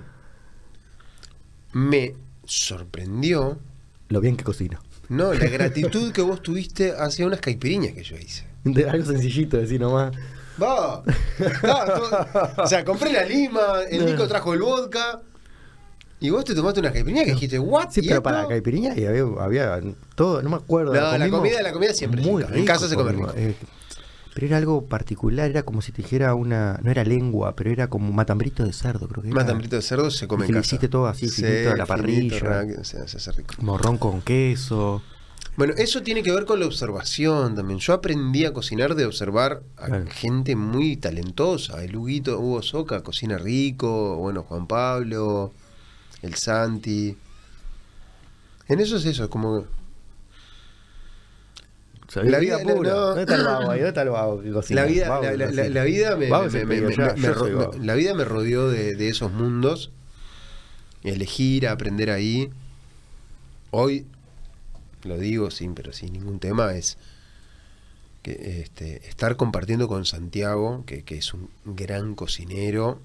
Me sorprendió,
Lo bien que cocino. (laughs)
no, la gratitud que vos tuviste hacia unas caipiriñas que yo hice.
De algo sencillito, decir nomás.
Va. va, to- o sea, compré la lima, el Nico trajo el vodka. Y vos te tomaste una caipirinha que dijiste, ¿what?
Sí,
¿Y
pero
esto?"
para la caipirinha y había, había todo, no me acuerdo.
No, la
comimos
comida- la comida siempre es
muy
rica. En casa se come
comimos,
rico.
eh, pero era algo particular, era como si te dijera una. No era lengua, pero era como matambrito de cerdo, creo que era.
Matambrito de cerdo se come
Y
en
que lo
casa.
hiciste todo así, finito, a la parrilla.
ra- se- se hace rico.
Morrón con queso.
Bueno, eso tiene que ver con la observación también. Yo aprendí a cocinar de observar a
Claro.
gente muy talentosa. El Huguito, Hugo Soca, cocina rico. Bueno, Juan Pablo, el Santi. En eso es eso, es como... La vida- la- no.
¿Dónde está el vago ahí? ¿Dónde está el vago que cocina?
la vida,
Vago
la,
que
la- la-
cocina.
la vida me,
Vago
me-
se
me-
pegó
me-
ya,
me
yo
ro-
soy vago.
me- la vida me rodeó de, de esos mundos, elegir, aprender ahí. Hoy, lo digo sin, pero sin ningún tema, es que este, estar compartiendo con Santiago, que, que es un gran cocinero,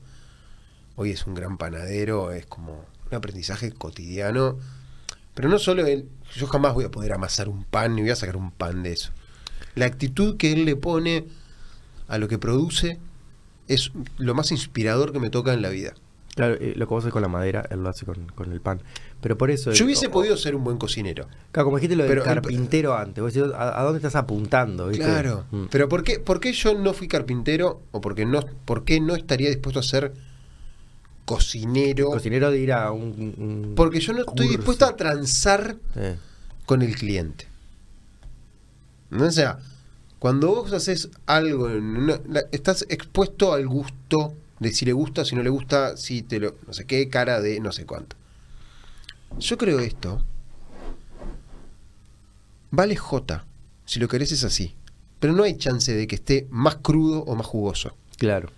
hoy es un gran panadero, es como un aprendizaje cotidiano. Pero no solo él, yo jamás voy a poder amasar un pan ni voy a sacar un pan de eso. La actitud que él le pone a lo que produce es lo más inspirador que me toca en la vida.
Claro, eh, lo que vos haces con la madera, él lo hace con, con el pan. Pero por eso.
Yo hubiese
o-
podido ser un buen cocinero.
Claro, como dijiste lo del
Pero el-
carpintero antes. Vos decís, ¿a, a dónde estás apuntando? viste?
Claro.
Mm.
Pero ¿por qué, por qué yo no fui carpintero o por qué no, por qué no estaría dispuesto a ser cocinero?
cocinero de ir a un. un
Porque yo no estoy
curso.
dispuesto a transar
Eh,
con el cliente. ¿No? O sea, cuando vos haces algo, en una- la- estás expuesto al gusto de si le gusta, si no le gusta, si te lo. no sé qué, cara de no sé cuánto. Yo creo esto. Vale J, si lo querés es así. Pero no hay chance de que esté más crudo o más jugoso.
Claro.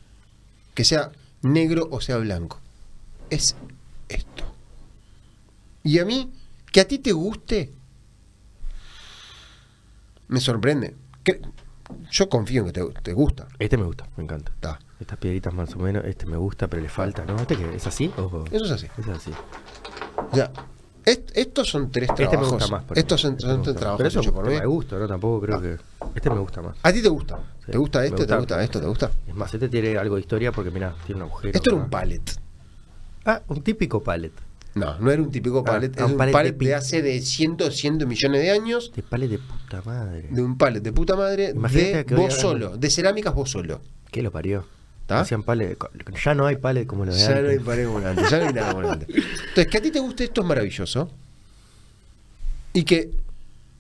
Que sea negro o sea blanco. Es esto. Y a mí, que a ti te guste, me sorprende. Cre- Yo confío en que te, te gusta.
Este me gusta, me encanta.
Ta.
Estas piedritas más o menos, este me gusta, pero le falta, ¿no? ¿Este qué? ¿Es así? Ojo.
Eso es así.
Es así.
O sea, est- estos son tres trabajos.
Este me gusta más. por
estos son,
ejemplo. Este me
son
gusta más.
tres trabajos
Pero eso es
hechos
un
por
tema
mí.
de gusto, ¿no? Tampoco creo
Ah.
que. Este me gusta más.
A ti te gusta.
Sí,
¿Te gusta
me
este?
gusta.
¿Te gusta esto? ¿Te gusta?
Es más, este tiene algo de historia porque, mirá, tiene un agujero.
Esto era un
acá.
palet.
Ah, un típico pallet.
No, no era un típico
Ah,
palet.
ah,
es
un
un
palet
palet,
de pi-
de hace de 100, 100 millones de años.
Este pallet de puta madre.
De un palet de puta madre.
Imagínate que
de
hoy
vos
hagan-
solo. De cerámicas vos solo.
¿Qué lo parió?
¿Tá?
Hacían pallet. Ya no hay pallet como los de
¿Ah? Ya no hay
antes.
pared volante, ya no hay nada volante. Entonces, que a ti te guste esto es maravilloso. Y que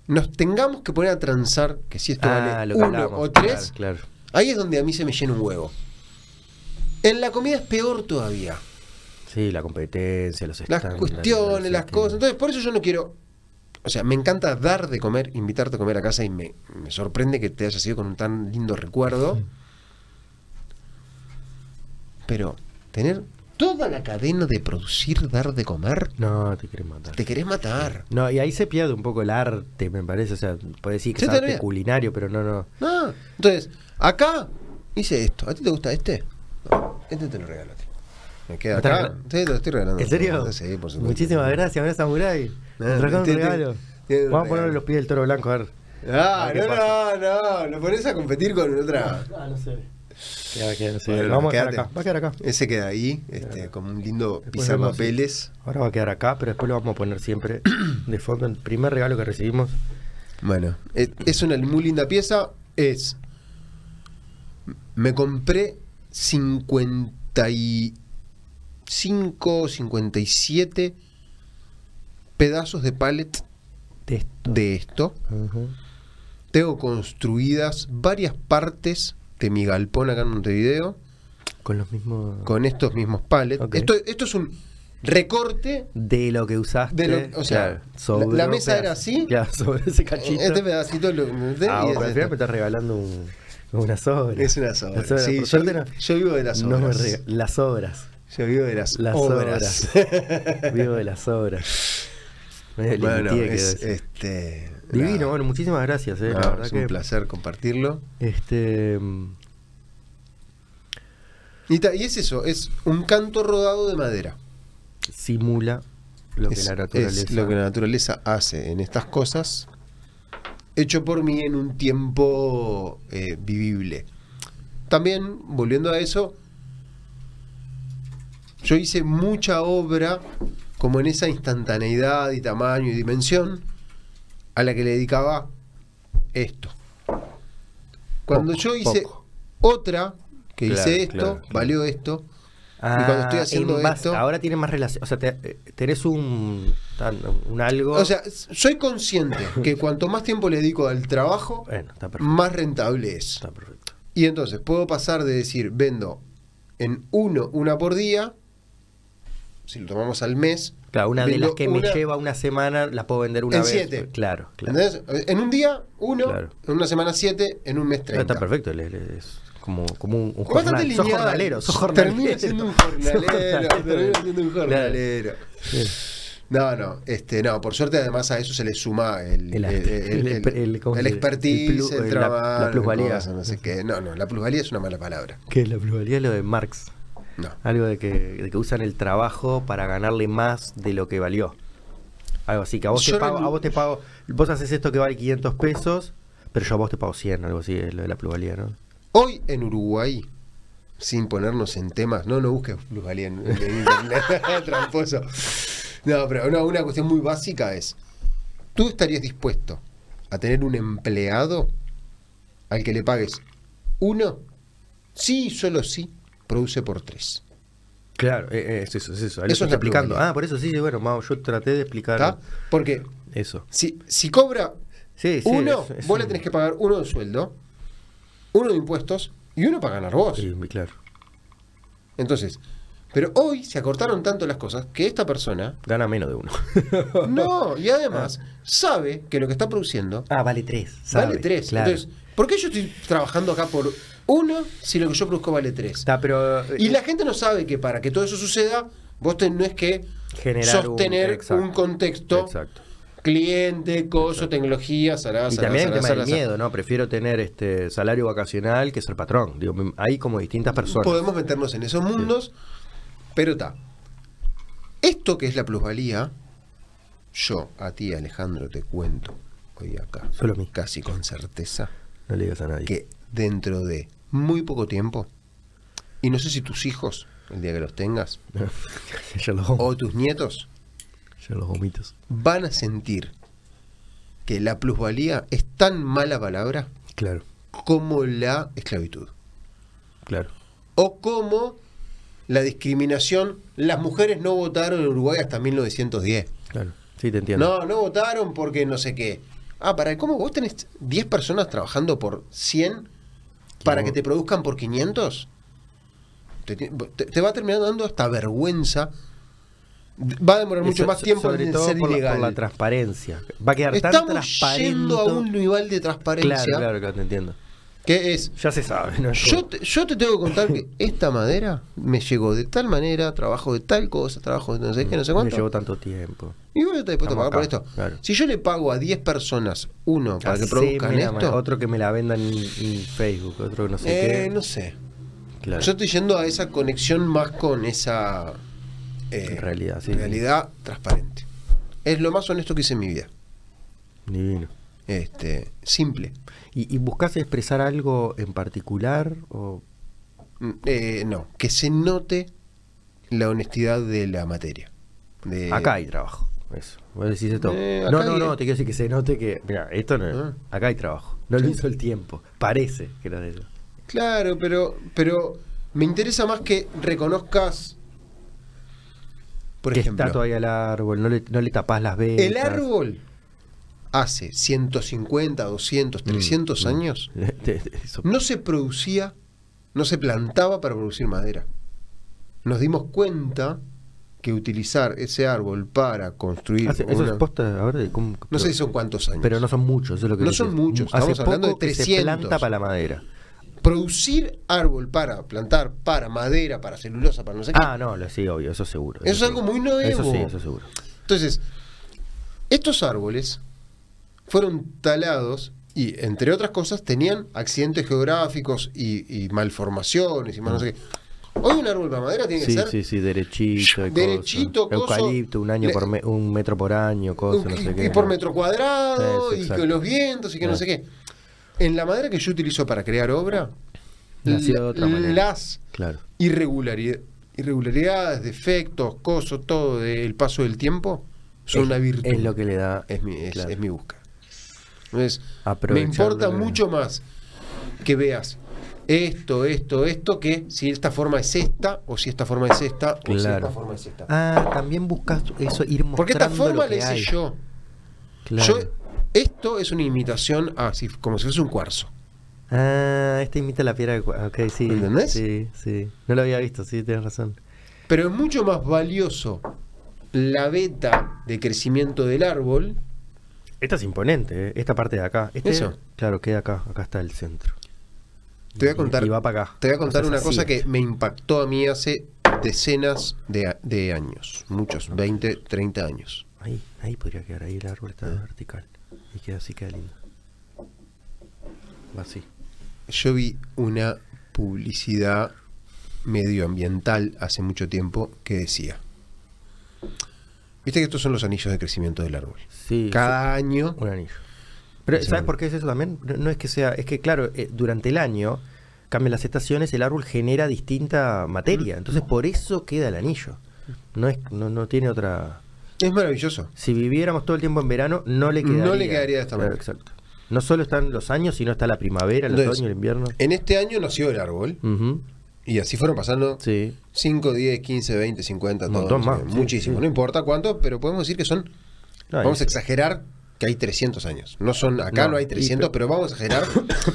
nos tengamos que poner a transar, que si esto
Ah,
vale
lo que
uno
hablábamos,
o tres,
Claro, claro.
ahí es donde a mí se me llena un huevo. En la comida es peor todavía.
Sí, la competencia, los
Las
estándares,
cuestiones, las
este,
cosas. Entonces, por eso yo no quiero. O sea, me encanta dar de comer, invitarte a comer a casa y me, me sorprende que te haya sido con un tan lindo recuerdo. Pero tener toda la cadena de producir, dar de comer.
No, te quieren matar.
Te querés matar.
No, y ahí se pierde un poco el arte, me parece. O sea, puede decir que
Sí,
es arte
todavía.
culinario, pero no, no.
No. Entonces, acá hice esto. ¿A ti te gusta este? No, este te lo regalo a ti. Me queda
¿Me estás
acá.
regalando?
Sí, te lo estoy regalando.
¿En serio?
Sí, por supuesto.
Muchísimas gracias, Gran Samurai. Nos trajeron un
tiene-
regalo.
tiene un
Vamos a ponerle
regalo.
los pies del toro blanco, a ver.
Ah,
Ah, ¿qué
no,
pasa?
no, no. Lo pones a competir con otra.
Ah, no sé. Queda, queda,
Sí,
lo
no,
vamos a dejar
quédate.
acá. Va a quedar acá.
Ese queda ahí, este, como un lindo
Después vemos si-
pisapapeles.
Ahora va a quedar acá, pero después lo vamos a poner siempre de fondo. El primer regalo que recibimos.
Bueno, es, Eh, es una muy linda pieza. Es. Me compré 55, 57 pedazos de pallet
De este, esto.
de esto.
Ujú.
Tengo construidas varias partes de mi galpón acá en Montevideo
Con los mismos.
con estos mismos pallets.
Ok.
Esto, esto es un recorte.
De lo que usaste.
De lo- o sea, la-
sobró
la mesa
pedazo.
era así.
Claro, (laughs) sobre ese cachito.
Este pedacito lo.
ah,
y
vos,
es
pero al final
esto.
me estás regalando un- una sobra.
Es una sobra.
La sobra,
Sí,
por
yo,
suerte no-
yo vivo de las
no
obras.
me rega- las obras.
yo vivo de las,
Las
obras.
obras.
(laughs)
Vivo de las obras. Medio
bueno,
limitié quedó
es,
eso.
este,
Divino,
nada.
bueno, muchísimas gracias. eh,
No,
la verdad
es un
que.
placer compartirlo.
Este. mm,
Y, ta- y es eso, es un canto rodado de madera.
Simula lo que
es,
la
es
naturaleza.
lo que la naturaleza hace en estas cosas, hecho por mí en un tiempo eh, vivible. También, volviendo a eso, yo hice mucha obra como en esa instantaneidad y tamaño y dimensión a la que le dedicaba esto. Cuando
Poco,
yo hice
poco.
otra que
Claro,
hice esto,
claro, claro.
valió esto,
Ah,
cuando estoy haciendo
en base-
esto-
Ahora tiene más relación. O sea, te- eh, tenés un, tan- un algo.
O sea, soy consciente que cuanto más tiempo le dedico al trabajo,
bueno, está perfecto.
más rentable es.
Está perfecto.
Y entonces puedo pasar de decir, vendo en uno, una por día, si lo tomamos al mes.
Claro, una de
vendo
las que me
una-
lleva una semana la puedo vender una
En
vez.
siete.
Claro, claro.
¿entendés? En un día, uno,
Claro.
en una semana siete, en un mes
No,
treinta.
está perfecto. le- le- es como, como un, un
Bastante
jornal. Sos
lineal.
jornalero. Sos jornalero.
Termino
(laughs)
siendo un
Sos
jornalero. termino
jornalero.
siendo un
Claro.
jornalero. No, no, este, no, por suerte además a eso se le suma el,
El arte,
el-
el-
el-
el- ¿cómo
el
se dice?
expertise,
El plu-
el
la-
trabajo,
la plusvalía.
cosas, no sé qué. No, no, la plusvalía es una mala palabra.
Que la pluralidad es lo de Marx.
No.
Algo de que, de que usan el trabajo para ganarle más de lo que valió. Algo así, que a vos,
Yo
te pago,
no-
a vos te pago, vos haces esto que vale 500 pesos, pero yo a vos te pago 100, algo así, es lo de la pluralidad, ¿no?
Hoy en Uruguay, sin ponernos en temas, no, no busques plusvalía en, en internet, (laughs) tramposo. No, pero no, una cuestión muy básica es, ¿tú estarías dispuesto a tener un empleado al que le pagues uno? Sí, y solo sí, produce por tres.
Claro, eh, eh, es eso, es eso. Eso
Eso es la
está explicando.
pluralidad.
Ah, por eso sí, sí, bueno, Mau, yo traté de explicar
¿Está? Porque
eso.
si, si cobra
Sí, sí,
uno,
es- es
vos le
un-
tenés que pagar uno de sueldo, uno de impuestos y uno para ganar vos.
Sí, muy claro.
Entonces, pero hoy se acortaron tanto las cosas que esta persona
Gana menos de uno.
no, y además sabe que lo que está produciendo
(laughs) ah, vale 3.
vale 3.
Claro.
Entonces, ¿por qué yo estoy trabajando acá por uno si lo que yo produzco vale 3?
Está, pero. eh,
Y la gente no sabe que para que todo eso suceda, vos tenés que
Generar un-
sostener un,
exacto.
contexto,
Exacto.
cliente, coso, tecnología, zará,
Y
zará,
también el
zará,
tema del
zará, zará.
miedo, ¿no? Prefiero tener este salario vacacional que ser patrón. Digo, me- hay como distintas personas.
Podemos meternos en esos mundos, pero está. Esto que es la plusvalía, yo a ti, Alejandro, te cuento hoy acá,
Solo a mí.
casi con certeza,
No le digas a nadie.
que dentro de muy poco tiempo, y no sé si tus hijos, el día que los tengas,
(laughs) ya los vomito.
o tus nietos,
Ya los vomitos.
van a sentir que la plusvalía es tan mala palabra
Claro,
como la esclavitud.
claro.
o como la discriminación, las mujeres no votaron en Uruguay hasta 1910.
Claro. Sí, te entiendo.
No, no votaron porque no sé qué. Ah, para cómo vos tenés 10 personas trabajando por 100 para
No.
que te produzcan por 500? Te, ti- te- te va a terminar dando hasta vergüenza. Va a demorar mucho
Eso-
más tiempo
sobre
en
todo
ser
por la,
ilegal.
por la transparencia. Va a quedar tan
Estamos
transparente.
yendo a un nivel de transparencia
Claro, claro, claro, te entiendo.
que es
Ya se sabe, ¿no?
Yo te, yo te tengo que contar
(laughs)
que esta madera me llegó de tal manera, trabajo de tal cosa, trabajo de no sé qué, no sé
Me llevó
cuánto.
tanto tiempo.
Y vos estás dispuesto a
Estamos
pagar por
acá,
esto.
claro.
Si yo le pago a 10 personas uno para que
Haceme
produzcan
la ma-
esto,
Otro que me la vendan en, en Facebook, otro que no sé
eh,
qué.
no sé.
Claro.
Yo estoy yendo a esa conexión más con esa eh,
Realidad, sí.
realidad transparente. Es lo más honesto que hice en mi vida.
Divino.
Este, simple.
¿Y, y buscas expresar algo en particular? O
Eh, no, que se note la honestidad de la materia. De-
Acá hay trabajo. Eso. Vos decís esto.
Eh,
no,
acá
no,
hay-
no, te quiero decir que se note que. Mira, esto no.
Ah.
Acá hay trabajo. No lo hizo el tiempo. Parece que lo hizo.
Claro, pero, pero me interesa más que reconozcas, por
que
ejemplo,
está todavía el árbol, no le, no le tapás las velas.
el árbol hace 150, 200,
Mm, (laughs)
300 años
Eso.
no se producía, no se plantaba para producir madera. Nos dimos cuenta que utilizar ese árbol para construir...
Hace-
una-
Ah, Eso es posta, a ver, de cómo-
no sé
pero-
si son cuántos años.
Pero no son muchos, eso es lo que
No
decís.
son muchos,
Hace
estamos hablando
poco
de
que Se
300.
planta para la madera.
Producir árbol para plantar, para madera, para celulosa, para no sé qué.
Ah, no, lo sí, obvio, eso seguro.
Eso es algo
seguro.
muy nuevo.
Eso sí, eso seguro.
Entonces, estos árboles fueron talados y, entre otras cosas, tenían accidentes geográficos y, y malformaciones y más no sé qué. Hoy un árbol para madera tiene que
Sí,
ser
sí, sí, derechito. y
Derechito,
cosas.
coso.
Eucalipto, un, año
Le-
por me- un metro por año,
un-
cosas, no sé
y,
qué.
y por
¿no?
metro cuadrado
Sí, sí,
y
exacto.
con los vientos y que no
Sí.
sé qué. En la madera que yo utilizo para crear obra,
Nació de
la-
otra manera.
las
Claro.
irregularidad- irregularidades, defectos, cosas, todo del paso del tiempo, son
Es-
una virtud.
Es lo que le da.
es mi, es,
claro.
es mi busca. Entonces, me
Aprovechar
importa
lo que-
mucho más que veas esto, esto, esto, que si esta forma es esta, o si esta forma es esta, o si esta
Claro.
forma es esta.
Ah, también buscas eso, ir mostrando.
Porque esta forma
lo
la
que
hice
hay.
yo.
Claro.
Yo- Esto es una imitación a, si- como si fuese un cuarzo.
Ah, este imita la piedra de cua- Ok, sí.
¿Entendés?
Sí, sí. No lo había visto, sí, tienes razón.
Pero es mucho más valioso la beta de crecimiento del árbol
Esta es imponente, ¿eh? esta parte de acá. Este,
Eso.
Claro, queda acá. Acá está el centro.
Te voy a contar,
Y va para acá.
Te voy a contar
Cosas
una
así.
cosa que me impactó a mí hace decenas de, a- de años, muchos, 20, 30 años.
Ahí, ahí podría quedar, ahí el árbol está vertical. Y queda así, queda lindo. Va así.
Yo vi una publicidad medioambiental hace mucho tiempo que decía, viste que estos son los anillos de crecimiento del árbol.
Sí.
Cada año...
Un anillo. Pero
Ese
¿sabes
árbol.
por qué es eso también? No, no es que sea, es que claro, eh, durante el año cambian las estaciones, el árbol genera distinta materia, entonces por eso queda el anillo. No es no, no tiene otra
Es maravilloso.
si viviéramos todo el tiempo en verano no le
No
quedaría.
le quedaría de esta
Claro,
manera.
Exacto. No solo están los años, sino está la primavera, el
Entonces,
otoño, el invierno.
En este año nació el árbol
Ujú,
y así fueron pasando
Sí.
5, 10, 15, 20, 50,
Un
todo,
montón
no sé,
más, sí,
muchísimo.
sí.
No importa cuánto, pero podemos decir que son
No,
vamos
es-
a exagerar que hay 300 años. No son acá no,
No,
hay
y
300,
pe-
pero vamos
(laughs)
a exagerar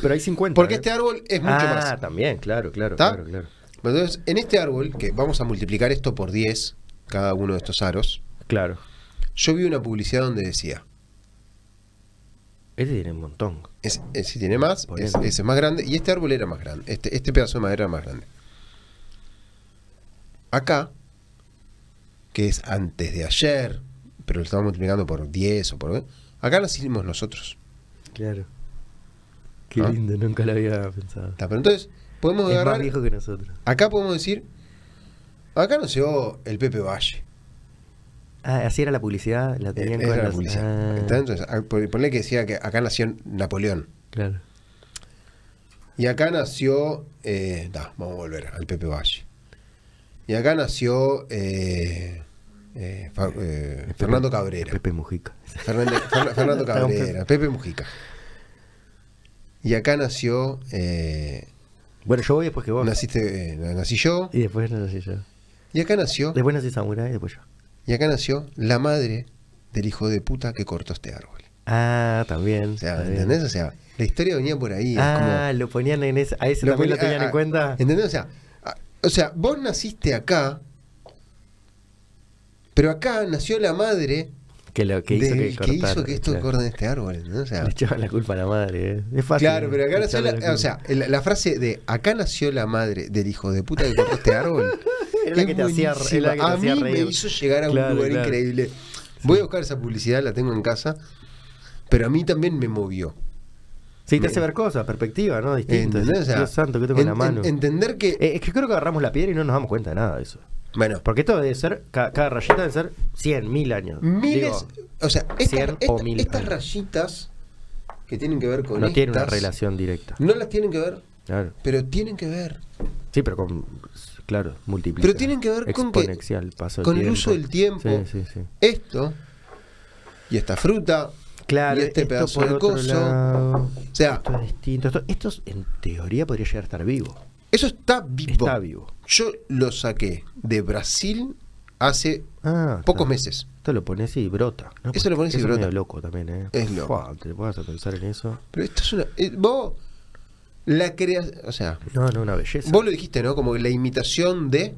Pero hay 50.
porque
¿eh?
este árbol es mucho
ah,
más.
también, claro, claro,
¿Está?
claro, claro.
Entonces, en este árbol que vamos a multiplicar esto por 10 cada uno de estos aros,
Claro.
yo vi una publicidad donde decía,
Este tiene un montón.
es- es- si tiene más,
Por
es-
eso.
ese es más grande y este árbol era más grande, este este pedazo de madera era más grande. Acá que es antes de ayer, pero lo estamos multiplicando por 10 o por acá nacimos nosotros.
Claro. Qué
¿Ah?
lindo, nunca lo había pensado.
¿Está? Pero entonces podemos
Es más
agarrar
viejo que nosotros.
Acá podemos decir, acá no llegó el Pepe Valle.
Ah, así era la publicidad, la
Eh,
tenían
era
con
la
los-
publicidad.
Ah,
Está, Entonces, ah, pon- ponle que decía que acá nació Napoleón.
Claro.
Y acá nació, eh, da, vamos a volver al Pepe Valle. Y acá nació eh, eh, Fa- eh, Fernando Cabrera.
Pepe Mujica.
Fernández-
(laughs)
Fer- Fernando Cabrera, Pepe Mujica. Y acá nació, eh,
Bueno, yo voy después que vos.
naciste, eh, nací yo.
Y después nací yo.
Y acá nació,
Después nací Samurai y después yo.
y acá nació la madre del hijo de puta que cortó este árbol.
Ah, también.
O sea,
también.
¿entendés? O sea, la historia venía por ahí. es
Ah, lo ponían en ese. A ese
como-
también
ah,
lo tenían
ah,
en cuenta.
¿Entendés? O sea, ah, o sea, vos naciste acá, pero acá nació la madre
Que lo que hizo
del
que,
que hizo
cortaran,
que esto
claro.
corten este árbol. ¿entendés? O sea,
Le echaban la culpa a la madre, ¿eh? Es fácil.
claro, pero acá nació
echarle
la, ah,
culpa.
o sea, la, la frase de acá nació la madre del hijo de puta que cortó este árbol.
(laughs) Era la
es
que te hacía-
buenísima.
era la que te
a
hacía
mí
reír.
me hizo llegar a un
Claro,
lugar
claro.
increíble. Voy a buscar esa publicidad, la tengo en casa, pero a mí también me movió.
Sí, te hace ver cosas, perspectiva, ¿no? Distintas.
¿Entendés? O sea,
Dios santo, que tengo en la
en-
mano.
en- entender que.
Eh, es que creo que agarramos la piedra y no nos damos cuenta de nada de eso.
bueno,
Porque esto debe ser, ca- cada, rayita debe ser 100, 1000 años.
miles.
Digo,
o sea,
cien
estas, esta-
o mil
estas
años.
rayitas que tienen que ver con.
no tiene una
estas,
relación directa.
No las tienen que ver,
Claro.
pero tienen que ver.
Sí, pero con. Claro, multiplica.
Pero tienen que ver con que-
Exponencial, pasa el
con el
tiempo.
uso del tiempo.
Sí, sí, sí.
Esto y esta fruta.
Claro,
Y este
esto
pedazo
por
de
otro
coso.
lado,
O sea,
esto es distinto. Esto, esto es- en teoría podría llegar a estar vivo.
eso está vivo.
Está vivo.
Yo lo saqué de Brasil hace
Ah,
pocos
está.
meses.
Esto lo pones y brota. ¿no?
Eso lo pones y
es
brota.
medio loco también, ¿eh?
Es loco.
Fua, te vas a pensar en eso.
Pero esto es una. eh, vos. La creación. O sea,
No, no, una belleza.
vos lo dijiste, ¿no? Como que la imitación de.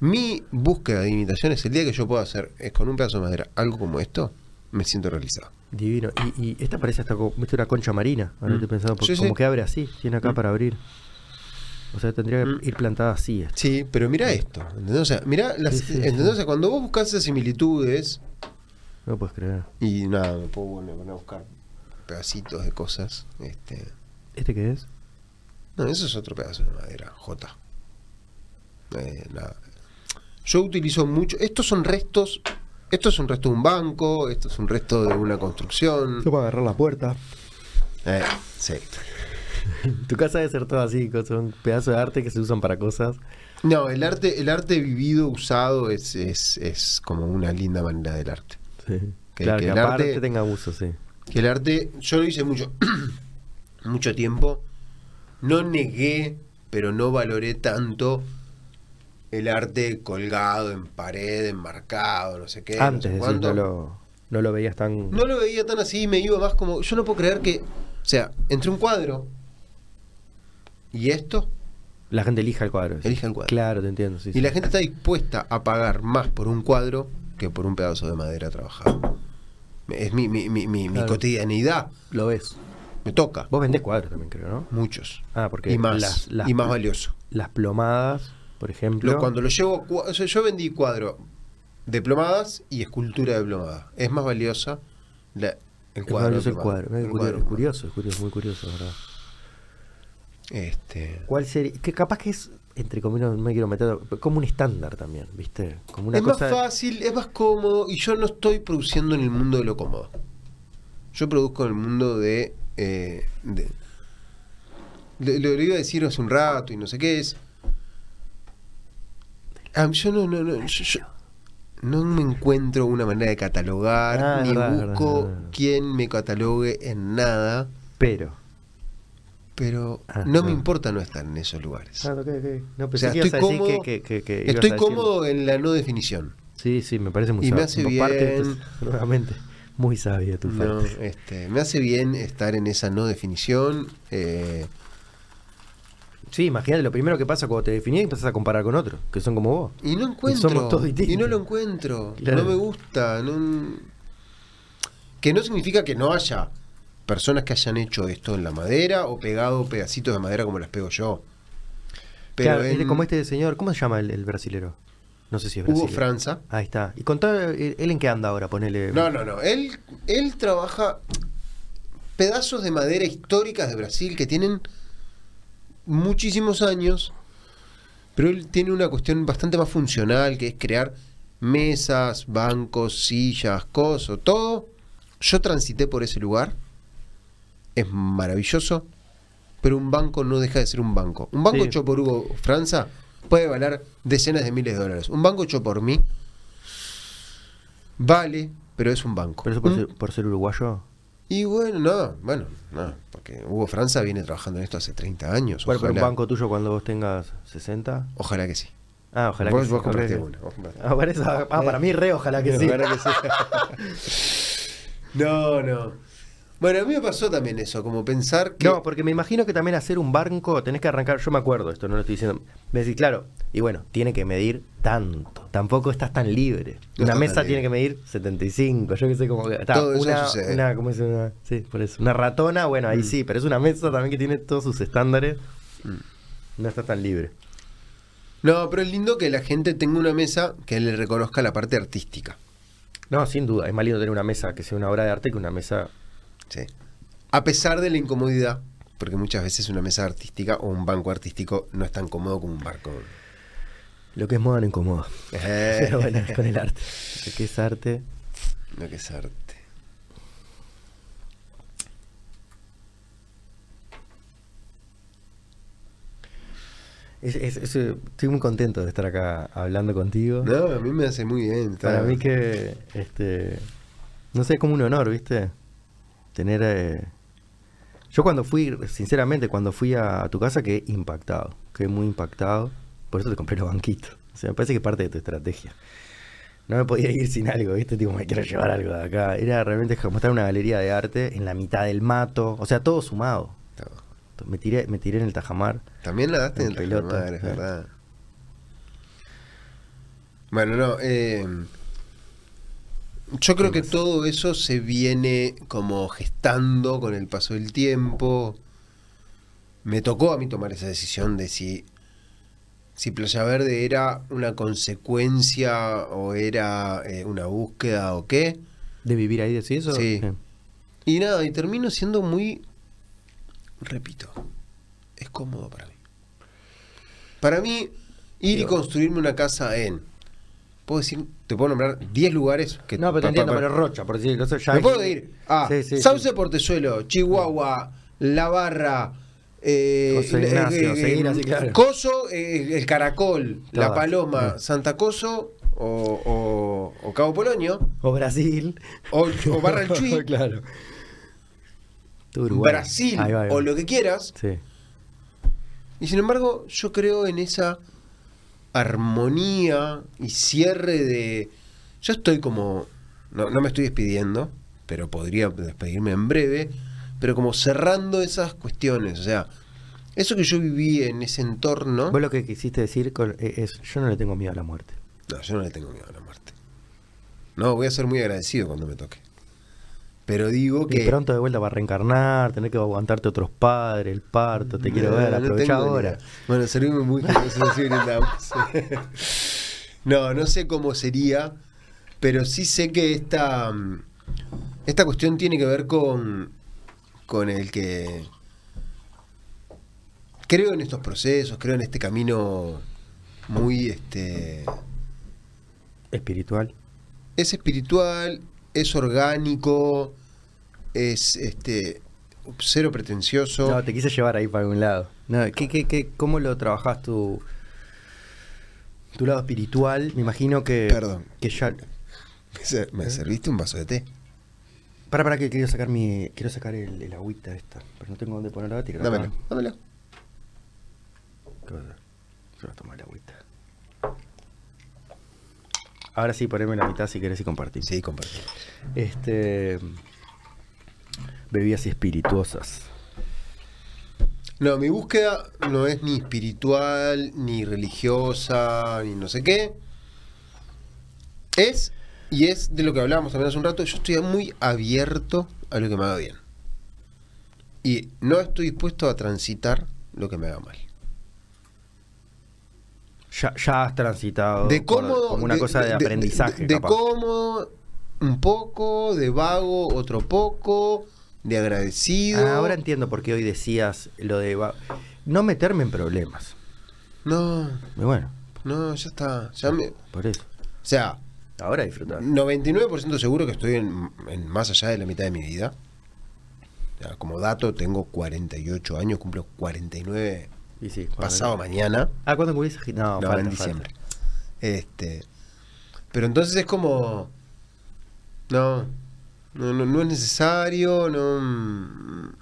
Mi búsqueda de imitaciones, el día que yo pueda hacer es con un pedazo de madera algo como esto, me siento realizado.
Divino. Y, y esta parece hasta como, ¿viste? una concha marina. Ahora
Mm.
te he pensado, porque
Sí, sí.
como que abre así, tiene acá
Mm.
para abrir. O sea, tendría
Mm.
que ir plantada así. eh. esta.
Sí, pero mira esto, ¿entendés? O sea, mirá las-
Sí, sí,
¿entendés?
sí.
O sea, cuando vos buscas esas similitudes,
No puedes creer.
y nada, me puedo volver a buscar pedacitos de cosas. Este,
¿Este qué es?
no, eso es otro pedazo de madera, J. Eh, nada. Yo utilizo mucho, estos son restos, esto es un resto de un banco, esto es un resto de una construcción.
para agarrar la puerta.
Eh, sí.
(laughs) tu casa debe ser todo así, co- son pedazos de arte que se usan para cosas.
No, el arte, el arte vivido, usado, es, es, es como una linda manera del arte. Que-
claro,
que
que,
el
aparte
arte-
tenga uso, sí.
que el arte, yo lo hice mucho, (clears throat) mucho tiempo, no negué, pero no valoré tanto el arte colgado en pared, enmarcado, no sé qué. no sé
Antes de decir,
cuánto.
no lo, no lo veías tan.
No lo veía tan así, me iba más como, yo no puedo creer que, o sea, entre un cuadro y esto,
La gente elija el cuadro. sí.
Elija el cuadro.
Claro, te entiendo. Sí,
y
sí.
la gente está dispuesta a pagar más por un cuadro que por un pedazo de madera trabajado. Es mi, mi, mi, mi- mi
Claro.
cotidianidad,
lo ves.
me toca.
Vos vendés cuadros también, creo, ¿no?
Muchos.
Ah, porque
y más,
las, las-
y más valioso.
las plomadas, por ejemplo.
Lo- cuando lo llevo, a cua- o sea, yo vendí cuadro de plomadas y escultura de plomada. Es más valiosa la- el
es
cuadro. de
valioso el
plomada.
cuadro. Es
El
curio-
cuadro de
curioso, es curioso, muy curioso, la ¿verdad?
plomada. Este,
¿Cuál sería? Que capaz que es, entre comillas, no me quiero meter, pero como un estándar también, ¿viste? Como una
es
cosa.
más fácil, es más cómodo y yo no estoy produciendo en el mundo de lo cómodo. Yo produzco en el mundo de... eh, de- le- lo, lo iba a decir hace un rato y no sé qué es. Ah, yo no, no, no, yo- yo no me encuentro una manera de catalogar,
Ah, es
ni
verdad, es verdad,
busco
es verdad.
quién me catalogue en nada,
Pero.
pero
Ah,
no me
no.
importa no estar en esos lugares.
Ah, ok, ok. No,
o
pensé
sea,
que ibas a decir
estoy cómodo,
que, que- que- que ibas
estoy
a decir-
cómodo en la no definición.
Sí, sí, me parece muy
Y
sabio.
me hace
Por parte de
bien.
tu- nuevamente, muy sabia tu
No,
parte.
este, me hace bien estar en esa no definición. eh,
Sí, imagínate, lo primero que pasa cuando te definís y empezás a comparar con otros, que son como vos.
y
Y
no
somos
encuentro.
todos
Y,
distintos.
no lo encuentro.
Claro.
No me gusta. no- que no significa que no haya personas que hayan hecho esto en la madera o pegado pedacitos de madera como las pego yo. Pero
claro, es
en-
como este señor, ¿cómo se llama el, el brasilero? No sé si es
Hugo
brasilero.
Franza.
Ahí está. Y contá, eh, ¿él en qué anda ahora? Ponele.
No, no, no. Él, él trabaja pedazos de madera históricas de Brasil que tienen muchísimos años, pero él tiene una cuestión bastante más funcional que es crear mesas, bancos, sillas, cosas, todo. Yo transité por ese lugar, es maravilloso, pero un banco no deja de ser un banco. Un banco
Sí.
hecho por Hugo Franza puede valer decenas de miles de dólares. Un banco hecho por mí vale, pero es un banco. ¿Mm?
Pero eso por,
Un-
ser, por ser uruguayo.
y bueno, no, bueno, no, porque Hugo Franza viene trabajando en esto hace 30 años.
Bueno, pero un
Pues ojalá-
banco tuyo cuando vos tengas 60.
Ojalá que sí.
Ah, ojalá
vos
que sí.
vos compraste
Ok.
uno. vos compraste.
Ah, para, eso- ah, para mí re, ojalá que sí.
(laughs) Ojalá que sí. no, no. Bueno, a mí me pasó también eso, como pensar que...
No, pues- porque me imagino que también hacer un banco tenés que arrancar. Yo me acuerdo esto, no lo estoy diciendo. Me decís, claro, y bueno, tiene que medir tanto. Tampoco estás tan libre.
No
una
estás
mesa
tan
tiene
libre.
que medir 75. Yo qué sé cómo. Está,
Todo eso
una,
sucede.
una- ¿cómo es una? Sí, por eso. Una ratona, bueno, ahí
Mm.
sí, pero es una mesa también que tiene todos sus estándares. No estás tan libre.
No, pero es lindo que la gente tenga una mesa que le reconozca la parte artística.
No, sin duda. Es más lindo tener una mesa que sea una obra de arte que una mesa.
Sí. A pesar de la incomodidad, porque muchas veces una mesa artística o un banco artístico no es tan cómodo como un barco.
Lo que es moda no incomoda.
Eh.
(laughs) Pero bueno, es con el arte.
(laughs)
Lo que es arte.
Lo que es arte.
Es- es- es, eh, estoy muy contento de estar acá hablando contigo.
No, a mí me hace muy bien. está-
Para mí que, este, no sé, es como un honor, ¿viste? Tener... eh, Yo cuando fui, sinceramente, cuando fui a, a tu casa quedé impactado, quedé muy impactado. Por eso te compré los banquitos. O sea, me parece que es parte de tu estrategia. No me podía ir sin algo, ¿viste? Tipo, me quiero llevar algo de acá. Era realmente como estar en una galería de arte en la mitad del mato. O sea, todo sumado.
Ta-
Me tiré, me tiré en el tajamar.
También la daste en
En
el
pelota,
Tajamar, es
eh.
verdad. Bueno, no. eh, yo creo que todo eso se viene como gestando con el paso del tiempo. Me tocó a mí tomar esa decisión de si, si Playa Verde era una consecuencia o era eh, una búsqueda o qué.
¿De vivir ahí decís eso?
Sí. Y nada, y termino siendo muy. Repito, es cómodo para mí. Para mí, ir y
Digo-
construirme una casa en. Puedo decir, te puedo nombrar 10 lugares que
No, pero te
pa-
entiendo,
pa-
pero Rocha, Ah, por decir, no sé, ya
Me puedo ir a
Sí, sí, sí.
Sauce Portezuelo, Chihuahua, La Barra, eh,
José
eh,
Ignacio,
eh,
seguir así, claro.
Coso, eh, El Caracol, La
Todas.
Paloma,
Mm.
Santa Coso o, o- o Cabo Polonio,
O Brasil.
o, o Barra
(laughs)
del Chuy.
claro. Tú, Uruguay.
Brasil
Ahí va, ahí va.
o lo que quieras.
Sí.
Y sin embargo, yo creo en esa armonía y cierre de... Yo estoy como... No, no me estoy despidiendo, pero podría despedirme en breve, pero como cerrando esas cuestiones. O sea, eso que yo viví en ese entorno...
Vos lo que quisiste decir con- eh, es, yo no le tengo miedo a la muerte.
No, yo no le tengo miedo a la muerte. No, voy a ser muy agradecido cuando me toque. Pero digo que...
Y pronto de vuelta va a reencarnar, tener que aguantarte otros padres, el parto, te quiero
No,
ver,
no
aprovecha
tengo ni
ahora.
idea. Bueno, servime muy generoso, no soy brindamos. No, no sé cómo sería, pero sí sé que esta, mm, esta cuestión tiene que ver con, con el que creo en estos procesos, creo en este camino muy este
Espiritual.
es espiritual, es orgánico, es este cero pretencioso.
No, te quise llevar ahí para algún lado. No, ¿qué, qué, qué, ¿Cómo lo trabajás tu, tu lado espiritual? Me imagino que.
Perdón.
Que ya.
Me ser-
¿Eh?
¿Me serviste un vaso de té?
Para, para que quiero sacar mi. Quiero sacar el, el agüita esta. Pero no tengo dónde poner la batida.
Dámelo, dámelo.
¿Qué pasa? Se va a tomar la agüita. Ahora sí, poneme la mitad si querés y compartir.
Sí, compartí.
Este. Bebidas espirituosas.
No, mi búsqueda no es ni espiritual, ni religiosa, ni no sé qué. Es, y es de lo que hablábamos también hace un rato, yo estoy muy abierto a lo que me haga bien. Y no estoy dispuesto a transitar lo que me haga mal.
Ya, ya has transitado.
De
por-
cómodo.
Oh, Como una cosa de, aprendizaje.
De, de
capaz.
cómodo, un poco, de vago, otro poco, de agradecido.
Ah, ahora entiendo por qué hoy decías lo de. va- No meterme en problemas.
No,
Y bueno,
no, ya está. Ya me, o
por eso.
sea,
Ahora disfrutar.
99% seguro que estoy en, en más allá de la mitad de mi vida. Ya, como dato, tengo 48 años, cumplo 49
Y sí, cuando-
pasado mañana.
Ah, ¿cuándo cumplís? No,
No,
falta,
en
falta.
diciembre. Este, pero entonces es como. No, no, no, no es necesario, no. mm.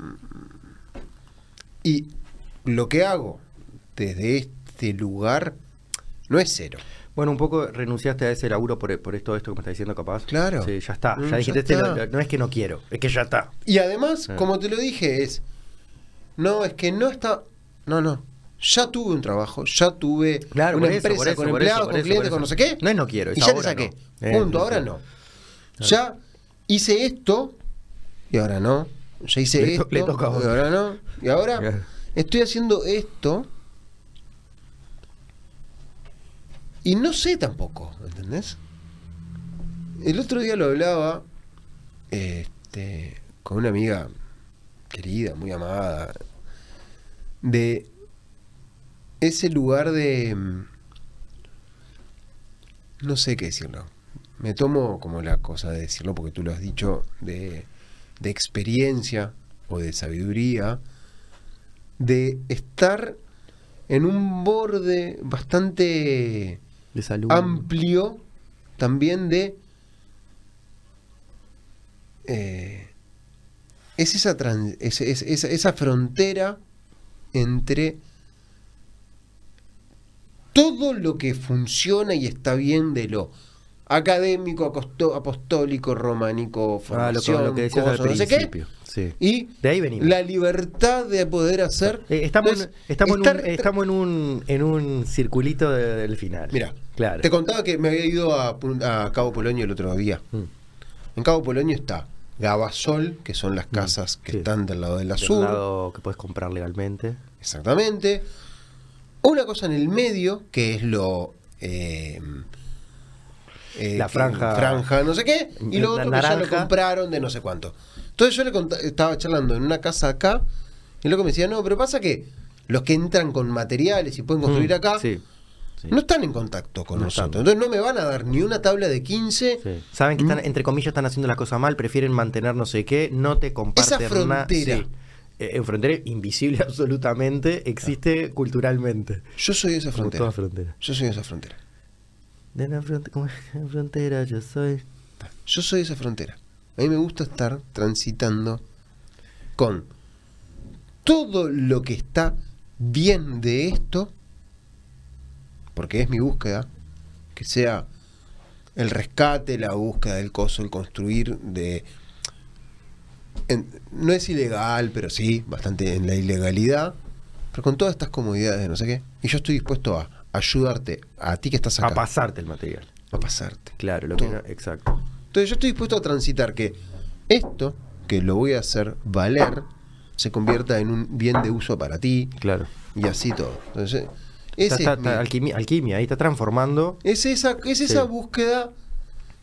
Y lo que hago desde este lugar no es cero.
Bueno, un poco renunciaste a ese laburo por, por esto, esto que me está diciendo, capaz.
Claro.
Sí, ya está.
Mm,
Ya
ya
dijiste, este
está.
lo- lo- no es que no quiero, es que ya está.
Y además,
Sí.
como te lo dije, es. No, es que no está. No, no. Ya tuve un trabajo, ya tuve
Claro,
una
por eso,
empresa
por eso,
con
por eso,
empleados,
por
con
eso,
clientes,
por
con no
eso.
sé qué.
No es no quiero, es
Y ya te
ahora
saqué.
no. Eh,
Punto,
sí,
ahora
sí.
no. Ya hice esto y ahora no. Ya hice
Le to-
esto
le toca a vos.
y ahora no. Y
Claro.
ahora estoy haciendo esto y no sé tampoco, ¿entendés? El otro día lo hablaba este, con una amiga querida, muy amada, de ese lugar de... mm, No sé qué decirlo. Me tomo como la cosa de decirlo porque tú lo has dicho, de, de experiencia o de sabiduría, de estar en un borde bastante
De salud.
amplio también de... eh, es, esa tran- es- es- es- esa frontera entre todo lo que funciona y está bien de lo académico, acosto- apostólico, románico,
Ah, lo, que-
formación,
lo que decías al
coso, no sé qué,
principio. Sí.
y
De ahí venimos.
la libertad de poder hacer.
Eh, estamos en-
Entonces,
estamos, en
estar
un, eh, estamos en un en un circulito de- del final.
Mira,
claro.
Te contaba que me había ido a, Pun- a Cabo Polonio el otro día.
Mm.
En Cabo Polonio está Gabasol, que son las casas que
Mm, sí.
están del lado del
Del
azul.
lado que puedes comprar legalmente.
Exactamente. Una cosa en el medio, que es lo. eh, eh,
La
que-
franja-
franja, no sé qué, y lo
La
otro que ya
naranja.
lo compraron de no sé cuánto. Entonces yo le cont- estaba charlando en una casa acá, y luego me decía, no, pero pasa que los que entran con materiales y pueden construir
Mm,
acá,
Sí. sí,
no están en contacto con
No están.
nosotros. Entonces no me van a dar ni una tabla de 15.
sí. Saben que están, entre comillas están haciendo la cosa mal, prefieren mantener no sé qué, no te comparten
Esa
na-
frontera.
sí. Eh, en frontera invisible (laughs) absolutamente, existe culturalmente.
Yo soy esa
Como toda
frontera.
frontera.
Yo soy esa frontera.
De la fronte- como- en frontera yo soy.
Yo soy esa frontera. A mí me gusta estar transitando con todo lo que está bien de esto, porque es mi búsqueda, que sea el rescate, la búsqueda del coso, el construir de... en- no es ilegal, pero sí, bastante en la ilegalidad, pero con todas estas comodidades, de no sé qué. Y yo estoy dispuesto a ayudarte, a ti que estás acá,
A pasarte el material.
a pasarte.
Claro, lo que
Todo.
no- exacto.
Entonces yo estoy dispuesto a transitar que esto, que lo voy a hacer valer, se convierta en un bien de uso para ti
Claro.
y así todo. Entonces,
Está-
ese
está-
es, mi-
está alquimia, alquimia, ahí está transformando.
es esa, es esa
Sí.
búsqueda,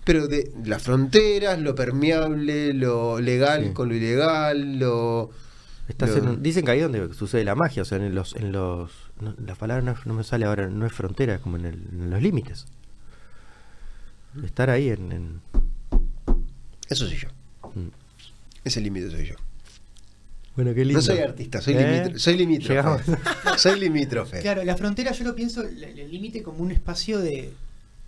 pero de las fronteras, lo permeable, lo legal
Sí.
con lo ilegal, lo...
Estás
Lo-
en un- dicen que ahí es donde sucede la magia, o sea, en los... En los no, la palabra no, no me sale ahora, no es frontera, es como en, el- en los límites. Estar ahí en... en-
Eso soy yo.
Mm.
Ese límite soy yo.
bueno, qué lindo.
No soy artista, soy
¿Eh?
limítro- soy
Llegamos.
limítrofe. (laughs) soy
(laughs)
limítrofe.
Claro, la frontera yo lo pienso, la- el límite como un espacio de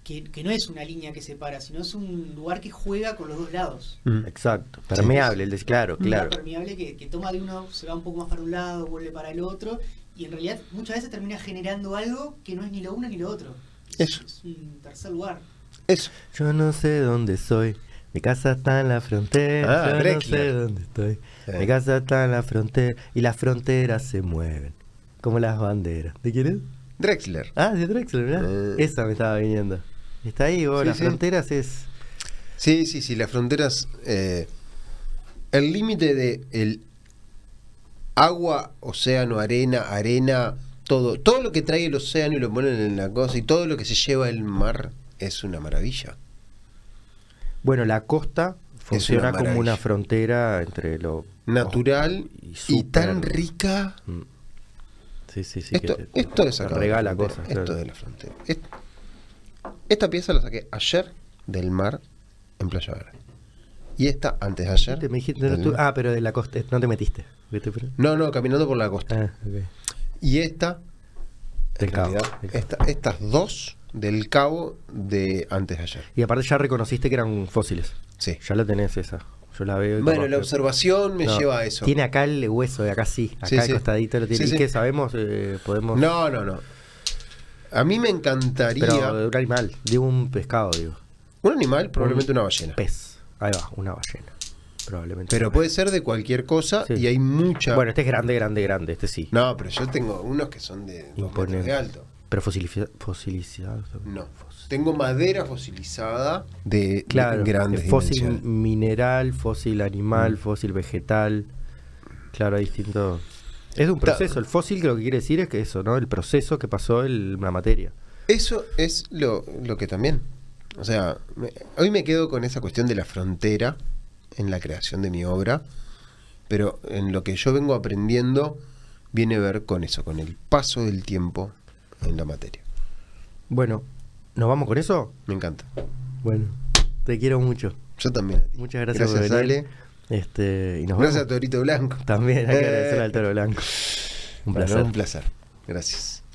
que, que no es una línea que separa, sino es un lugar que juega con los dos lados.
Mm.
Exacto, permeable, el des- claro,
Un lugar
claro.
permeable que, que toma de uno, se va un poco más para un lado, vuelve para el otro, y en realidad muchas veces termina generando algo que no es ni lo uno ni lo otro. Es-
Eso.
Es un tercer lugar.
Eso.
Yo no sé dónde soy, mi casa está en la frontera,
Ah,
yo
Drexler.
no sé dónde estoy,
Sí.
mi casa está en la frontera, y las fronteras se mueven, como las banderas. ¿De quién es?
Drexler.
Ah, de Drexler, ¿verdad?
Eh.
Esa me estaba viniendo. Está ahí, vos,
Sí,
las
sí.
fronteras es.
Sí, sí, sí, las fronteras. eh, el límite de el agua, océano, arena, arena, todo. Todo lo que trae el océano y lo ponen en la cosa y todo lo que se lleva el mar es una maravilla.
Bueno, la costa funciona como
maravilla.
una frontera entre lo.
Natural
Oh, Y
y,
súper-
tan rica.
Mm. Sí, sí, sí.
Esto,
que te-
esto es
te
acá de la
regala
frontera,
cosas.
Esto
claro.
de la frontera. Est- Esta pieza la saqué ayer del mar en Playa Verde. Y esta antes de ayer.
Te- me dijiste- no,
del
tú-
mar.
ah, pero de la costa. No te metiste. ¿Viste? Pero-
No, no, caminando por la costa.
Ah, ok.
Y esta
Del
En
cabo,
realidad,
del cabo.
esta- estas dos del cabo de antes de ayer.
Y aparte ya reconociste que eran fósiles.
Sí.
Ya la tenés esa. Yo la veo. y
Bueno,
capaz
la
que-
observación me
No,
lleva a eso.
Tiene acá el hueso de acá sí. Acá
Sí,
el
sí.
costadito lo tiene.
Sí,
¿Y
sí.
qué sabemos? Eh, podemos.
No, no, no. A mí me encantaría
Pero de un animal, de un pescado, digo.
un animal, probablemente una ballena.
Pez. Ahí va, una ballena. Probablemente.
Pero puede ser de cualquier cosa
Sí.
y hay mucha.
Bueno, este es grande, grande, grande. Este sí.
No, pero yo tengo unos que son de, dos metros
Imponente.
de alto.
Pero fosiliza- fosilizado.
No.
Fos-
Tengo madera fosilizada de,
Claro. eh,
de grandes
fósil
dimensiones. Mm.
mineral, fósil animal, fósil vegetal. Claro, hay distinto. Es de un
Ta-
proceso. El fósil que lo que quiere decir es que eso, ¿no? El proceso que pasó el, la materia.
Eso es lo, lo que también. O sea, me- hoy me quedo con esa cuestión de la frontera en la creación de mi obra, pero en lo que yo vengo aprendiendo viene a ver con eso, con el paso del tiempo en la materia.
Bueno, ¿nos vamos con eso?
Me encanta.
Bueno, te quiero mucho.
Yo también. a ti.
Muchas gracias, por venir.
Ale.
Este, y nos
Gracias a
vemos.
Torito Blanco.
También hay que
Eh,
agradecer al Toro Blanco. Un
bueno,
placer.
un placer. Gracias.